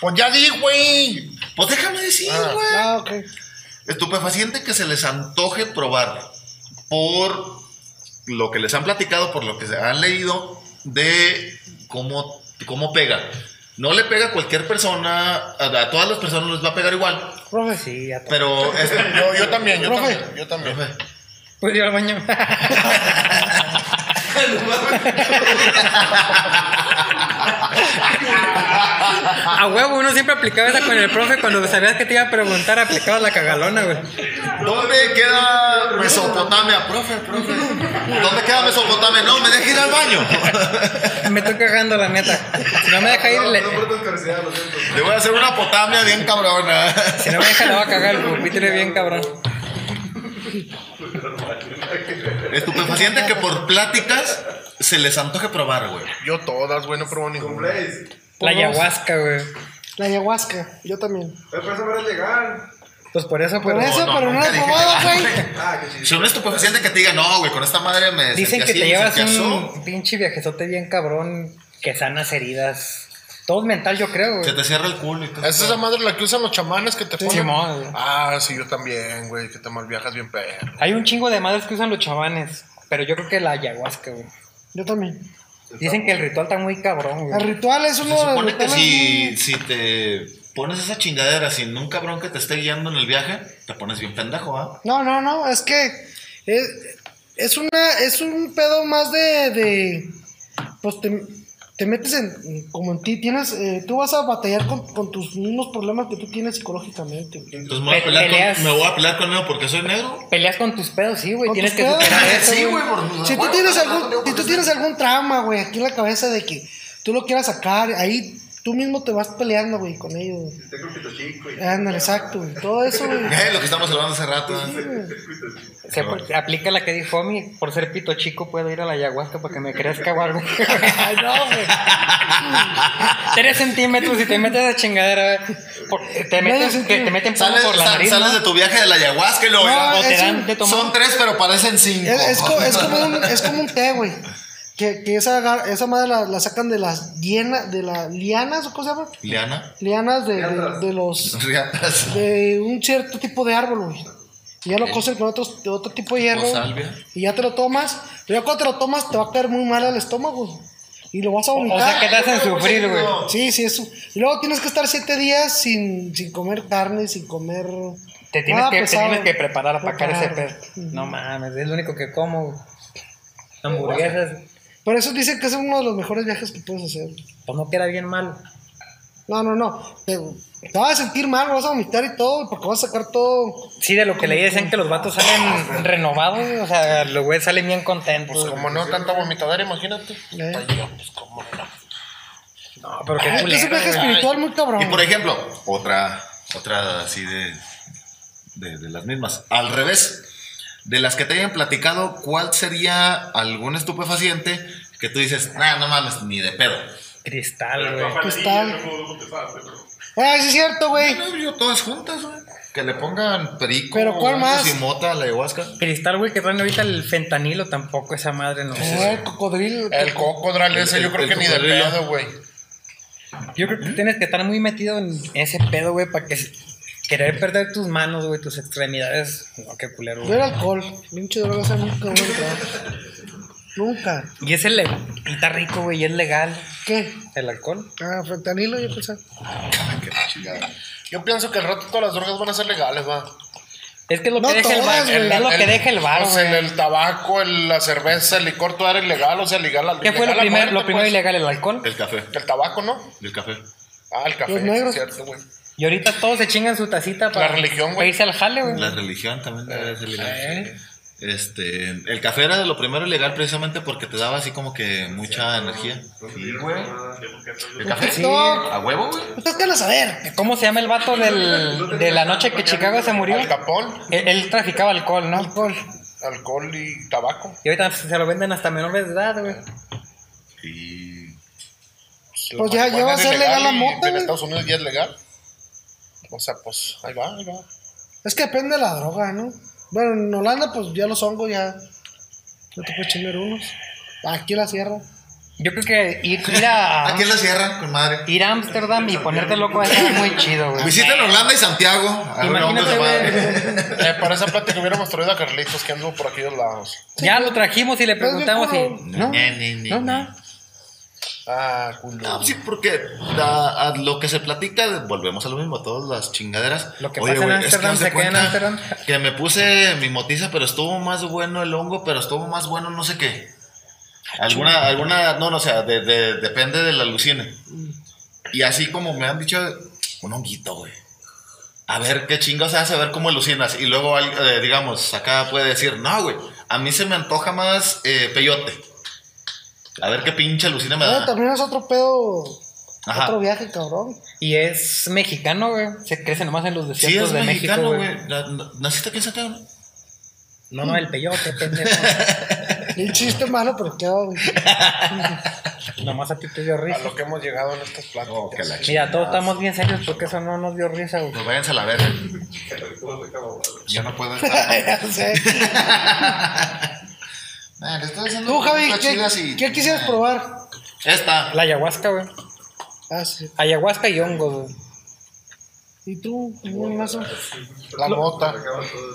Speaker 4: Pues ya di, güey.
Speaker 2: Pues déjame decir,
Speaker 4: Ah.
Speaker 2: güey.
Speaker 3: Ah, ok.
Speaker 2: Estupefaciente que se les antoje probar por lo que les han platicado, por lo que se han leído de cómo, cómo pega. No le pega a cualquier persona, a, a todas las personas les va a pegar igual,
Speaker 3: Profe.
Speaker 1: Sí, a todos.
Speaker 2: pero es-
Speaker 4: Yo, yo también, yo
Speaker 3: Profe.
Speaker 4: también. Yo también.
Speaker 2: Profe.
Speaker 1: Pues yo al baño. A huevo, uno siempre aplicaba esa con el profe cuando sabías que te iba a preguntar, aplicabas la cagalona, güey.
Speaker 2: ¿Dónde queda Mesopotamia? Profe, profe. ¿Dónde queda Mesopotamia? No, me deja ir al baño.
Speaker 1: Me estoy cagando, la neta. Si no me deja ir, le-
Speaker 2: Le voy a hacer una potamia bien cabrona.
Speaker 1: si no me deja, la va a cagar el pupitre bien, cabrón.
Speaker 2: Estupefaciente que por pláticas se les antoje probar, güey.
Speaker 4: Yo todas, güey, no probó ninguna.
Speaker 1: La ayahuasca, güey.
Speaker 3: La ayahuasca, yo también.
Speaker 5: llegar.
Speaker 1: Pues por eso,
Speaker 3: Por
Speaker 1: pero.
Speaker 3: eso, pero no
Speaker 2: nunca
Speaker 3: lo he
Speaker 2: dije que-
Speaker 3: probado, güey.
Speaker 5: Ah, qué chido.
Speaker 2: Si un estupefaciente que te diga, no, güey, con esta madre me.
Speaker 1: Dicen
Speaker 2: sentí
Speaker 1: que
Speaker 2: así,
Speaker 1: te llevas
Speaker 2: sentí así".
Speaker 1: un pinche viajezote bien cabrón que sanas heridas. Todo mental, yo creo,
Speaker 2: Se
Speaker 1: güey.
Speaker 2: te cierra el culo y todo.
Speaker 4: Esa es la madre la que usan los chamanes que te ponen.
Speaker 1: Simón, güey.
Speaker 4: ah, sí, yo también, güey, que te mal viajas bien perro.
Speaker 1: Hay un chingo de madres que usan los chamanes, pero yo creo que la ayahuasca, güey.
Speaker 3: Yo también.
Speaker 1: Dicen que el ritual está muy cabrón,
Speaker 3: El
Speaker 1: güey.
Speaker 3: ritual es uno
Speaker 2: Se
Speaker 3: de los
Speaker 2: supone que
Speaker 3: rituales
Speaker 2: si, si te pones esa chingadera sin un cabrón que te esté guiando en el viaje, te pones bien pendejo, ¿ah?
Speaker 3: No, no, no, es que es, es una es un pedo más de, de pues te, te metes en como en ti tienes eh, tú vas a batallar con, con tus mismos problemas que tú tienes psicológicamente. güey.
Speaker 2: Entonces me voy, a
Speaker 1: Pe-
Speaker 2: pelear
Speaker 1: peleas.
Speaker 2: con, me voy a pelear con él porque soy negro.
Speaker 1: Peleas con tus pedos, sí, güey.
Speaker 3: Con
Speaker 1: Tienes
Speaker 3: tus
Speaker 1: que
Speaker 3: pedos.
Speaker 1: superar eso,
Speaker 2: Eh, Sí,
Speaker 1: güey.
Speaker 2: güey, por-
Speaker 3: Si tú
Speaker 2: bueno,
Speaker 3: tienes
Speaker 2: bueno, pues,
Speaker 3: algún si tú tienes algún trauma, güey, aquí en la cabeza de que tú lo quieras sacar, ahí tú mismo te vas peleando, güey, con ellos. güey.
Speaker 5: Tengo un pito Este chico y-
Speaker 3: Ándale, exacto, güey. Todo eso, güey.
Speaker 2: Eh, lo que estamos hablando hace rato. ¿eh?
Speaker 1: Se apl- aplica la que dijo a mí, por ser pito chico puedo ir a la ayahuasca para que me crezca o algo.
Speaker 3: Ay, no, güey.
Speaker 1: Tres centímetros y te metes a chingadera, güey. Por- te, metes, que te meten polvo
Speaker 2: Sales,
Speaker 1: por la
Speaker 2: sal-
Speaker 1: nariz,
Speaker 2: sales
Speaker 1: ¿no?
Speaker 2: de tu viaje de la ayahuasca y luego.
Speaker 3: No,
Speaker 1: O te
Speaker 3: es
Speaker 1: dan
Speaker 3: un-
Speaker 1: de tomar.
Speaker 2: Son tres, pero parecen cinco.
Speaker 3: Es, es co- es como un, es como un té, güey. Que, que esa, gar- esa madre la, la sacan de las hienas, de las lianas, ¿o cómo se llama?
Speaker 2: Liana.
Speaker 3: Lianas de, de- de los.
Speaker 2: Riatas.
Speaker 3: de un cierto tipo de árbol, güey. Y ya lo cocen con otros, de otro tipo de hierro.
Speaker 2: salvia.
Speaker 3: Y ya te lo tomas. Pero ya cuando te lo tomas, te va a caer muy mal al estómago. güey. Y lo vas a
Speaker 1: O sea,
Speaker 3: vomitar.
Speaker 1: que te hacen sufrir, güey.
Speaker 3: Sí, sí, eso. Y luego tienes que estar siete días sin, sin comer carne, sin comer.
Speaker 1: Te tienes,
Speaker 3: nada
Speaker 1: que, te
Speaker 3: pesado.
Speaker 1: tienes que preparar para sacar ese
Speaker 3: Preparar.
Speaker 1: pedo.
Speaker 3: Mm.
Speaker 1: No mames, es lo único que como. güey. Hamburguesas.
Speaker 3: Pero eso dicen que es uno de los mejores viajes que puedes hacer.
Speaker 1: Pues no queda bien mal.
Speaker 3: No, no, no. Te, te vas a sentir mal, vas a vomitar y todo, porque vas a sacar todo.
Speaker 1: Sí, de lo que leí decían que los vatos salen renovados, güey, o sea, los güeyes salen bien contentos.
Speaker 4: Pues
Speaker 1: güey.
Speaker 4: como no, tanta vomitadera, imagínate.
Speaker 3: ¿eh?
Speaker 1: No, pero qué
Speaker 3: Ay, es
Speaker 1: culero,
Speaker 3: un viaje
Speaker 1: güey.
Speaker 3: espiritual muy cabrón.
Speaker 2: Y por ejemplo, otra, otra así de, de, de las mismas. Al revés, de las que te hayan platicado, ¿cuál sería algún estupefaciente que tú dices, nah, no mames, ni de pedo?
Speaker 1: Cristal,
Speaker 6: Pero
Speaker 1: güey.
Speaker 6: fue
Speaker 3: Pues
Speaker 6: Juanillo,
Speaker 3: tal.
Speaker 6: no puedo contestarte, pero-
Speaker 3: Ah, sí es cierto, güey.
Speaker 2: No, yo todas juntas, güey. Que le pongan perico,
Speaker 3: Pero, ¿cuál
Speaker 2: hongos
Speaker 3: más?
Speaker 2: y mota a la ayahuasca.
Speaker 1: Cristal, güey, que traen ahorita el fentanilo tampoco, esa madre no.
Speaker 3: Ah, el cocodrilo.
Speaker 4: El cocodral ese,
Speaker 2: El-
Speaker 4: yo creo
Speaker 2: el
Speaker 4: que ni de
Speaker 2: cocodrilo.
Speaker 4: pedo, güey.
Speaker 1: Yo creo que tienes que estar muy metido en ese pedo, güey, para que querer perder tus manos, güey, tus extremidades. No, qué culero,
Speaker 3: Yo
Speaker 1: güey.
Speaker 3: era alcohol. Pinche droga, esa nunca voy a entrar. Nunca.
Speaker 1: Y ese le y está rico, güey, y es legal
Speaker 3: ¿Qué?
Speaker 1: el alcohol.
Speaker 3: Ah, fentanilo, yo pensaba.
Speaker 4: Yo pienso que al rato todas las drogas van a ser legales, va.
Speaker 1: Es que es lo que
Speaker 3: No
Speaker 1: deja el
Speaker 3: todas,
Speaker 1: bar,
Speaker 3: güey.
Speaker 1: es lo que deja el bar,
Speaker 4: o sea,
Speaker 1: güey.
Speaker 4: pues, el, el tabaco, el- la cerveza, el licor, todo era ilegal, o sea, legal al
Speaker 1: ¿Qué fue lo
Speaker 4: legal a
Speaker 1: primero, lo
Speaker 4: muerte,
Speaker 1: primero
Speaker 4: pues.
Speaker 1: ilegal, el alcohol?
Speaker 2: El café,
Speaker 4: El tabaco, ¿no?
Speaker 2: el café.
Speaker 4: Ah, el café,
Speaker 3: Los
Speaker 4: sí,
Speaker 3: negros.
Speaker 4: es cierto, güey.
Speaker 1: Y ahorita todos se chingan su tacita para,
Speaker 4: religión, güey.
Speaker 1: para irse al jale, güey.
Speaker 2: La religión también debería ser
Speaker 3: Ah,
Speaker 2: legal.
Speaker 1: ¿Eh?
Speaker 2: Este, el café era de lo primero legal precisamente porque te daba así como que mucha energía. Sí, güey. ¿El café?
Speaker 1: Sí.
Speaker 2: ¿A huevo, güey?
Speaker 3: Ustedes quieren saber.
Speaker 1: ¿Cómo se llama el vato del, de la noche que Chicago se murió?
Speaker 4: Al capón,
Speaker 1: Él, él traficaba alcohol, ¿no?
Speaker 4: alcohol y tabaco.
Speaker 1: Y ahorita se lo venden hasta menores de edad, güey.
Speaker 2: Y
Speaker 3: Pues ya- ya va a
Speaker 4: marihuana es
Speaker 3: ser legal la
Speaker 4: y
Speaker 3: mota,
Speaker 4: En
Speaker 3: güey.
Speaker 4: Estados Unidos ya es legal. O sea, pues, ahí va, ahí va.
Speaker 3: Es que depende de la droga, ¿no? Bueno, en Holanda, pues ya los hongos ya. No te puedes chingar unos. Aquí en la sierra.
Speaker 1: Yo creo que ir, ir a
Speaker 2: Aquí en la sierra, con madre.
Speaker 1: ir a Ámsterdam y ponerte loco es muy chido, güey. Ah,
Speaker 2: Visiten Holanda y Santiago. A ver, hongos
Speaker 1: Imagínate,
Speaker 2: de madre.
Speaker 1: güey.
Speaker 4: Eh, para esa plática hubiéramos traído a Carlitos, que anduvo por aquellos lados.
Speaker 1: Ya lo trajimos y le preguntamos y. No, no, no.
Speaker 4: Ah, culo.
Speaker 2: No, sí, porque a, a lo que se platica, volvemos a lo mismo, a todas las chingaderas.
Speaker 1: Lo que pasa en
Speaker 2: güey,
Speaker 1: Ámsterdam
Speaker 2: haz de
Speaker 1: se queda en
Speaker 2: cuenta
Speaker 1: Ámsterdam.
Speaker 2: Que me puse mi motiza, pero estuvo más bueno el hongo, pero estuvo más bueno no sé
Speaker 1: Mm.
Speaker 2: qué. Alguna, alguna, no, no, o sea, de- de- depende del alucine. Y así como me han dicho, un honguito, güey. A ver qué chingos hace, a ver cómo alucinas. Y luego, al- eh, digamos, acá puede decir, no, güey, a mí se me antoja más eh, peyote. A ver qué pinche alucina
Speaker 1: Ah,
Speaker 2: me
Speaker 3: No,
Speaker 2: da.
Speaker 3: también es otro pedo.
Speaker 2: Ah. Ajá.
Speaker 3: Otro viaje, cabrón.
Speaker 1: Y es mexicano, güey. Se crece nomás en los
Speaker 2: Sí,
Speaker 1: desiertos
Speaker 2: es
Speaker 1: de
Speaker 2: mexicano,
Speaker 1: México, güey.
Speaker 2: güey. Na- na- ¿Naciste aquí en Santiago? no?
Speaker 1: No, no, el peyote, pendejo.
Speaker 3: Un chiste malo, pero quedó. güey.
Speaker 1: nomás a ti te dio
Speaker 4: A
Speaker 1: risa.
Speaker 4: lo que hemos llegado en estas pláticas.
Speaker 2: Oh, que la ch-
Speaker 1: Mira, todos estamos bien serios porque eso no nos dio risa, güey.
Speaker 2: Pues váyanse a la verga. Yo no puedo estar.
Speaker 3: Ya sé.
Speaker 2: Man, le estoy haciendo
Speaker 3: Tú, Javi,
Speaker 2: cosas
Speaker 3: ¿qué,
Speaker 2: chidas y-
Speaker 3: qué quisieras probar?
Speaker 2: Esta.
Speaker 1: La ayahuasca, güey.
Speaker 3: Ah, sí.
Speaker 1: Ayahuasca y hongos, güey.
Speaker 3: ¿Y tú? ¿Ningún mazo?
Speaker 4: La mota.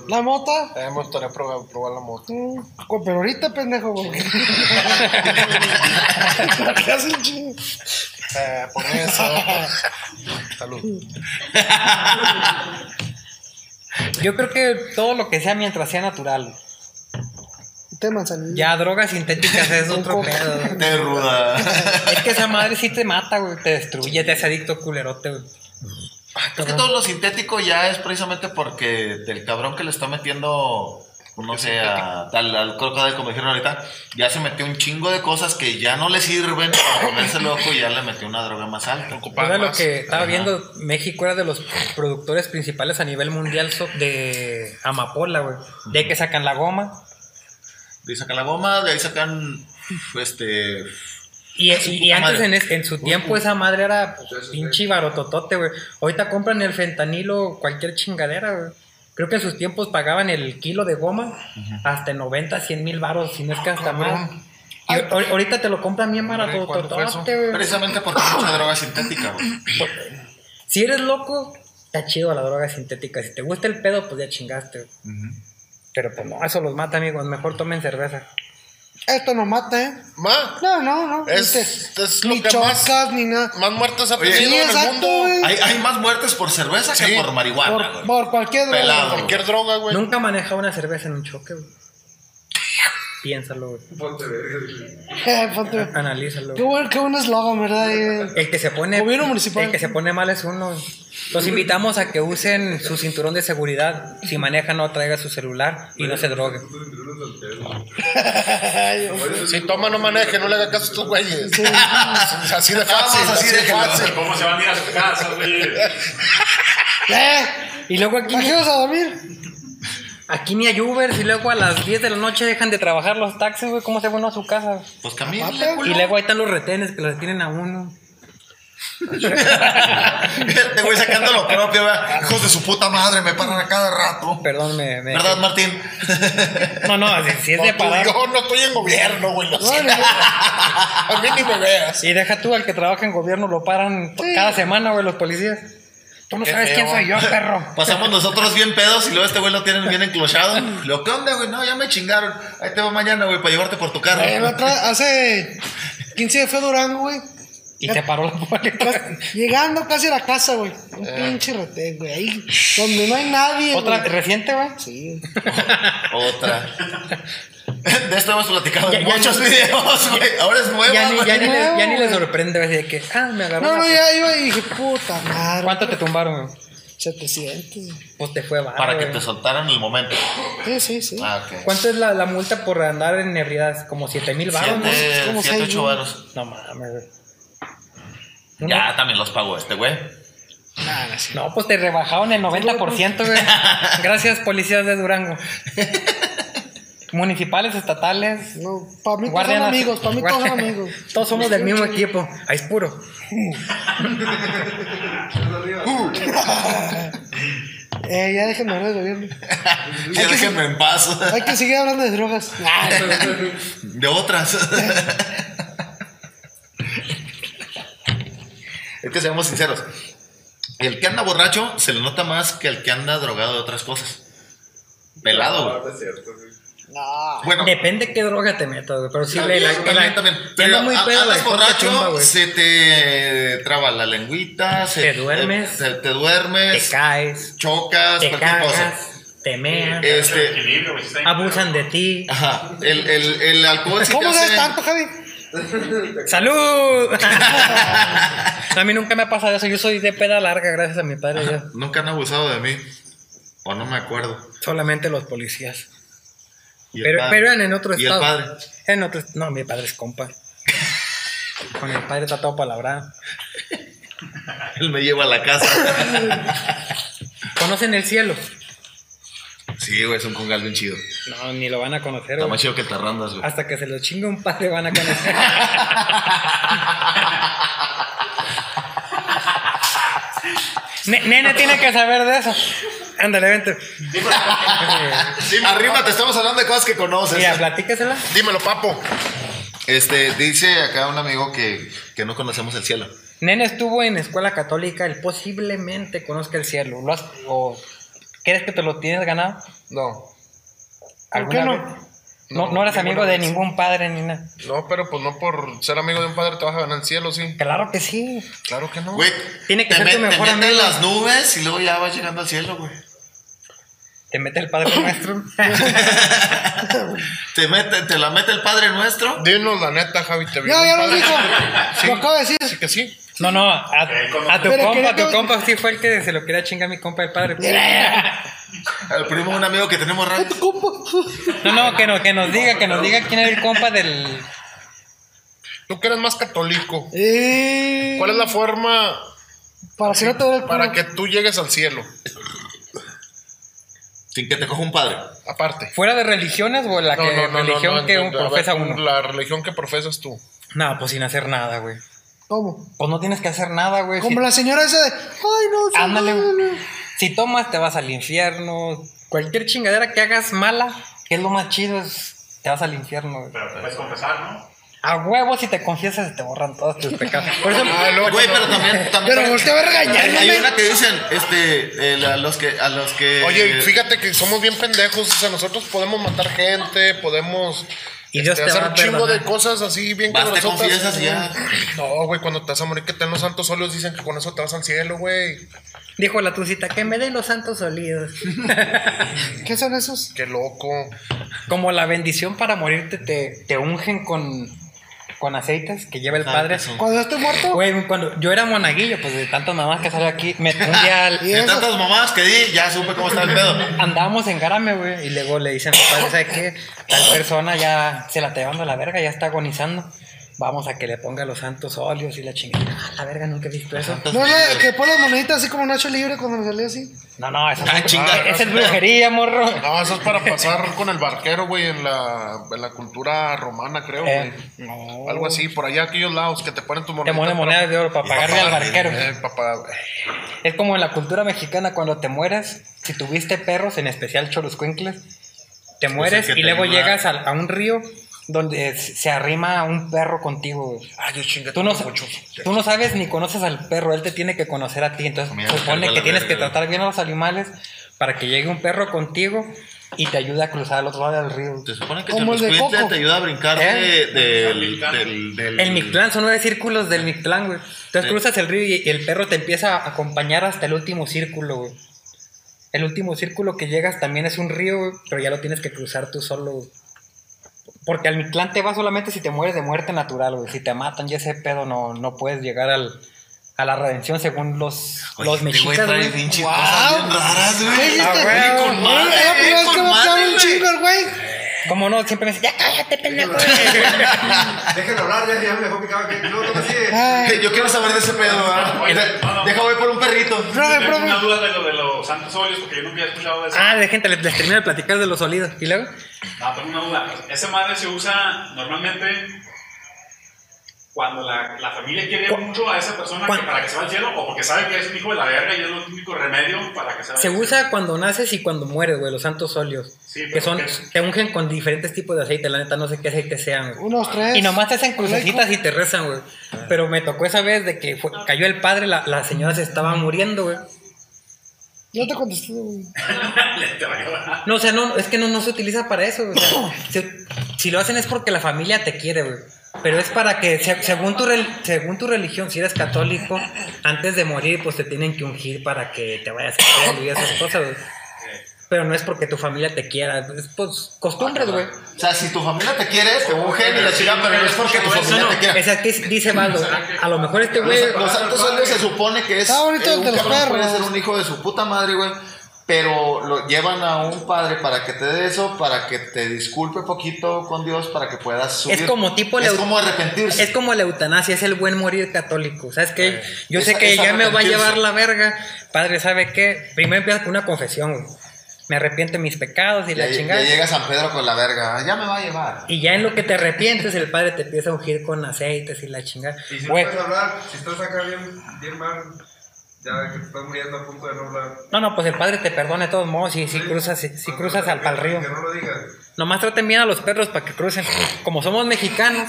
Speaker 3: ¿La mota?
Speaker 4: A mí me gustaría probar, probar la mota.
Speaker 3: Mm, co- Pero ahorita, pendejo, güey. ¿Qué haces, chingo?
Speaker 4: Eh, por eso. Salud.
Speaker 1: Yo creo que todo lo que sea mientras sea natural.
Speaker 3: Té de manzanilla.
Speaker 1: Ya drogas sintéticas es otro pedo. güey.
Speaker 2: Te ruda.
Speaker 1: Es que esa madre sí te mata, güey. Te destruye, te hace adicto culerote, güey.
Speaker 2: Es que todo lo sintético ya es precisamente porque del cabrón que le está metiendo, pues, no sé, a- al alcohol, cada vez como dijeron ahorita, ya se metió un chingo de cosas que ya no le sirven para ponerse loco y ya le metió una droga más alta.
Speaker 1: Pues Era lo
Speaker 4: más.
Speaker 1: que estaba
Speaker 2: Ajá.
Speaker 1: viendo, México era de los productores principales a nivel mundial so- de amapola, güey. De que sacan la goma.
Speaker 2: De ahí sacan la goma, de ahí sacan, este,
Speaker 1: Y,
Speaker 4: Ah,
Speaker 1: y- y antes
Speaker 2: madre.
Speaker 1: en, es- en su tiempo esa madre era pinche barototote, güey. Ahorita compran el fentanilo, cualquier chingadera, güey. Creo que en sus tiempos pagaban el kilo de goma hasta 90, 100 mil baros, si no
Speaker 4: Ah,
Speaker 1: es que hasta más. Y ahor- ahorita te lo compran bien
Speaker 4: pues. Hombre, ¿cuándo fue eso?
Speaker 1: barototote, güey.
Speaker 2: precisamente porque hay mucha droga sintética, güey.
Speaker 1: Si eres loco, está chido la droga sintética. Si te gusta el pedo, pues ya chingaste, güey. Pero pues no, eso los mata, amigos. Mejor tomen cerveza.
Speaker 3: Esto nos mata, ¿eh?
Speaker 4: Ma,
Speaker 3: No, no, no.
Speaker 4: es,
Speaker 3: Este,
Speaker 4: es lo
Speaker 3: ni
Speaker 4: que más,
Speaker 3: chocas, ni nada.
Speaker 4: más muertes ha
Speaker 2: Oye,
Speaker 4: tenido
Speaker 3: Sí,
Speaker 4: en el
Speaker 3: exacto,
Speaker 4: mundo.
Speaker 3: güey.
Speaker 2: Hay, hay más muertes por cerveza
Speaker 4: Sí.
Speaker 2: que por marihuana,
Speaker 3: Por,
Speaker 2: güey.
Speaker 3: por cualquier droga.
Speaker 2: Pelado.
Speaker 4: Cualquier droga, güey.
Speaker 1: Nunca he manejado una cerveza en un choque, güey. Piénsalo, güey.
Speaker 5: Ponte verga.
Speaker 3: Eh,
Speaker 1: Pues,
Speaker 3: ponte-
Speaker 1: Analízalo.
Speaker 3: Qué bueno, qué buen eslogan, ¿verdad? Eh,
Speaker 1: El que se pone.
Speaker 3: Gobierno municipal.
Speaker 1: El que se pone mal es uno. Los invitamos a que usen su cinturón de seguridad. Si maneja, no traiga su celular y no se drogue.
Speaker 4: Si toma, no maneje, no le haga caso a estos güeyes. así de fácil,
Speaker 2: Vamos, así
Speaker 4: así de
Speaker 2: déjenlo.
Speaker 4: fácil.
Speaker 6: ¿Cómo se van a ir a su casa, güey?
Speaker 3: ¿Eh?
Speaker 1: Y luego aquí,
Speaker 3: ¿A qué vas a dormir?
Speaker 1: aquí ni hay Uber. Y luego a las 10 de la noche dejan de trabajar los taxis, güey. ¿Cómo se va uno a su casa?
Speaker 2: Pues camina.
Speaker 1: Y luego ahí están los retenes que los detienen a uno.
Speaker 2: Te voy sacando lo propio, ¿verdad? Hijos de su puta madre, me paran a cada rato.
Speaker 1: Perdón, me. me-
Speaker 2: ¿Verdad, Martín?
Speaker 1: No, no, si, si es de
Speaker 4: No, tú,
Speaker 1: parar.
Speaker 4: yo no estoy en gobierno, güey. lo
Speaker 3: No,
Speaker 4: siento.
Speaker 3: no, no.
Speaker 4: A mí ni me veas.
Speaker 1: Y deja tú al que trabaja en gobierno, lo paran
Speaker 3: Sí.
Speaker 1: cada semana, güey, los policías. Tú no
Speaker 4: Qué
Speaker 1: sabes quién
Speaker 4: feo.
Speaker 1: soy yo, perro.
Speaker 2: Pasamos nosotros bien pedos y luego este güey lo tienen bien enclochado. Lo que onda, güey, no, ya me chingaron. Ahí te va mañana, güey, para llevarte por tu carro.
Speaker 3: Eh, la otra- hace 15 de fue Durango, güey.
Speaker 1: Y te paró la policía.
Speaker 3: Casi- Llegando casi a la casa, güey. Un pinche retén, güey. Ahí, donde no hay nadie.
Speaker 1: Otra
Speaker 3: güey.
Speaker 1: reciente, güey.
Speaker 3: Sí.
Speaker 2: Otra. De esto hemos platicado en
Speaker 1: Ya- ya
Speaker 2: muchos videos, güey. Ahora es nueva,
Speaker 1: Ya ni, ya,
Speaker 2: güey.
Speaker 1: ni le,
Speaker 3: Nuevo,
Speaker 1: ya ni le
Speaker 3: güey.
Speaker 1: sorprende, güey, de que, ah, me agarró.
Speaker 3: No,
Speaker 1: una
Speaker 3: no,
Speaker 1: pu-
Speaker 3: ya iba y dije, puta madre.
Speaker 1: ¿Cuánto te tumbaron, güey?
Speaker 3: 700. güey.
Speaker 1: Pues te fue, va.
Speaker 2: Para que te soltaran el momento.
Speaker 3: Sí, sí, sí.
Speaker 2: Ah, ok.
Speaker 1: ¿Cuánto es la, la multa por andar en ebriedad? Como 7 mil baros, ¿no?
Speaker 3: es
Speaker 2: Siete,
Speaker 3: como
Speaker 2: siete,
Speaker 3: seis,
Speaker 2: ocho
Speaker 3: ¿no?
Speaker 2: varos.
Speaker 1: No mames, güey. Uno-
Speaker 2: Ya también los pago este, güey.
Speaker 1: No, pues te rebajaron el 90%, güey. Gracias, policías de Durango. Municipales, estatales.
Speaker 3: No, para mí todos
Speaker 1: guardias
Speaker 3: son
Speaker 1: nac-
Speaker 3: amigos, para mí todos son
Speaker 1: guardia-
Speaker 3: amigos.
Speaker 1: Todos somos del mismo equipo. Ahí es puro.
Speaker 3: Eh, ya déjenme hablar de gobierno.
Speaker 2: Ya déjenme en paz.
Speaker 3: Hay que seguir hablando de drogas. Ah,
Speaker 2: De otras. es que seamos sinceros. El que anda borracho se le nota más que el que anda drogado de otras cosas. Pelado, güey.
Speaker 3: pues,
Speaker 5: No, es cierto, güey.
Speaker 3: no.
Speaker 2: Bueno,
Speaker 1: Depende qué droga te metas, güey. Pero sí,
Speaker 2: también,
Speaker 1: la, la-
Speaker 2: también,
Speaker 1: la-
Speaker 2: también.
Speaker 1: que
Speaker 2: Pero
Speaker 1: anda muy
Speaker 2: a-
Speaker 1: pedo, la
Speaker 2: andas
Speaker 1: alcohol te tumba,
Speaker 2: borracho,
Speaker 1: güey.
Speaker 2: se te traba la lengüita, se,
Speaker 1: Te duermes.
Speaker 2: te, te
Speaker 1: Te
Speaker 2: duermes,
Speaker 1: caes.
Speaker 2: chocas,
Speaker 1: te
Speaker 2: cualquier cosa.
Speaker 1: cagas, te meas,
Speaker 6: El
Speaker 2: Este,
Speaker 6: equilibrio, güey, sí está bien.
Speaker 1: abusan de ti.
Speaker 2: ajá, el, el, el alcohol sí te
Speaker 3: ¿Cómo sabes
Speaker 2: hace-
Speaker 3: tanto, Javi?
Speaker 1: ¡Salud! a mí nunca me ha pasado eso. Yo soy de peda larga, gracias a mi padre. Dios.
Speaker 2: Nunca han abusado de mí. O no me acuerdo.
Speaker 1: Solamente los policías.
Speaker 2: Y el
Speaker 1: Pero,
Speaker 2: padre.
Speaker 1: pero eran en otro
Speaker 2: ¿Y el
Speaker 1: estado.
Speaker 2: padre?
Speaker 1: En otro, no, mi padre es compa. Con el padre está todo palabrado.
Speaker 2: Él me lleva a la casa.
Speaker 1: ¿Conocen el cielo?
Speaker 2: Sí, güey, es un congal bien chido.
Speaker 1: No, ni lo van a conocer.
Speaker 2: Está
Speaker 1: güey.
Speaker 2: más chido que el Tarrandas, güey.
Speaker 1: Hasta que se lo chingue un padre van a conocer. Ne- Nene tiene que saber de eso. Ándale, vente.
Speaker 2: Sí, arriba te estamos hablando de cosas que conoces.
Speaker 1: Mira, platíquesela.
Speaker 4: Dímelo, papo.
Speaker 2: Este, dice acá un amigo que, que no conocemos el cielo.
Speaker 1: Nene estuvo en escuela católica, él posiblemente conozca el cielo. ¿Lo has- o, ¿Crees que te lo tienes ganado?
Speaker 4: No.
Speaker 3: ¿Por qué
Speaker 1: ¿Alguna
Speaker 3: no?
Speaker 1: vez? No,
Speaker 4: No,
Speaker 1: no eras
Speaker 4: ninguna
Speaker 1: amigo de
Speaker 4: vez.
Speaker 1: ningún padre ni nada.
Speaker 4: No, pero pues no por ser amigo de un padre te vas a ganar el cielo, sí.
Speaker 1: Claro que sí.
Speaker 4: Claro que no.
Speaker 2: Güey,
Speaker 1: Tiene que
Speaker 2: te,
Speaker 1: ser tu
Speaker 2: met- te
Speaker 1: mejor
Speaker 2: meten
Speaker 1: amigo.
Speaker 2: las nubes y luego ya vas llegando al cielo, güey.
Speaker 1: Te mete el padre nuestro.
Speaker 2: Te, mete, te la mete el Padre Nuestro.
Speaker 4: Dinos la neta, Javi, te vio
Speaker 3: Ya,
Speaker 4: un
Speaker 3: ya lo
Speaker 4: padre.
Speaker 3: dijo. Lo acabo de decir.
Speaker 4: Así que sí.
Speaker 1: No, no, a,
Speaker 4: Eh,
Speaker 1: a tu
Speaker 3: Pero
Speaker 1: compa,
Speaker 3: quería
Speaker 1: a tu
Speaker 3: que-
Speaker 1: compa sí fue el que se lo quería chingar a mi compa el padre.
Speaker 2: El primo de un amigo que tenemos rancho.
Speaker 1: No, no, que, no, que nos diga, que nos diga quién era el compa del...
Speaker 4: Tú que eres más católico.
Speaker 3: Eh,
Speaker 4: ¿Cuál es la forma
Speaker 3: Para que no te duele el culo.
Speaker 4: para que tú llegues al cielo?
Speaker 2: Sin que te coja un padre.
Speaker 4: Aparte.
Speaker 1: ¿Fuera de religiones o la que- religión
Speaker 4: no,
Speaker 1: que
Speaker 4: no,
Speaker 1: un-
Speaker 4: a ver,
Speaker 1: profesa
Speaker 4: tú,
Speaker 1: uno?
Speaker 4: La religión que profesas tú.
Speaker 1: No, pues sin hacer nada, güey.
Speaker 3: ¿Cómo?
Speaker 1: Pues no tienes que hacer nada, güey. Si-
Speaker 3: Como la señora esa de. Ay, no, sí,
Speaker 1: Ándale,
Speaker 3: no,
Speaker 1: güey.
Speaker 3: no".
Speaker 1: Si tomas, te vas al infierno. Cualquier chingadera que hagas mala, que es lo más chido, es, te vas al infierno. güey.
Speaker 6: Pero te puedes confesar, ¿no?
Speaker 1: A huevo, si te confiesas, se te borran todos tus pecados. Por eso,
Speaker 2: Güey, pero también. también
Speaker 3: Pero vos te vas a regañar,
Speaker 2: Hay- Hay
Speaker 3: güey.
Speaker 2: una que dicen, este, el- a los que. A los que
Speaker 4: Oye, fíjate que somos bien pendejos. O sea, nosotros podemos matar gente, podemos
Speaker 1: Y Dios
Speaker 4: este,
Speaker 1: te va
Speaker 4: hacer
Speaker 1: a
Speaker 4: un chingo
Speaker 1: perdonar.
Speaker 4: de cosas así bien
Speaker 2: Vas, te
Speaker 4: cabrosotas.
Speaker 2: confiesas y ya.
Speaker 4: No, güey, cuando te vas a morir, que te den los santos óleos, dicen que con eso te vas al cielo, güey.
Speaker 1: dijo la tucita, que me den los santos olidos.
Speaker 3: ¿Qué son esos?
Speaker 4: Qué loco.
Speaker 1: Como la bendición para morirte, te, te ungen con, con aceites que lleva el padre.
Speaker 3: Cuando yo esté muerto.
Speaker 1: Güey, cuando yo era monaguillo, pues de tantas mamás que salía aquí, me un día al-
Speaker 3: Y
Speaker 2: De
Speaker 3: eso-
Speaker 2: tantas mamadas que di, ya supe cómo está el pedo.
Speaker 1: Andábamos en Garame, güey, y luego le dicen a mi padre, ¿sabes qué? Tal persona ya se la está llevando a la verga, ya está agonizando. Vamos a que le ponga los santos óleos y la chingada. Ah, la verga, nunca he visto eso.
Speaker 3: No es la que pone las moneditas así como Nacho Libre cuando me salió así.
Speaker 1: No, no, esa,
Speaker 2: Ah,
Speaker 1: es,
Speaker 2: chinga.
Speaker 1: esa es brujería, morro.
Speaker 4: No, eso es para pasar con el barquero, güey, en la, en la cultura romana, creo, güey.
Speaker 1: Eh, no.
Speaker 4: Algo así, por allá, aquellos lados que te ponen
Speaker 1: Te
Speaker 4: tu moneda.
Speaker 1: ponen monedas de oro para pagarle al barquero.
Speaker 4: eh, papá,
Speaker 1: Es como en la cultura mexicana, cuando te mueres, si tuviste perros, en especial choluscuincles, te mueres
Speaker 2: Pues que
Speaker 1: y
Speaker 2: te
Speaker 1: luego
Speaker 2: ayuda.
Speaker 1: llegas al- a, un río donde eh, se arrima un perro contigo, güey.
Speaker 4: Ay, yo chingué.
Speaker 1: Tú no,
Speaker 4: tengo
Speaker 1: sa-
Speaker 4: mucho.
Speaker 1: tú no sabes ni conoces al perro, él te tiene que conocer a ti. Entonces,
Speaker 2: Mira,
Speaker 1: se supone
Speaker 2: carga
Speaker 1: que
Speaker 2: la
Speaker 1: tienes que
Speaker 2: verga, güey.
Speaker 1: tratar bien a los animales para que llegue un perro contigo y te ayude a cruzar al otro lado del río.
Speaker 2: Se supone que
Speaker 3: Como el de
Speaker 2: Tenochtitlan
Speaker 3: Coco.
Speaker 2: te ayuda a brincar de-
Speaker 1: ¿Eh?
Speaker 2: del, del, del-
Speaker 1: El Mictlán, son nueve círculos del Mictlán, güey. Entonces
Speaker 2: Eh.
Speaker 1: cruzas el río y, y el perro te empieza a acompañar hasta el último círculo, güey. El último círculo que llegas también es un río, güey, pero ya lo tienes que cruzar tú solo, güey. Porque al Mictlán te va solamente si te mueres de muerte natural, güey. Si te matan y ese pedo no, no puedes llegar al, a la redención según los,
Speaker 2: Oye,
Speaker 1: los
Speaker 2: este güey
Speaker 1: mexicas,
Speaker 2: trae
Speaker 1: güey.
Speaker 2: pinche cosas Ah, bien raras, güey.
Speaker 3: Ah, ¿Qué dijiste?
Speaker 1: Ah, güey,
Speaker 3: No,
Speaker 1: con
Speaker 2: madre,
Speaker 3: Es la primera vez
Speaker 2: con
Speaker 3: que me
Speaker 2: madre,
Speaker 3: hablan un
Speaker 2: güey.
Speaker 3: chingo, el güey.
Speaker 1: Como no, siempre me dicen, ya cállate, pendejo.
Speaker 5: Déjenlo hablar, ya, ya me dejó picado. ¿qué? No, no me sigue.
Speaker 3: Ay,
Speaker 2: Hey, Yo quiero saber de ese pedo, ¿verdad?
Speaker 6: Oye,
Speaker 2: Deja-
Speaker 6: no, no.
Speaker 2: Deja voy por un perrito.
Speaker 3: profe,
Speaker 6: Tengo una
Speaker 3: profe.
Speaker 6: duda de lo de los santos óleos, porque yo nunca había escuchado de eso.
Speaker 1: ah, de gente, les, les termino de platicar de los sólidos. ¿Y luego?
Speaker 6: No, tengo una duda. Esa madre se usa normalmente cuando la, la familia quiere mucho a esa persona que-
Speaker 1: cuan-
Speaker 6: para que se va al cielo o porque sabe que es un hijo de la verga y es el único remedio para que se vaya
Speaker 1: Se
Speaker 6: al
Speaker 1: usa cuando naces y cuando mueres, güey, los santos óleos.
Speaker 6: Sí, pero
Speaker 1: que son,
Speaker 6: ¿qué?
Speaker 1: te ungen con diferentes tipos de aceite, la neta no sé qué aceite sean, güey.
Speaker 3: Unos tres.
Speaker 1: Y nomás te hacen crucecitas y te rezan, güey.
Speaker 6: Ah.
Speaker 1: Pero me tocó esa vez de que fue- cayó el padre, la, la señora se estaba muriendo, güey.
Speaker 3: Yo te contesté, güey.
Speaker 6: cielo. Te valió, ¿verdad?
Speaker 1: No, o sea, no, es que no, no se utiliza para eso, güey. O sea, se- si lo hacen es porque la familia te quiere, güey. Pero es para que, se- según, tu rel- según tu religión, si eres católico, antes de morir, pues te tienen que ungir para que te vayas a hacer y esas cosas, güey. Pero no es porque tu familia te quiera, es pues costumbres, güey.
Speaker 2: O sea, si tu familia te quiere, te unge y la chingada, pero no es porque tu familia te quiera.
Speaker 1: Exacto, dice Valdo. A lo mejor este güey.
Speaker 2: Los Santos Soldios se supone que es.
Speaker 3: Está bonito el
Speaker 2: un
Speaker 3: de los
Speaker 2: cabrón puede
Speaker 3: perros.
Speaker 2: ser un hijo de su puta madre, güey. Pero lo llevan a un padre para que te dé eso, para que te disculpe poquito con Dios, para que puedas subir.
Speaker 1: Es como tipo la
Speaker 2: Es
Speaker 1: eu-
Speaker 2: como arrepentirse.
Speaker 1: Es como la eutanasia, es el buen morir católico. ¿Sabes qué? Yo sé
Speaker 2: Esa-
Speaker 1: que
Speaker 2: esa
Speaker 1: ya me va a
Speaker 2: arrepentirse.
Speaker 1: llevar la verga. Padre, ¿sabe qué? Primero empiezas con una confesión, güey. Me arrepiento de mis pecados y
Speaker 2: Ya,
Speaker 1: la chingada.
Speaker 2: ya llega San Pedro con la verga. Ya me va a llevar.
Speaker 1: Y ya en lo que te arrepientes, el padre te empieza a ungir con aceites y la chingada.
Speaker 5: Y si no
Speaker 1: Güey,
Speaker 5: puedes hablar, si estás acá bien, bien mal, ya que te estás muriendo a punto de no hablar.
Speaker 1: no, no, pues el padre te perdona de todos modos si, si cruzas, si, si
Speaker 5: Cuando
Speaker 1: cruzas
Speaker 5: te
Speaker 1: al pa'l
Speaker 5: arrepientes,
Speaker 1: río.
Speaker 5: Que no lo digas.
Speaker 1: Nomás traten bien a los perros para que crucen. Como somos mexicanos,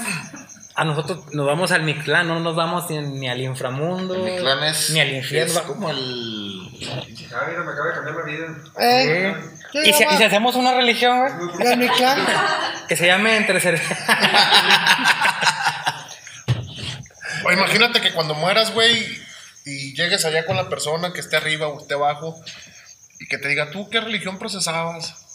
Speaker 1: a nosotros nos vamos al Mictlán, no nos vamos ni, ni al inframundo,
Speaker 2: Mi clan es.
Speaker 1: ni al infierno.
Speaker 2: Es como el.
Speaker 5: Ya, Ah, mira, me acaba de cambiar la vida.
Speaker 3: Eh,
Speaker 1: Sí.
Speaker 3: ¿qué
Speaker 1: ¿Y, si,
Speaker 3: llama?
Speaker 1: y si hacemos una religión, güey,
Speaker 3: Ya, mi clan.
Speaker 1: que se llame entre ser-
Speaker 4: O imagínate que cuando mueras, güey, y llegues allá con la persona que esté arriba o esté abajo y que te diga, ¿tú qué religión procesabas?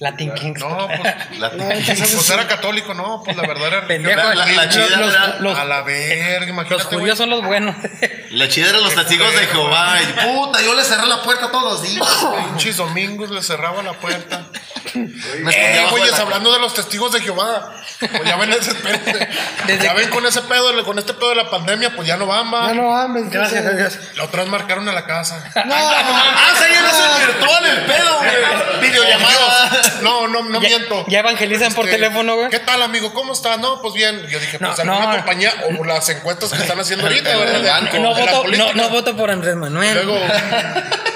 Speaker 1: Latin Kings.
Speaker 4: No, pues,
Speaker 2: La,
Speaker 4: pues era católico, no, pues la verdad era religión.
Speaker 1: Pendejo,
Speaker 2: la- la- la chida
Speaker 1: los,
Speaker 2: era-
Speaker 1: los-
Speaker 4: a la verga,
Speaker 1: los
Speaker 4: imagínate. güey.
Speaker 1: judíos son los buenos.
Speaker 2: la chida eran los testigos de Jehová. Y, puta, yo le cerré la puerta todos los días. güey.
Speaker 4: Pinches domingos le cerraban la puerta.
Speaker 2: Me escondí
Speaker 4: Eh,
Speaker 2: abajo de
Speaker 4: güeyes,
Speaker 2: la-
Speaker 4: hablando de los testigos de Jehová. Pues ya ven ese pedo. de-
Speaker 1: Desde
Speaker 4: ya
Speaker 1: que-
Speaker 4: ven con ese pedo, con este pedo de la pandemia, pues ya no van, va.
Speaker 3: Ya no hambre.
Speaker 1: Gracias a Dios.
Speaker 4: La otra vez marcaron a la casa.
Speaker 3: No,
Speaker 2: Ah, se llena ese virtual el pedo, güey. Videollamada.
Speaker 4: No, no, no
Speaker 1: Ya-
Speaker 4: miento.
Speaker 1: ya evangelizan por teléfono, güey.
Speaker 4: ¿Qué tal, amigo? ¿Cómo estás? No, pues bien. Yo dije,
Speaker 1: No,
Speaker 4: pues alguna
Speaker 1: no.
Speaker 4: compañía o las encuestas que están haciendo ahorita,
Speaker 2: El- el
Speaker 4: ¿verdad? De-
Speaker 2: banco.
Speaker 4: de
Speaker 1: No
Speaker 4: la
Speaker 1: voto,
Speaker 4: política.
Speaker 1: no, no voto por Andrés Manuel.
Speaker 4: Luego,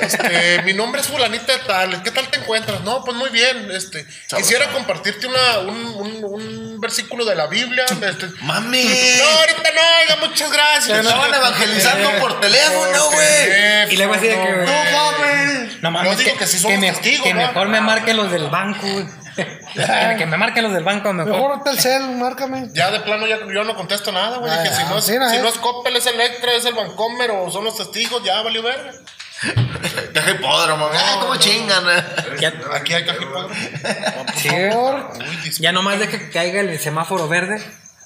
Speaker 4: este, mi nombre es fulanita de tal, ¿qué tal te encuentras? No, pues muy bien, este, quisiera compartirte una, un, un- un versículo de la Biblia. este, no,
Speaker 2: Mami.
Speaker 4: ahorita no, oiga, muchas
Speaker 2: Te
Speaker 4: gracias. Eh,
Speaker 2: estaban evangelizando por teléfono, güey.
Speaker 1: y luego así de que.
Speaker 4: No,
Speaker 2: mames.
Speaker 1: No
Speaker 4: Yo digo que sí somos
Speaker 1: me-
Speaker 4: testigos,
Speaker 1: que
Speaker 4: ¿no?
Speaker 1: mejor me marquen los del banco, güey. que, que me marquen los del banco mejor.
Speaker 3: mejor ahorita el cel, márcame.
Speaker 4: Ya de plano ya, yo no contesto nada, güey. Dije,
Speaker 3: Ah,
Speaker 4: si no es,
Speaker 3: mira,
Speaker 4: si
Speaker 3: eh.
Speaker 4: no es Coppel, es Electra, es el Bancomer o son los testigos, ya valió verga.
Speaker 2: Caja hipódromo. Ah, cómo chingan. eh.
Speaker 1: Ya,
Speaker 4: Aquí hay cajipagro.
Speaker 1: sí, ya nomás de que caiga el semáforo verde,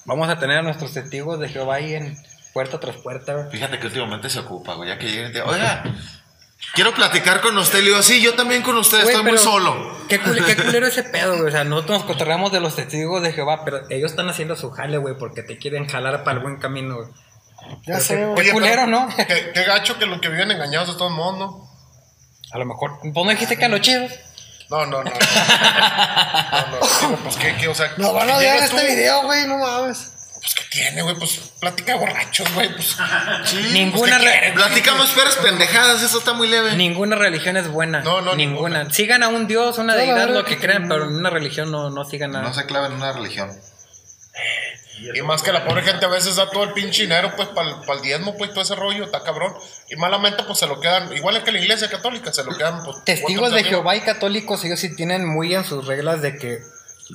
Speaker 1: vamos a tener a nuestros testigos de Jehová ahí en puerta tras puerta. güey.
Speaker 2: Fíjate que últimamente se ocupa, güey. Ya que llegan y te oiga, quiero platicar con usted. Le digo, sí, yo también con usted.
Speaker 1: Güey,
Speaker 2: Estoy muy
Speaker 1: pero
Speaker 2: solo.
Speaker 1: Qué, cul- qué culero ese pedo, güey. O sea, nosotros nos cotorreamos de los testigos de Jehová, pero ellos están haciendo su jale, güey, porque te quieren jalar para el buen camino, güey.
Speaker 3: Ya sé, güey.
Speaker 1: Qué culero, ¿no?
Speaker 4: Qué, qué gacho que los que viven engañados de todo el mundo.
Speaker 1: A lo mejor, vos no dijiste que a los chidos.
Speaker 4: No, no, no. No, no, no, digo, pues qué, qué, o sea.
Speaker 3: Nos van a
Speaker 4: que
Speaker 3: odiar
Speaker 4: llegas
Speaker 3: este
Speaker 4: tú,
Speaker 3: video, güey, no mames.
Speaker 4: Pues qué tiene, güey, pues platica de borrachos, güey, pues.
Speaker 2: Mm,
Speaker 1: ninguna, re-
Speaker 2: Platicamos peras pendejadas. Eso está muy leve.
Speaker 1: ninguna religión es buena.
Speaker 4: No, no,
Speaker 1: ninguna. Sigan a un dios, una
Speaker 3: No, la
Speaker 1: deidad,
Speaker 3: verdad
Speaker 1: lo que
Speaker 3: que
Speaker 1: crean, pero en una religión no, no sigan nada.
Speaker 2: No se claven en una religión.
Speaker 4: Y más que la pobre gente a veces da todo el pinche dinero, pues, para el diezmo, pues, todo ese rollo, está cabrón. Y malamente, pues, se lo quedan, igual es que la iglesia católica, se lo quedan, pues.
Speaker 1: Testigos
Speaker 4: otros
Speaker 1: de
Speaker 4: amigos.
Speaker 1: Jehová y católicos, ellos sí tienen muy en sus reglas de que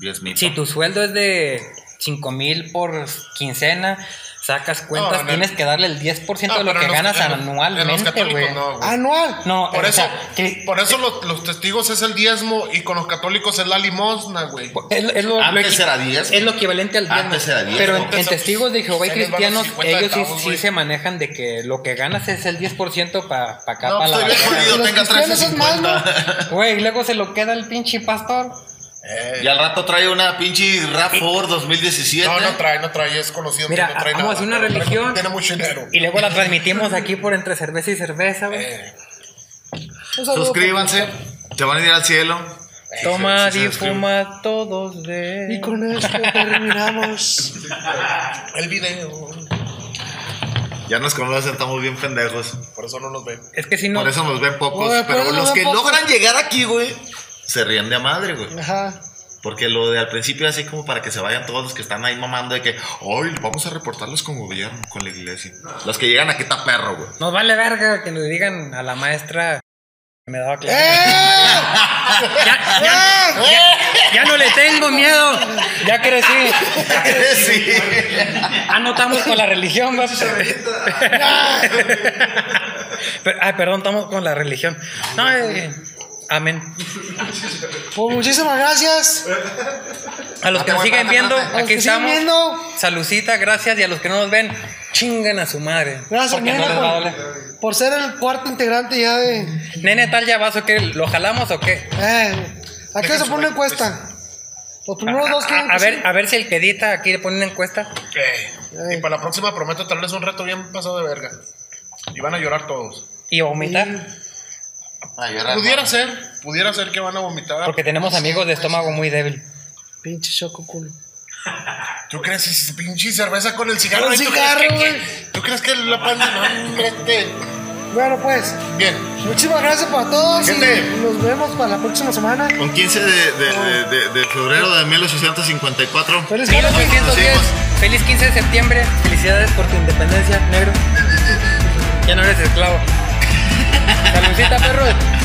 Speaker 2: Dios mío.
Speaker 1: si tu sueldo es de 5 mil por quincena, sacas
Speaker 4: No,
Speaker 1: cuentas,
Speaker 4: no.
Speaker 1: tienes que darle el 10%
Speaker 4: Ah,
Speaker 1: de lo
Speaker 4: pero
Speaker 1: que
Speaker 4: en los-
Speaker 1: ganas
Speaker 4: en los- en los
Speaker 1: anualmente,
Speaker 4: católicos
Speaker 1: güey.
Speaker 4: no, güey.
Speaker 3: Anual.
Speaker 1: No,
Speaker 4: Por
Speaker 1: o
Speaker 4: eso,
Speaker 1: sea, que-
Speaker 4: por eso los, los testigos es el diezmo y con los católicos es la limosna, güey.
Speaker 1: es, es lo,
Speaker 2: Ah, Antes
Speaker 1: lo-
Speaker 2: era 10.
Speaker 1: es lo equivalente al diezmo.
Speaker 2: Antes era diezmo.
Speaker 1: Pero en,
Speaker 4: Antes
Speaker 1: en
Speaker 4: era-
Speaker 1: testigos de Jehová y
Speaker 4: Se les van los
Speaker 1: cristianos,
Speaker 4: 50
Speaker 1: ellos sí,
Speaker 4: centavos,
Speaker 1: sí
Speaker 4: güey.
Speaker 1: se manejan de que lo que ganas es el 10% para acá,
Speaker 2: No,
Speaker 1: para
Speaker 2: pues, estoy
Speaker 1: la
Speaker 2: bien
Speaker 1: barriga.
Speaker 2: jodido.
Speaker 3: Los
Speaker 2: Tenga
Speaker 3: cristianos es más, ¿no?
Speaker 2: 350.
Speaker 1: Güey, y luego se lo queda el pinche pastor. Eh.
Speaker 2: Y al rato trae una pinche RAV4 2017.
Speaker 4: No, no trae, no trae, es conocido.
Speaker 1: Mira,
Speaker 4: que no trae
Speaker 1: vamos a
Speaker 4: nada,
Speaker 1: hacer una
Speaker 4: pero trae-
Speaker 1: religión.
Speaker 4: Tiene mucho dinero.
Speaker 1: Y luego la transmitimos aquí por entre cerveza y cerveza, güey.
Speaker 4: Eh,
Speaker 3: Un saludo.
Speaker 2: Suscríbanse. Se van a ir al cielo.
Speaker 1: Toma
Speaker 2: sí, sí,
Speaker 1: y
Speaker 2: sí,
Speaker 1: fuma todos
Speaker 3: Y
Speaker 1: de.
Speaker 3: con esto terminamos.
Speaker 4: El video.
Speaker 2: Ya nos conocen, estamos bien pendejos.
Speaker 4: Por eso no nos ven.
Speaker 1: Es que si no.
Speaker 2: Por eso nos ven pocos.
Speaker 3: Oye, por
Speaker 2: pero
Speaker 3: eso nos
Speaker 2: los
Speaker 3: ven
Speaker 2: que
Speaker 3: pocos.
Speaker 2: logran llegar aquí, güey, se ríen de a madre, güey.
Speaker 3: Ajá.
Speaker 2: Porque lo de al principio así como para que se vayan todos los que están ahí mamando de que, hoy vamos a reportarlos con gobierno, con la iglesia. Los que llegan aquí está perro, güey.
Speaker 1: Nos vale verga que nos digan a la maestra que me daba clase. Ya, ya, ya- ya no le tengo miedo. Ya crecí.
Speaker 2: sí.
Speaker 1: Ah, no estamos con la religión, va. Pero- Ay, perdón, estamos con la religión. No, eh, Amén.
Speaker 3: Pues muchísimas gracias.
Speaker 1: A los que nos siguen viendo,
Speaker 3: A los
Speaker 1: aquí
Speaker 3: que siguen
Speaker 1: estamos.
Speaker 3: viendo,
Speaker 1: Salucita, gracias. Y a los que no nos ven, chingan a su madre.
Speaker 3: gracias,
Speaker 1: Porque no
Speaker 3: nena,
Speaker 1: les va a doler.
Speaker 3: por, por ser el cuarto integrante ya de.
Speaker 1: Nene, tal ya vas o qué? ¿Lo jalamos o qué?
Speaker 3: Eh, ¿A qué se pone una encuesta? Los primeros dos que. pues
Speaker 1: A, a ver, a ver si el que edita aquí le pone una encuesta.
Speaker 4: Y para la próxima prometo traerles un reto bien pasado de verga. Y van a llorar todos.
Speaker 1: Y vomitar.
Speaker 2: Ay, yo
Speaker 4: Pudiera ser, pudiera ser que van a vomitar.
Speaker 1: Porque tenemos amigos de estómago muy débil.
Speaker 3: Pinche choco culo.
Speaker 4: ¿Tú crees que pinche cerveza con el cigarro?
Speaker 3: Con
Speaker 4: ¿Y tú
Speaker 3: cigarro,
Speaker 4: crees que-
Speaker 3: güey.
Speaker 4: ¿Tú crees que la pan no, este,
Speaker 3: Bueno, pues,
Speaker 4: Bien.
Speaker 3: muchísimas gracias para todos
Speaker 4: Gente.
Speaker 3: y nos vemos para la próxima semana.
Speaker 2: Con 15 de, de, de, de- de febrero de 1854.
Speaker 3: Feliz Halloween.
Speaker 1: 1810. Feliz 15 de septiembre. Felicidades por tu independencia, negro. Ya no eres esclavo. Salucita, perro.